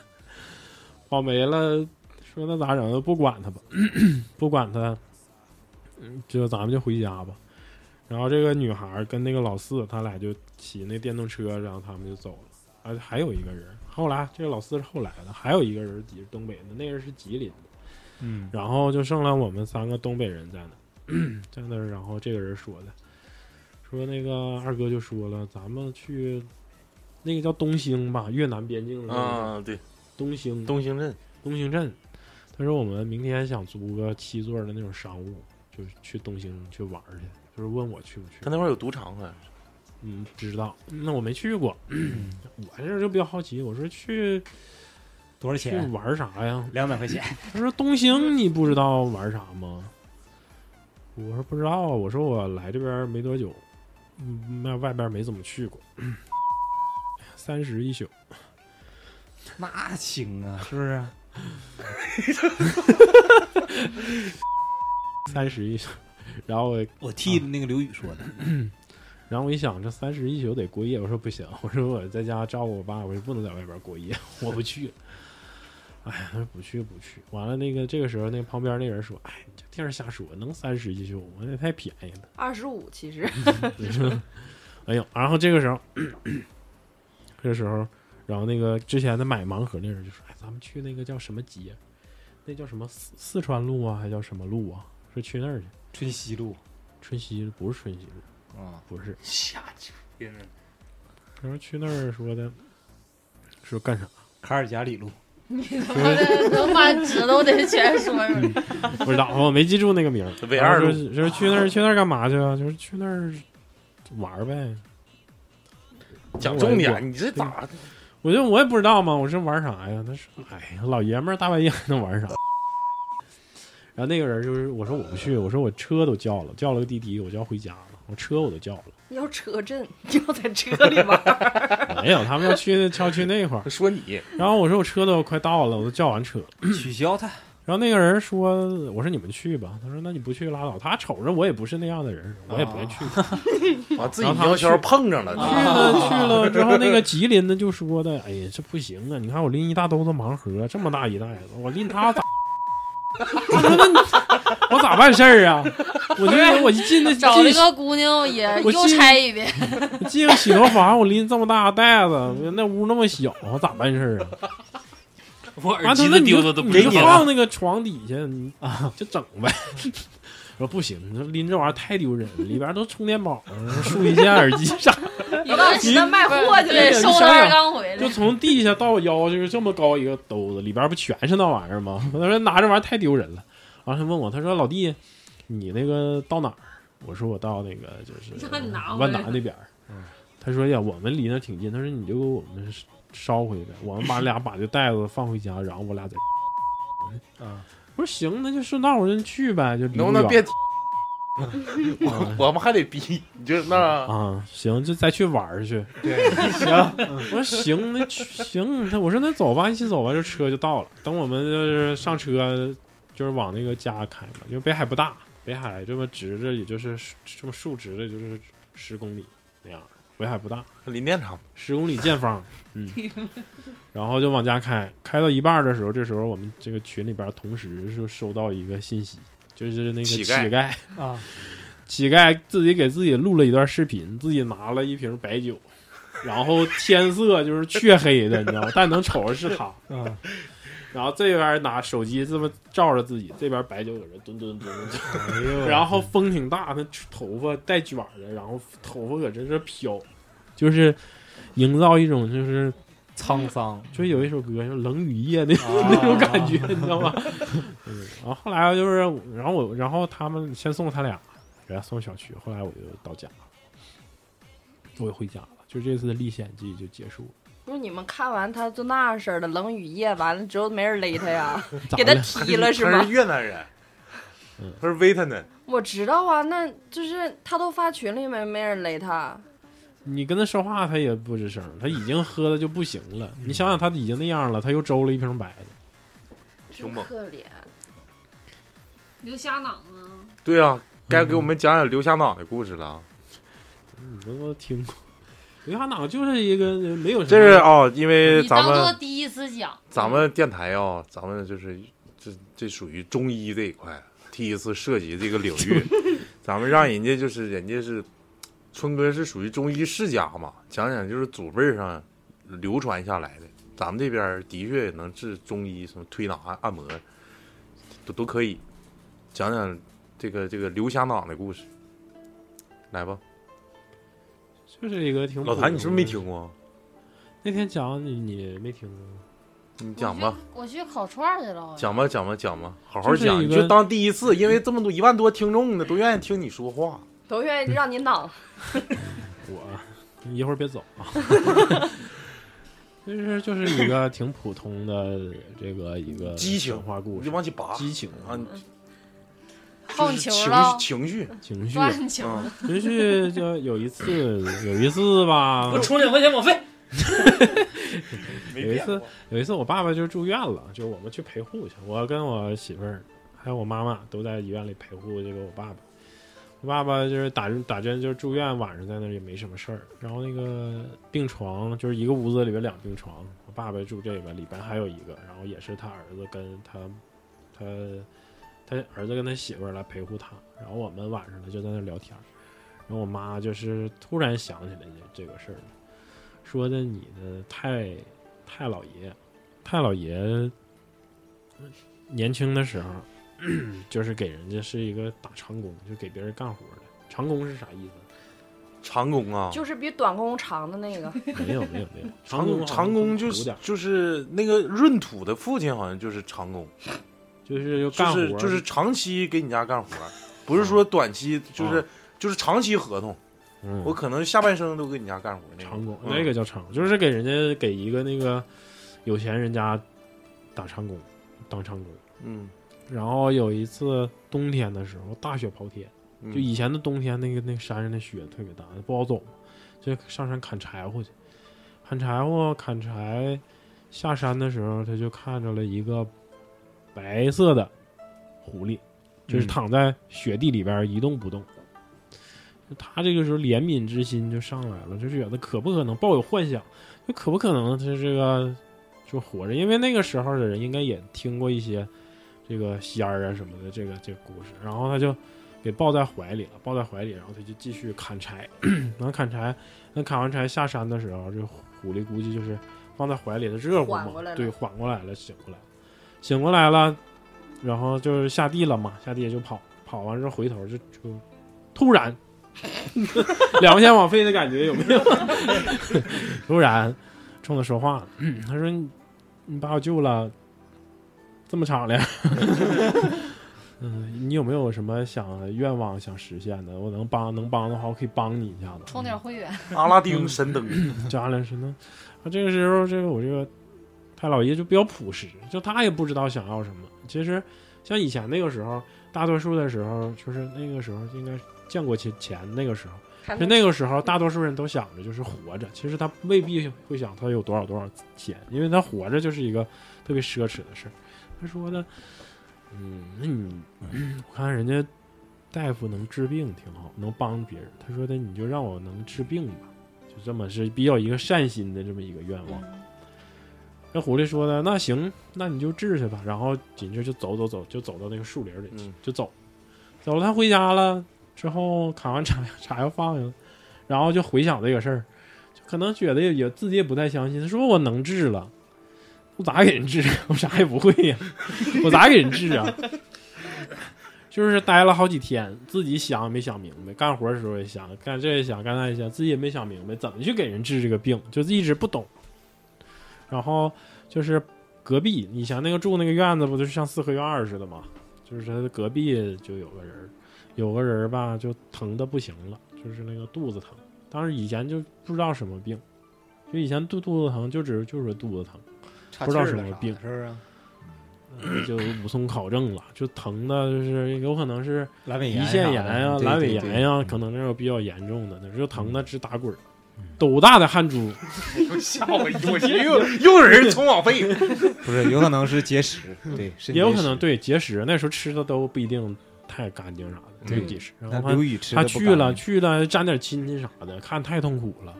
Speaker 5: 跑没了，说那咋整？不管他吧， 不管他，嗯就咱们就回家吧。然后这个女孩儿跟那个老四，他俩就骑那电动车，然后他们就走了。啊，还有一个人，后来这个老四是后来的，还有一个人也是东北的，那个人是吉林的，
Speaker 4: 嗯，
Speaker 5: 然后就剩了我们三个东北人在那，在那儿， 然后这个人说的，说那个二哥就说了，咱们去那个叫东兴吧，越南边境的、个
Speaker 2: 嗯，对，
Speaker 5: 东兴
Speaker 2: 东兴镇，
Speaker 5: 东兴镇，他说我们明天想租个七座的那种商务，就是去东兴去玩儿去，就是问我去不去
Speaker 2: 他，那块儿有赌场，啊好像是
Speaker 5: 嗯，不知道，那我没去过， 我这人就比较好奇，我说去。
Speaker 4: 多少
Speaker 5: 去
Speaker 4: 钱？
Speaker 5: 玩啥呀？
Speaker 4: 两百块钱。
Speaker 5: 他说东兴你不知道玩啥吗？我说不知道啊，我说我来这边没多久，嗯，那外边没怎么去过， 三十一宿，
Speaker 4: 那行啊，是不是？
Speaker 5: 三十一宿， 然后我
Speaker 4: 我替那个刘宇说
Speaker 5: 嗯
Speaker 4: 的，
Speaker 5: 然后我一想，这三十一宿得过夜，我说不行，我说我在家照顾我爸，我就不能在外边过夜，我不去。哎呀，他说不去不去。完了，那个这个时候，那旁边那人说：“哎，你这地儿瞎说，能三十一宿吗？那也太便宜了。”
Speaker 9: 二十五其实
Speaker 5: 哎呦，然后这个时候， 这时候，然后那个之前的买盲盒那人就说：“哎，咱们去那个叫什么街？那叫什么四四川路啊，还叫什么路啊？说去那儿去。
Speaker 4: 春熙路
Speaker 5: 春熙路不是春熙路，
Speaker 4: 啊，
Speaker 5: 不是。
Speaker 6: 瞎吹呢，
Speaker 5: 然后去那儿说的，说干啥？
Speaker 4: 卡尔加里路，
Speaker 3: 他妈 的能把指头得全说出来。
Speaker 5: 不知道，我没记住那个 名儿。
Speaker 2: 纬二路
Speaker 5: 然后就是就是去那儿去那儿干嘛去啊？就是去那儿玩儿呗。
Speaker 2: 讲
Speaker 5: 我
Speaker 2: 重
Speaker 5: 我
Speaker 2: 点，你这咋？
Speaker 5: 我就我也不知道嘛，我是玩啥呀？他说：“哎呀，老爷们儿大半夜还能玩啥？” 然后那个人就是我说我不去，我说我车都叫了，叫了个滴滴，我就要回家了，我车我都叫 了，
Speaker 9: 要车震，要在车里玩儿。
Speaker 5: 没有，他们要去要去那块儿，
Speaker 2: 说你
Speaker 5: 然后我说我车都快到了，我都叫完车了，
Speaker 8: 取消它。
Speaker 5: 然后那个人说：“我说你们去吧。”他说：“那你不去拉倒。”他瞅着我也不是那样的人，我也不愿意去。
Speaker 2: 把啊自己
Speaker 5: 然后他
Speaker 2: 腰
Speaker 5: 们
Speaker 2: 圈碰上了，
Speaker 5: 去了去了之后，那个吉林的就说的：“哎呀，这不行啊！你看我拎一大兜子盲盒，这么大一袋子，我拎 它咋？我说那你我咋办事儿啊？我就我一进那
Speaker 3: 找那
Speaker 5: 进
Speaker 3: 个姑娘也
Speaker 5: 我
Speaker 3: 又
Speaker 5: 信
Speaker 3: 拆一遍，
Speaker 5: 进个洗头房，我拎这么大袋子，那屋那么小，我咋办事儿啊？
Speaker 6: 我耳
Speaker 5: 完他
Speaker 6: 机
Speaker 5: 说
Speaker 6: 都
Speaker 5: 你
Speaker 6: 丢
Speaker 5: 就
Speaker 6: 了都不
Speaker 5: 你
Speaker 6: 知
Speaker 5: 就
Speaker 6: 道
Speaker 5: 放。那个床底下，你啊就整呗。 我说不行，你说拎这玩意儿太丢人了，里边都充电宝、树一线耳机啥，
Speaker 3: 你当时
Speaker 9: 你那卖货去
Speaker 3: 对
Speaker 5: 你
Speaker 3: 收
Speaker 5: 想
Speaker 3: 了二
Speaker 5: 想
Speaker 3: 刚回
Speaker 5: 就
Speaker 3: 来，
Speaker 5: 从地下到腰就是这么高一个兜子，里边不全是那玩意儿吗？ 他说拿这玩意儿太丢人了。然后他问我，他说老弟，你那个到哪儿？我说我到那个就是
Speaker 3: 让你拿回
Speaker 5: 万
Speaker 3: 来
Speaker 5: 达那边儿。
Speaker 2: 嗯
Speaker 5: 他说呀，我们离那挺近。他说你就给我们捎回来，我们把俩把这袋子放回家，然后我俩再。
Speaker 8: 啊，
Speaker 5: 我说行，那就顺道我就去呗，就离
Speaker 2: 能
Speaker 5: 不
Speaker 2: 不能
Speaker 5: 远
Speaker 2: 别？ 我我们还得逼，你就那
Speaker 5: 啊，行，就再去玩儿去。对，行，我说行，那去行，他我说那走吧，一起走吧，这车就到了。等我们就是上车，就是往那个家开嘛，因为北海不大，北海这么直着，也就是这么竖直的，就是十公里那样，北海不大。
Speaker 2: 林电厂
Speaker 5: 十公里见方，嗯，然后就往家开，开到一半儿的时候，这时候我们这个群里边儿同时是收到一个信息，就是那个
Speaker 2: 乞
Speaker 5: 乞
Speaker 2: 丐
Speaker 5: 丐
Speaker 8: 啊，
Speaker 5: 乞丐自己给自己录了一段视频，自己拿了一瓶白酒，然后天色就是黢黑的，你知道吗？但能瞅着是他，
Speaker 8: 嗯，
Speaker 5: 然后这边拿手机这么照着自己，这边白酒搁这蹲蹲蹲蹲蹲，然后风挺大，那头发带卷儿的，然后头发搁这这飘，就是营造一种就是
Speaker 8: 沧桑
Speaker 5: 就有一首歌叫《冷雨夜》那
Speaker 2: 啊
Speaker 5: 那种感觉，你知道吗？嗯然后后来就是，然后我，然后他们先送他俩，人家送小区，后来我就到家了，我就回家了。就这次的历险记就结束了，
Speaker 9: 不是你们看完他就那样式儿的，冷雨夜完了之后没人勒他呀，
Speaker 5: 咋
Speaker 9: 给他
Speaker 5: 了
Speaker 9: 踢了是
Speaker 2: 他
Speaker 9: 吗
Speaker 2: 是？越南人
Speaker 5: 嗯，
Speaker 2: 他是维特呢，
Speaker 9: 我知道啊，那就是他都发群里没没人勒他，
Speaker 5: 你跟他说话，他也不吱声，他已经喝的就不行了。
Speaker 2: 嗯
Speaker 5: 你想想，他已经那样了，他又周了一瓶白的。
Speaker 2: 挺猛。
Speaker 9: 可怜。
Speaker 3: 留瞎囊啊。
Speaker 2: 对啊，该给我们讲讲刘瞎脑的故事了。啊
Speaker 5: 你们都听过？刘哈脑就是一个没有什么，
Speaker 2: 这是哦，因为
Speaker 5: 哎
Speaker 3: 你
Speaker 2: 咱
Speaker 3: 当做
Speaker 2: 们
Speaker 3: 第一次讲，
Speaker 2: 咱们电台啊，咱们就是这这属于中医这一块，第一次涉及这个领域，咱们让人家就是人家是春哥是属于中医世家嘛，讲讲就是祖辈儿上流传下来的，咱们这边儿的确也能治中医，什么推拿、按摩都都可以，讲讲这个这个刘瞎囊的故事，来吧，
Speaker 5: 就是一个挺
Speaker 2: 老谭，你是不是没
Speaker 5: 普通
Speaker 2: 听过？
Speaker 5: 的？那天讲你你没听过？
Speaker 2: 你
Speaker 3: 我
Speaker 2: 讲吧
Speaker 3: 去。，我去烤串儿去了。
Speaker 2: 讲吧，讲吧，讲吧，好好
Speaker 5: 就是
Speaker 2: 讲，
Speaker 5: 一
Speaker 2: 你
Speaker 5: 个
Speaker 2: 就当第一次，因为这么多一万多听众呢，都愿意听你说话。
Speaker 9: 都愿
Speaker 5: 嗯
Speaker 9: 意让你囊，
Speaker 5: 我你一会儿别走啊。 就是就是一个挺普通的这个一个
Speaker 2: 激情
Speaker 5: 神话故
Speaker 2: 你
Speaker 5: 事
Speaker 2: 就，往起拔
Speaker 5: 激情
Speaker 2: 啊，你
Speaker 3: 碰
Speaker 2: 就是
Speaker 3: 球嗯
Speaker 2: 情绪，
Speaker 3: 了
Speaker 2: 情绪，啊
Speaker 5: 情绪嗯
Speaker 3: 断球了，
Speaker 5: 情绪就有一次有一次吧
Speaker 6: 我，充两块钱网费，
Speaker 5: 有一次有一次我爸爸就住院了，就我们去陪护去，我跟我媳妇儿还有我妈妈都在医院里陪护这个我爸爸。我爸爸就是打打针，就是住院，晚上在那儿也没什么事儿。然后那个病床就是一个屋子里边两病床，我爸爸住这个，里边还有一个，然后也是他儿子跟他他他儿子跟他媳妇儿来陪护他。然后我们晚上呢就在那儿聊天儿，然后我妈就是突然想起来这这个事儿了，说的你的太太老爷，太老爷年轻的时候， 就是给人家是一个打长工，就给别人干活的。长工是啥意思？
Speaker 2: 长工啊，
Speaker 9: 就是比短工长的那个。
Speaker 5: 没有没有没有，
Speaker 2: 长
Speaker 5: 工
Speaker 2: 长工就
Speaker 5: 苦
Speaker 2: 是
Speaker 5: 点儿
Speaker 2: 就是那个闰土的父亲，好像就是长工，
Speaker 5: 就是就
Speaker 2: 就
Speaker 5: 干活
Speaker 2: 是
Speaker 5: 儿
Speaker 2: 就是长期给你家干活，不是说短期，就是就是长期合同，
Speaker 5: 啊嗯
Speaker 2: 我可嗯能下半生都给你家干活那
Speaker 5: 长工
Speaker 2: 种，
Speaker 5: 那个叫长工，就是给人家给一个那个有钱人家打长工，当长工。
Speaker 2: 嗯，
Speaker 5: 然后有一次冬天的时候，大雪刨天，
Speaker 2: 嗯
Speaker 5: 就以前的冬天那个那个山上的雪特别大，不好走嘛，就上山砍柴火去。砍柴火，砍柴，下山的时候他就看着了一个白色的狐狸，就是
Speaker 4: 嗯
Speaker 5: 躺在雪地里边一动不动。他这个时候怜悯之心就上来了，就是觉得可不可能抱有幻想，就可不可能他这个就活着？因为那个时候的人应该也听过一些这个仙儿啊什么的这个这个故事，然后他就给抱在怀里了，抱在怀里，然后他就继续砍柴， 然后砍柴，那砍完柴下山的时候，这狐狸估计就是放在怀里的热乎
Speaker 9: 缓过来
Speaker 5: 嘛，
Speaker 9: 了
Speaker 5: 对，缓过来了，醒过来了，醒过来了，然后就是下地了嘛，下地就跑，跑完之后回头就就突然 两块钱往费的感觉有没有？ 突然冲他说话了，他说你你把我救了，这么敞亮。 嗯，你有没有什么想愿望想实现的？我能帮能帮的话，我可以帮你一下子。
Speaker 3: 充点会员，
Speaker 2: 阿拉
Speaker 5: 嗯
Speaker 2: 丁神灯，
Speaker 5: 加了神呢？啊，这个时候，这个我这个太老爷就比较朴实，就他也不知道想要什么。其实像以前那个时候，大多数的时候，就是那个时候应该是建国前前那个时候，
Speaker 9: 还
Speaker 5: 就
Speaker 9: 能
Speaker 5: 那个时候，大多数人都想着就是活着，其实他未必会想他有多少多少钱，因为他活着就是一个特别奢侈的事儿。他说的，嗯，那你、我看人家大夫能治病挺好，能帮别人。他说的，你就让我能治病吧，就这么是比较一个善心的这么一个愿望。那狐狸说的，那行，那你就治去吧。然后紧接着就走走走，就走到那个树林里去，
Speaker 2: 嗯
Speaker 5: 就走，走了。他回家了之后，砍完 柴柴又放下了，然后就回想这个事儿，就可能觉得也也自己也不太相信。他说我能治了，我咋给人治？啊 我啥也不会呀，我咋给人治啊？ 就是待了好几天，自己想也没想明白，干活的时候也想，干这也想，干那也想，自己也没想明白怎么去给人治这个病，就是一直不懂。然后就是隔壁，以前那个住那个院子不就是像四合院儿似的吗？就是他的隔壁就有个人儿，有个人儿吧，就疼的不行了，就是那个肚子疼。当时以前就不知道什么病，就以前肚肚子疼，就只就是肚子疼，
Speaker 8: 岔
Speaker 5: 不知道
Speaker 8: 气儿
Speaker 5: 什
Speaker 8: 了
Speaker 5: 么
Speaker 8: 啥的
Speaker 5: 病
Speaker 8: 是不
Speaker 4: 啊
Speaker 8: 是？
Speaker 5: 呃就无从考证了，就疼的就是有可能是
Speaker 8: 阑尾
Speaker 5: 胰
Speaker 8: 炎
Speaker 5: 腺
Speaker 8: 啥
Speaker 5: 炎
Speaker 8: 的
Speaker 5: 呀、
Speaker 8: 对
Speaker 5: 阑
Speaker 8: 对
Speaker 5: 尾
Speaker 8: 对嗯
Speaker 5: 炎呀、可能这种比较严重的，那就疼的直打滚儿，斗大的汗珠，
Speaker 2: 吓我一跳，我寻 思又又有人充网费，
Speaker 4: 不是，有可能是结石，对，肾
Speaker 5: 也有
Speaker 4: 结
Speaker 5: 可能
Speaker 4: 石，
Speaker 5: 对结石，那时候吃的都不一定太干净啥的，这个结石。然后
Speaker 4: 那
Speaker 5: 还
Speaker 4: 刘宇吃
Speaker 5: 他
Speaker 4: 的不
Speaker 5: 去
Speaker 4: 干
Speaker 5: 了
Speaker 4: 净，
Speaker 5: 去了，沾点亲戚啥的，看太痛苦了，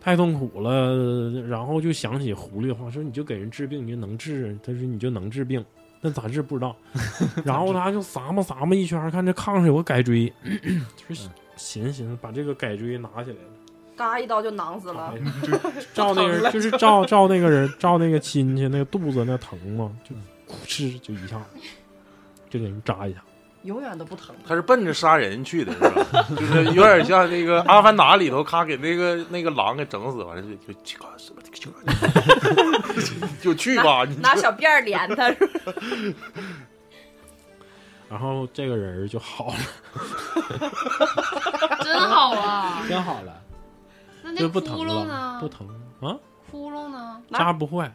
Speaker 5: 太痛苦了。然后就想起狐狸的话，说你就给人治病，你就能治。他说你就能治病，那咋治不 知道。然后他就撒嘛撒嘛一圈儿，看这炕上有个改锥，就是
Speaker 4: 嗯
Speaker 5: 寻思寻思把这个改锥拿起来 了。
Speaker 9: 嘎一刀就囊死了
Speaker 5: 哎，呀就照那个，就是照照那个人，照那个亲戚那个肚子那疼嘛，就
Speaker 4: 嗯
Speaker 5: 哭哧就一下子，就给人扎一下。
Speaker 9: 永远都不疼。
Speaker 2: 他是奔着杀人去的，是吧？ 就是有点像那个《阿凡达》里头，咔给那个那个狼给整死，完了就就去吧，什么去吧， 就去吧，你
Speaker 9: 拿小辫儿连他，是吧
Speaker 5: 然后这个人儿就好了，
Speaker 3: 真好啊！
Speaker 8: 真好了，
Speaker 3: 那那
Speaker 5: 就不
Speaker 3: 窟
Speaker 5: 疼
Speaker 3: 窿
Speaker 5: 了，
Speaker 3: 呢
Speaker 5: 不？疼啊，
Speaker 3: 窟窿呢？
Speaker 5: 扎不坏。
Speaker 9: 哦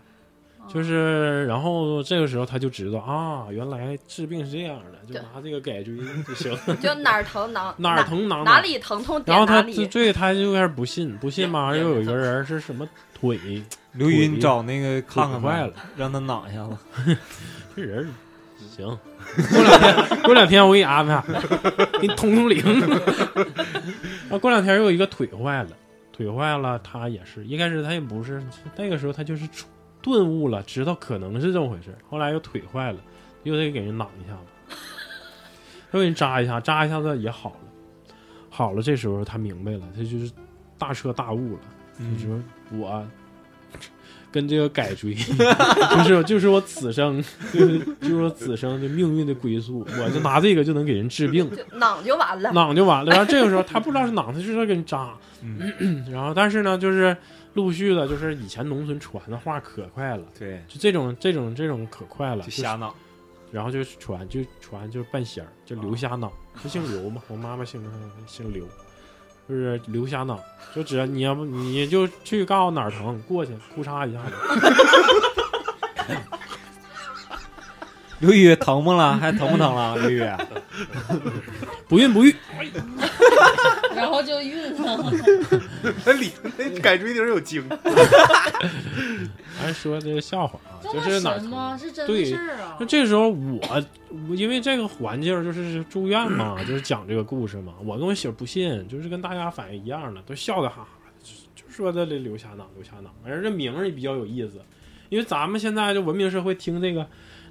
Speaker 5: 就是，然后这个时候他就知道啊，原来治病是这样的，就
Speaker 3: 对
Speaker 5: 拿这个改锥 就行，
Speaker 9: 就哪儿疼囊
Speaker 5: 哪儿疼囊
Speaker 9: 哪。里疼痛
Speaker 5: 然
Speaker 9: 点
Speaker 5: 后
Speaker 9: 哪
Speaker 5: 他就
Speaker 9: 里。
Speaker 5: 对他就开始不信，不信嘛，又有一个人是什么腿
Speaker 4: 刘宇，你找那个
Speaker 5: 腿
Speaker 4: 看看
Speaker 5: 坏
Speaker 4: 吧
Speaker 5: 了，，
Speaker 4: 让他攮一下子。
Speaker 5: 这人儿行，过两天过两天我给你安排， 给你通通灵。 啊，过两天又有一个腿坏了，腿坏了，他也是一开始他也不是那个时候他就是出顿悟了，知道可能是这么回事儿，后来又腿坏了，又得给人攮一下子，又给人扎一下，扎一下子也好了，好了，这时候他明白了，他就是大彻大悟了。你说我啊跟这个改锥， 就是就是我此生， 就是就是我此生的命运的归宿，我就拿这个就能给人治病，
Speaker 9: 就囊就完了，
Speaker 5: 囊就完了。然后这个时候他不知道是囊，他就要给你 扎。然后但是呢，就是陆续的，就是以前农村传的话可快了，
Speaker 8: 对，
Speaker 5: 就这种这种这种可快了，
Speaker 8: 就
Speaker 5: 就是
Speaker 8: 瞎闹，
Speaker 5: 然后就传就传就是半仙儿，就刘瞎脑，就姓刘嘛，我妈妈姓姓 刘，就是刘瞎脑，就只要你要不你就去告诉哪儿疼，过去哭嚓一下子。
Speaker 4: 刘宇疼不了？还疼不疼 了？刘宇，
Speaker 5: 不孕不育，
Speaker 3: 然后就晕了。
Speaker 10: 那里那改锥钉有精，
Speaker 5: 还说这个笑话啊，就
Speaker 3: 那
Speaker 5: 是哪儿
Speaker 3: 神吗？是真
Speaker 5: 对
Speaker 3: 事儿啊
Speaker 5: 那！这时候我，我因为这个环境就是住院 嘛，就是讲这个故事嘛。我跟我媳妇不信，就是跟大家反应一样的，都笑得哈哈的，就就说的这留下党留下党。而这名儿也比较有意思，因为咱们现在就文明社会听这个，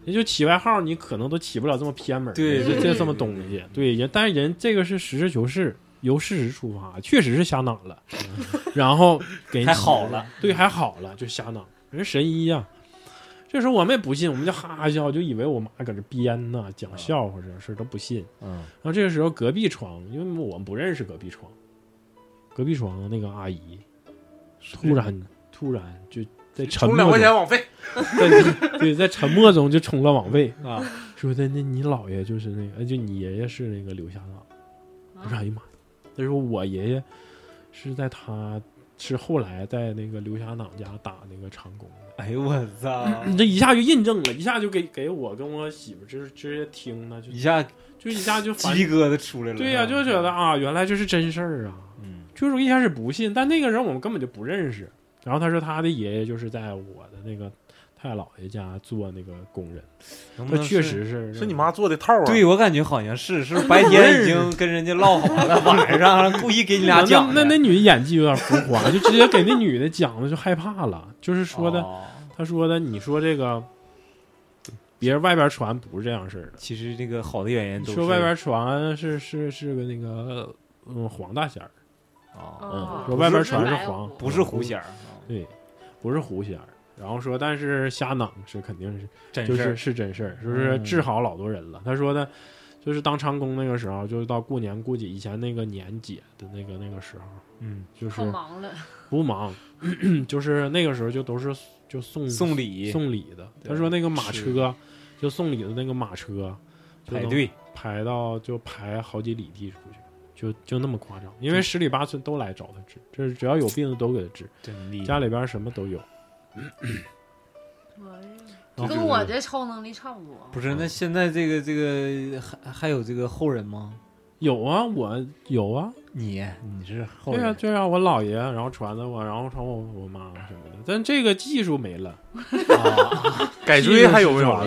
Speaker 5: 也就起外号，你可能都起不了这么偏门儿，
Speaker 4: 对
Speaker 5: 这
Speaker 4: 对
Speaker 5: 这这么东西。对，人但是人这个是实事求是，由事实出发，确实是瞎囊 了，然后给人
Speaker 4: 还
Speaker 5: 起
Speaker 4: 好了，
Speaker 5: 对，还好了，就瞎囊，人神医呀、这时候我们也不信，我们就哈哈笑，就以为我妈搁这编呢，讲
Speaker 2: 啊
Speaker 5: 笑话这种事儿都不信。
Speaker 4: 嗯，
Speaker 5: 然后这个时候隔壁床，因为我们不认识隔壁床，隔壁床那个阿姨突然突然就在沉
Speaker 2: 充
Speaker 5: 默
Speaker 2: 两块
Speaker 5: 中，
Speaker 2: 钱网费，
Speaker 5: 在对，在沉默中就冲了网位
Speaker 4: 啊，
Speaker 5: 说的那你姥爷就是那个，呃就你爷爷是那个刘瞎党。我说哎呀妈呀，他说我爷爷是在他是后来在那个刘瞎党家打那个长工的。
Speaker 4: 哎呦我操，
Speaker 5: 你这一下就印证了，一下就给给我跟我媳妇直直接听了，就
Speaker 4: 一下
Speaker 5: 就一下就
Speaker 4: 鸡
Speaker 5: 反
Speaker 4: 皮疙瘩出来了。
Speaker 5: 对呀、就觉得啊，原来这是真事儿啊。
Speaker 4: 嗯，
Speaker 5: 就是一开始不信，但那个人我们根本就不认识。然后他说他的爷爷就是在我的那个太姥爷家做那个工人，
Speaker 4: 能不
Speaker 5: 他
Speaker 4: 能
Speaker 5: 确
Speaker 4: 是
Speaker 5: 实是
Speaker 2: 是你妈做的套啊？
Speaker 4: 对，我感觉好像是，是不是白天已经跟人家唠好 了，晚上故意给你俩讲
Speaker 5: 那
Speaker 4: 的。
Speaker 5: 那那女的演技有点浮夸，就直接给那女的讲的就害怕了，就是说的，
Speaker 4: 哦
Speaker 5: 他说的，你说这个别人外边传不是这样式儿的。
Speaker 4: 其实这个好的演员都是
Speaker 5: 说外边传是是是个那个嗯黄大仙儿，
Speaker 4: 啊，
Speaker 5: 嗯，
Speaker 3: 啊
Speaker 5: 说外边传
Speaker 3: 不
Speaker 5: 是
Speaker 3: 是
Speaker 5: 黄，嗯
Speaker 4: 不是狐仙儿，
Speaker 5: 对，不是狐仙儿。然后说，但是瞎囊是肯定是，
Speaker 4: 真嗯
Speaker 5: 就是是是真事儿，就是治好老多人了。他说的，就是当长工那个时候，就是到过年过节以前那个年节的那个那个时候，
Speaker 4: 嗯，
Speaker 5: 就是
Speaker 3: 可忙了，
Speaker 5: 不忙， 就是那个时候就都是就送
Speaker 4: 送礼
Speaker 5: 送礼的。
Speaker 4: 对
Speaker 5: 他说那个马
Speaker 4: 是
Speaker 5: 车，就送礼的那个马车，就
Speaker 4: 排
Speaker 5: 能
Speaker 4: 队，
Speaker 5: 排到就排好几里地出去，就就那么夸张。因为十里八村都来找他治，就是只要有病的都给他治，
Speaker 4: 真厉
Speaker 5: 家里边什么都有。然后
Speaker 3: 跟我这超能力差不
Speaker 5: 哦
Speaker 3: 多。
Speaker 4: 不是，那现在这个这个还还有这个后人吗？
Speaker 5: 有啊，我有啊，
Speaker 4: 你你是后
Speaker 5: 对啊
Speaker 4: 人，
Speaker 5: 对啊，我姥爷，然后传的我，然后传我我妈什么的，但这个技术没了，
Speaker 2: 改锥还有没有啊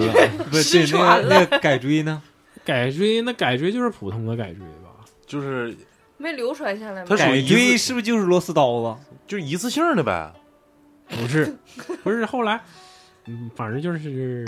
Speaker 5: 技术失 传了？
Speaker 4: 啊
Speaker 9: 失传
Speaker 4: 不是那个那个改锥呢？
Speaker 5: 改锥那改锥就是普通的改锥吧？
Speaker 2: 就是
Speaker 9: 没流传下来吗
Speaker 2: 他？属
Speaker 4: 改
Speaker 2: 于
Speaker 4: 锥
Speaker 2: 一次
Speaker 4: 是不是就是螺丝刀子？
Speaker 2: 就是一次性的呗，
Speaker 5: 不是， 不是后来，嗯，反正就是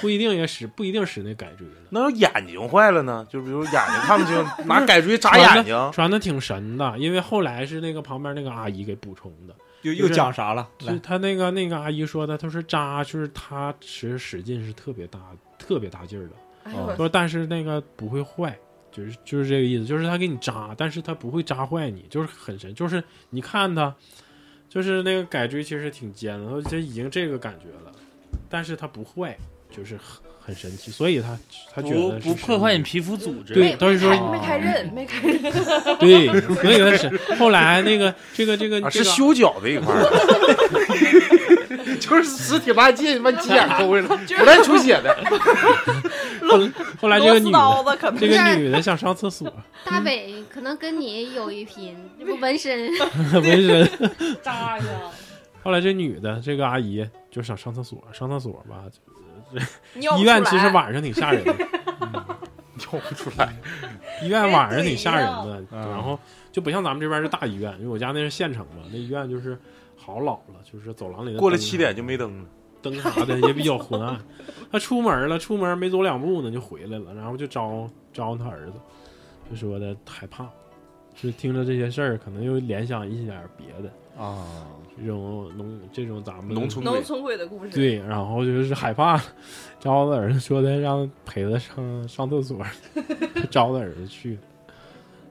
Speaker 5: 不一定也使不一定使那改锥了。
Speaker 2: 那要眼睛坏了呢？就比如眼睛看不 清，拿改锥扎眼睛，
Speaker 5: 传的挺神的，因为后来是那个旁边那个阿姨给补充的，
Speaker 4: 又
Speaker 5: 就
Speaker 4: 又
Speaker 5: 是
Speaker 4: 讲啥了？
Speaker 5: 就是
Speaker 4: 来，
Speaker 5: 他那个那个阿姨说的，她说扎就是她使使劲是特别大特别大劲儿的，
Speaker 9: 哎
Speaker 6: 啊
Speaker 9: 呦我
Speaker 5: 说但是那个不会坏，就是就是这个意思，就是他给你扎，但是他不会扎坏你，就是很神，就是你看他，就是那个改锥其实挺尖的，这已经这个感觉了，但是它不坏，就是很很神奇，所以他他觉
Speaker 6: 不
Speaker 5: 得
Speaker 6: 不
Speaker 5: 是
Speaker 6: 破坏
Speaker 5: 神
Speaker 6: 你
Speaker 5: 秘
Speaker 6: 皮肤组织。
Speaker 5: 对，都是说
Speaker 9: 没开刃，没开刃，
Speaker 5: 对，所以他是后来那个这个这个
Speaker 2: 啊，
Speaker 5: 这
Speaker 2: 是
Speaker 5: 个
Speaker 2: 修脚这一块儿， 就是使挺大劲把鸡眼抠下来，不带出血的。
Speaker 5: 后来这
Speaker 9: 螺
Speaker 5: 个
Speaker 9: 丝
Speaker 5: 女
Speaker 9: 刀
Speaker 5: 的
Speaker 9: 子可能
Speaker 5: 这个女的想上厕所，
Speaker 7: 大北可能跟你有一拼，你不纹身，
Speaker 5: 纹身。
Speaker 3: 扎一下，
Speaker 5: 后来这女的这个阿姨就想上厕所，上厕所吧，
Speaker 9: 尿不
Speaker 5: 医
Speaker 9: 出来
Speaker 5: 院其实晚上挺 吓人的，嗯
Speaker 2: 尿不出来，
Speaker 5: 医院晚上挺吓人的，
Speaker 4: 哎对
Speaker 5: 然后就不像咱们这边是大医院，因为我家那是县城嘛，那医院就是好老了，就是走廊里的
Speaker 2: 过了
Speaker 5: 灯啊
Speaker 2: 七点就没灯了。
Speaker 9: 嗯
Speaker 2: 啊
Speaker 5: 灯啥的也比较昏暗。他出门了，出门没走两步呢就回来了，然后就招招他儿子，就说的害怕，就听着这些事儿，可能又联想一点别的
Speaker 4: 啊，
Speaker 5: 这种农这种咱们
Speaker 2: 农村
Speaker 9: 农
Speaker 2: 鬼，
Speaker 9: 村鬼的故事，
Speaker 5: 对，然后就是害怕了，招他儿子说的让陪他上上厕所， 招他儿子去，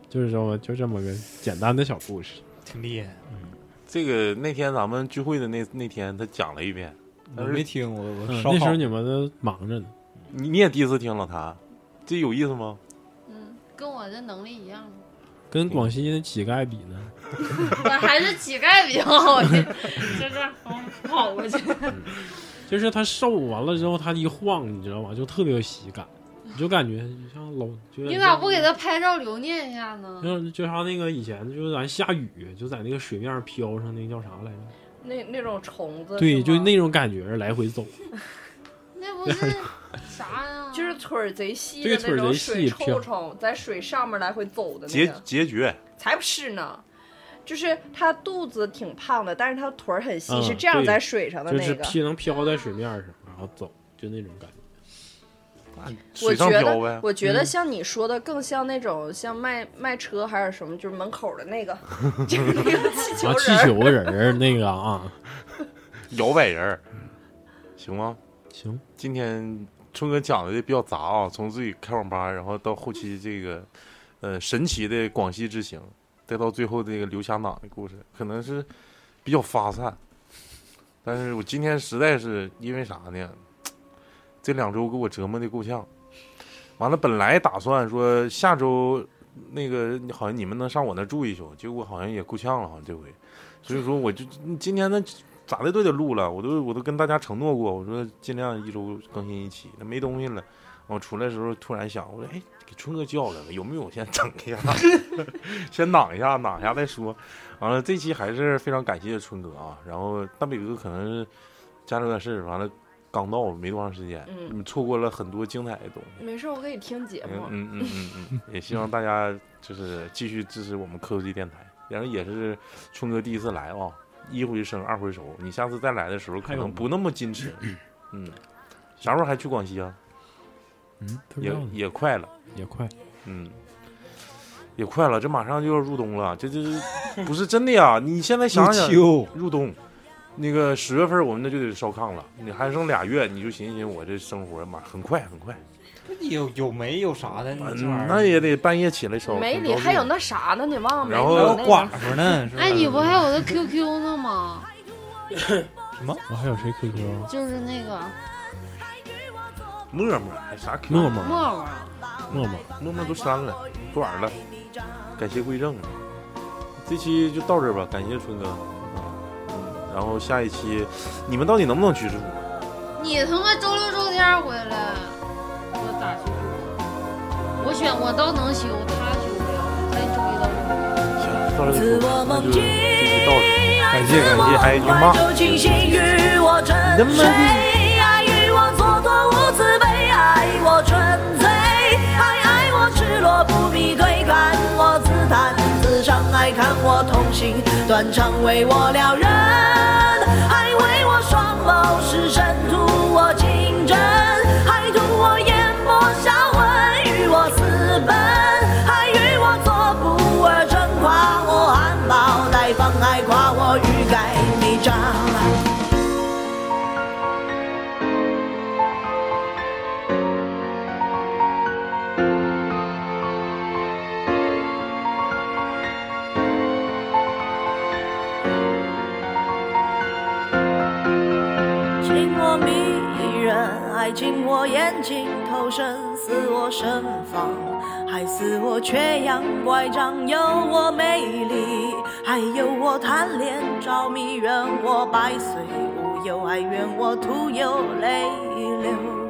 Speaker 5: 就是这么就这么个简单的小故事。
Speaker 4: 挺厉害，
Speaker 2: 这个那天咱们聚会的那那天，他讲了一遍，
Speaker 4: 我没听，我我
Speaker 5: 嗯，
Speaker 4: 烧
Speaker 5: 那时
Speaker 4: 烤
Speaker 5: 候你们都忙着呢，
Speaker 2: 你你也第一次听老谭，这有意思吗？
Speaker 3: 嗯，跟我这能力一样。
Speaker 5: 跟广西的乞丐比呢，
Speaker 3: 我还是乞丐比较好，就这样跑过去。
Speaker 5: 就是它瘦完了之后，它一晃，你知道吗？就特别有喜感，你就感觉你像老，就
Speaker 3: 你咋不给他拍照留念一下呢？
Speaker 5: 就就像那个以前就是咱下雨，就在那个水面上飘上，那个叫啥来着？
Speaker 9: 那那种虫子，
Speaker 5: 对，就那种感觉，来回走，
Speaker 3: 那不 是啥呀？
Speaker 9: 就是腿儿贼细
Speaker 5: 对
Speaker 9: 的
Speaker 5: 腿
Speaker 9: 那
Speaker 5: 儿
Speaker 9: 种
Speaker 5: 贼
Speaker 9: 水
Speaker 5: 细飘
Speaker 9: 臭虫，在水上面来回走的那
Speaker 2: 结
Speaker 9: 个，
Speaker 2: 结局，
Speaker 9: 才不是呢。就是他肚子挺胖的，但是他腿儿很细，
Speaker 5: 嗯
Speaker 9: 是这样
Speaker 5: 对
Speaker 9: 在水上的
Speaker 5: 就
Speaker 9: 那
Speaker 5: 是
Speaker 9: 个。
Speaker 5: 飘能飘在水面上，然后走，就那种感觉。
Speaker 9: 我
Speaker 2: 水上
Speaker 9: 觉
Speaker 2: 漂
Speaker 9: 得
Speaker 2: 呗，。
Speaker 9: 我觉得
Speaker 5: 嗯
Speaker 9: 像你说的，更像那种像卖卖车还是什么，就是门口的那个，就是那个气球
Speaker 5: 啊，气
Speaker 9: 人儿。
Speaker 5: 球人儿那个 啊，
Speaker 2: 摇摆人儿，行吗？
Speaker 5: 行，
Speaker 2: 今天春哥讲的这比较杂啊，从自己开网吧，然后到后期这个呃神奇的广西之行，再到最后这个刘瞎党的故事，可能是比较发散。但是我今天实在是因为啥呢？这两周给我折磨的够呛。完了，本来打算说下周那个好像你们能上我那住一宿，结果好像也够呛了，好像这回。所以说，我就今天那咋的都得录了，我都我都跟大家承诺过，我说尽量一周更新一期，那没东西了。我出来的时候突然想，我说哎，给春哥叫来了，有没有？先整一下， 先挡一下，挡一下再说。完了，这期还是非常感谢春哥啊。然后大北哥可能是家里有点事儿，完了刚到没多长时间，
Speaker 9: 嗯
Speaker 2: 你错过了很多精彩的东西。
Speaker 9: 没事，我给你听节目。
Speaker 2: 嗯 嗯嗯嗯嗯，也希望大家就是继续支持我们科技电台。然后也是春哥第一次来啊、一回生二回熟。你下次再来的时候可
Speaker 5: 还有
Speaker 2: 能
Speaker 5: 吗
Speaker 2: 不那么矜持。嗯，啥时候还去广西啊？
Speaker 5: 嗯，不知
Speaker 2: 也
Speaker 5: 道呢
Speaker 2: 也快了，
Speaker 5: 也快，
Speaker 2: 嗯，也快了，这马上就要入冬了。这这这不是真的呀？你现在想想，
Speaker 4: 秋
Speaker 2: 入冬，那个十月份我们那就得烧炕了。你还剩俩月，你就寻思寻思我这生活，妈很快很快。
Speaker 4: 有有没有啥的，你这玩
Speaker 2: 嗯，
Speaker 4: 意儿
Speaker 2: 那也得半夜起来烧。
Speaker 9: 没
Speaker 2: 挺
Speaker 9: 里
Speaker 2: 着急
Speaker 9: 还有那啥呢？你忘了没？
Speaker 2: 然后
Speaker 4: 还有
Speaker 9: 那个
Speaker 4: 寡妇呢，是吧
Speaker 3: 哎，你不还有个 QQ 呢吗？
Speaker 5: 我还有谁 QQ？
Speaker 3: 就是那个
Speaker 2: 沫沫还啥 Q？
Speaker 5: 默
Speaker 3: 沫
Speaker 5: 默，
Speaker 3: 沫，
Speaker 5: 默默，
Speaker 2: 默默都删了，不玩了。感谢归正，这期就到这儿吧，感谢春哥。嗯，然后下一期你们到底能不能去世？
Speaker 3: 你他妈周六周天回来，我咋休？我选我倒能休，他休不了，咱周一到周五。
Speaker 2: 行，到这儿就那就这期到这儿，感谢感谢，还有一句妈。人们
Speaker 11: 情我迷人，爱情我眼睛投身，似我盛放，还似我缺氧乖张，有我美丽，还有我贪恋着迷人，我百岁无忧，哀怨我徒有泪流。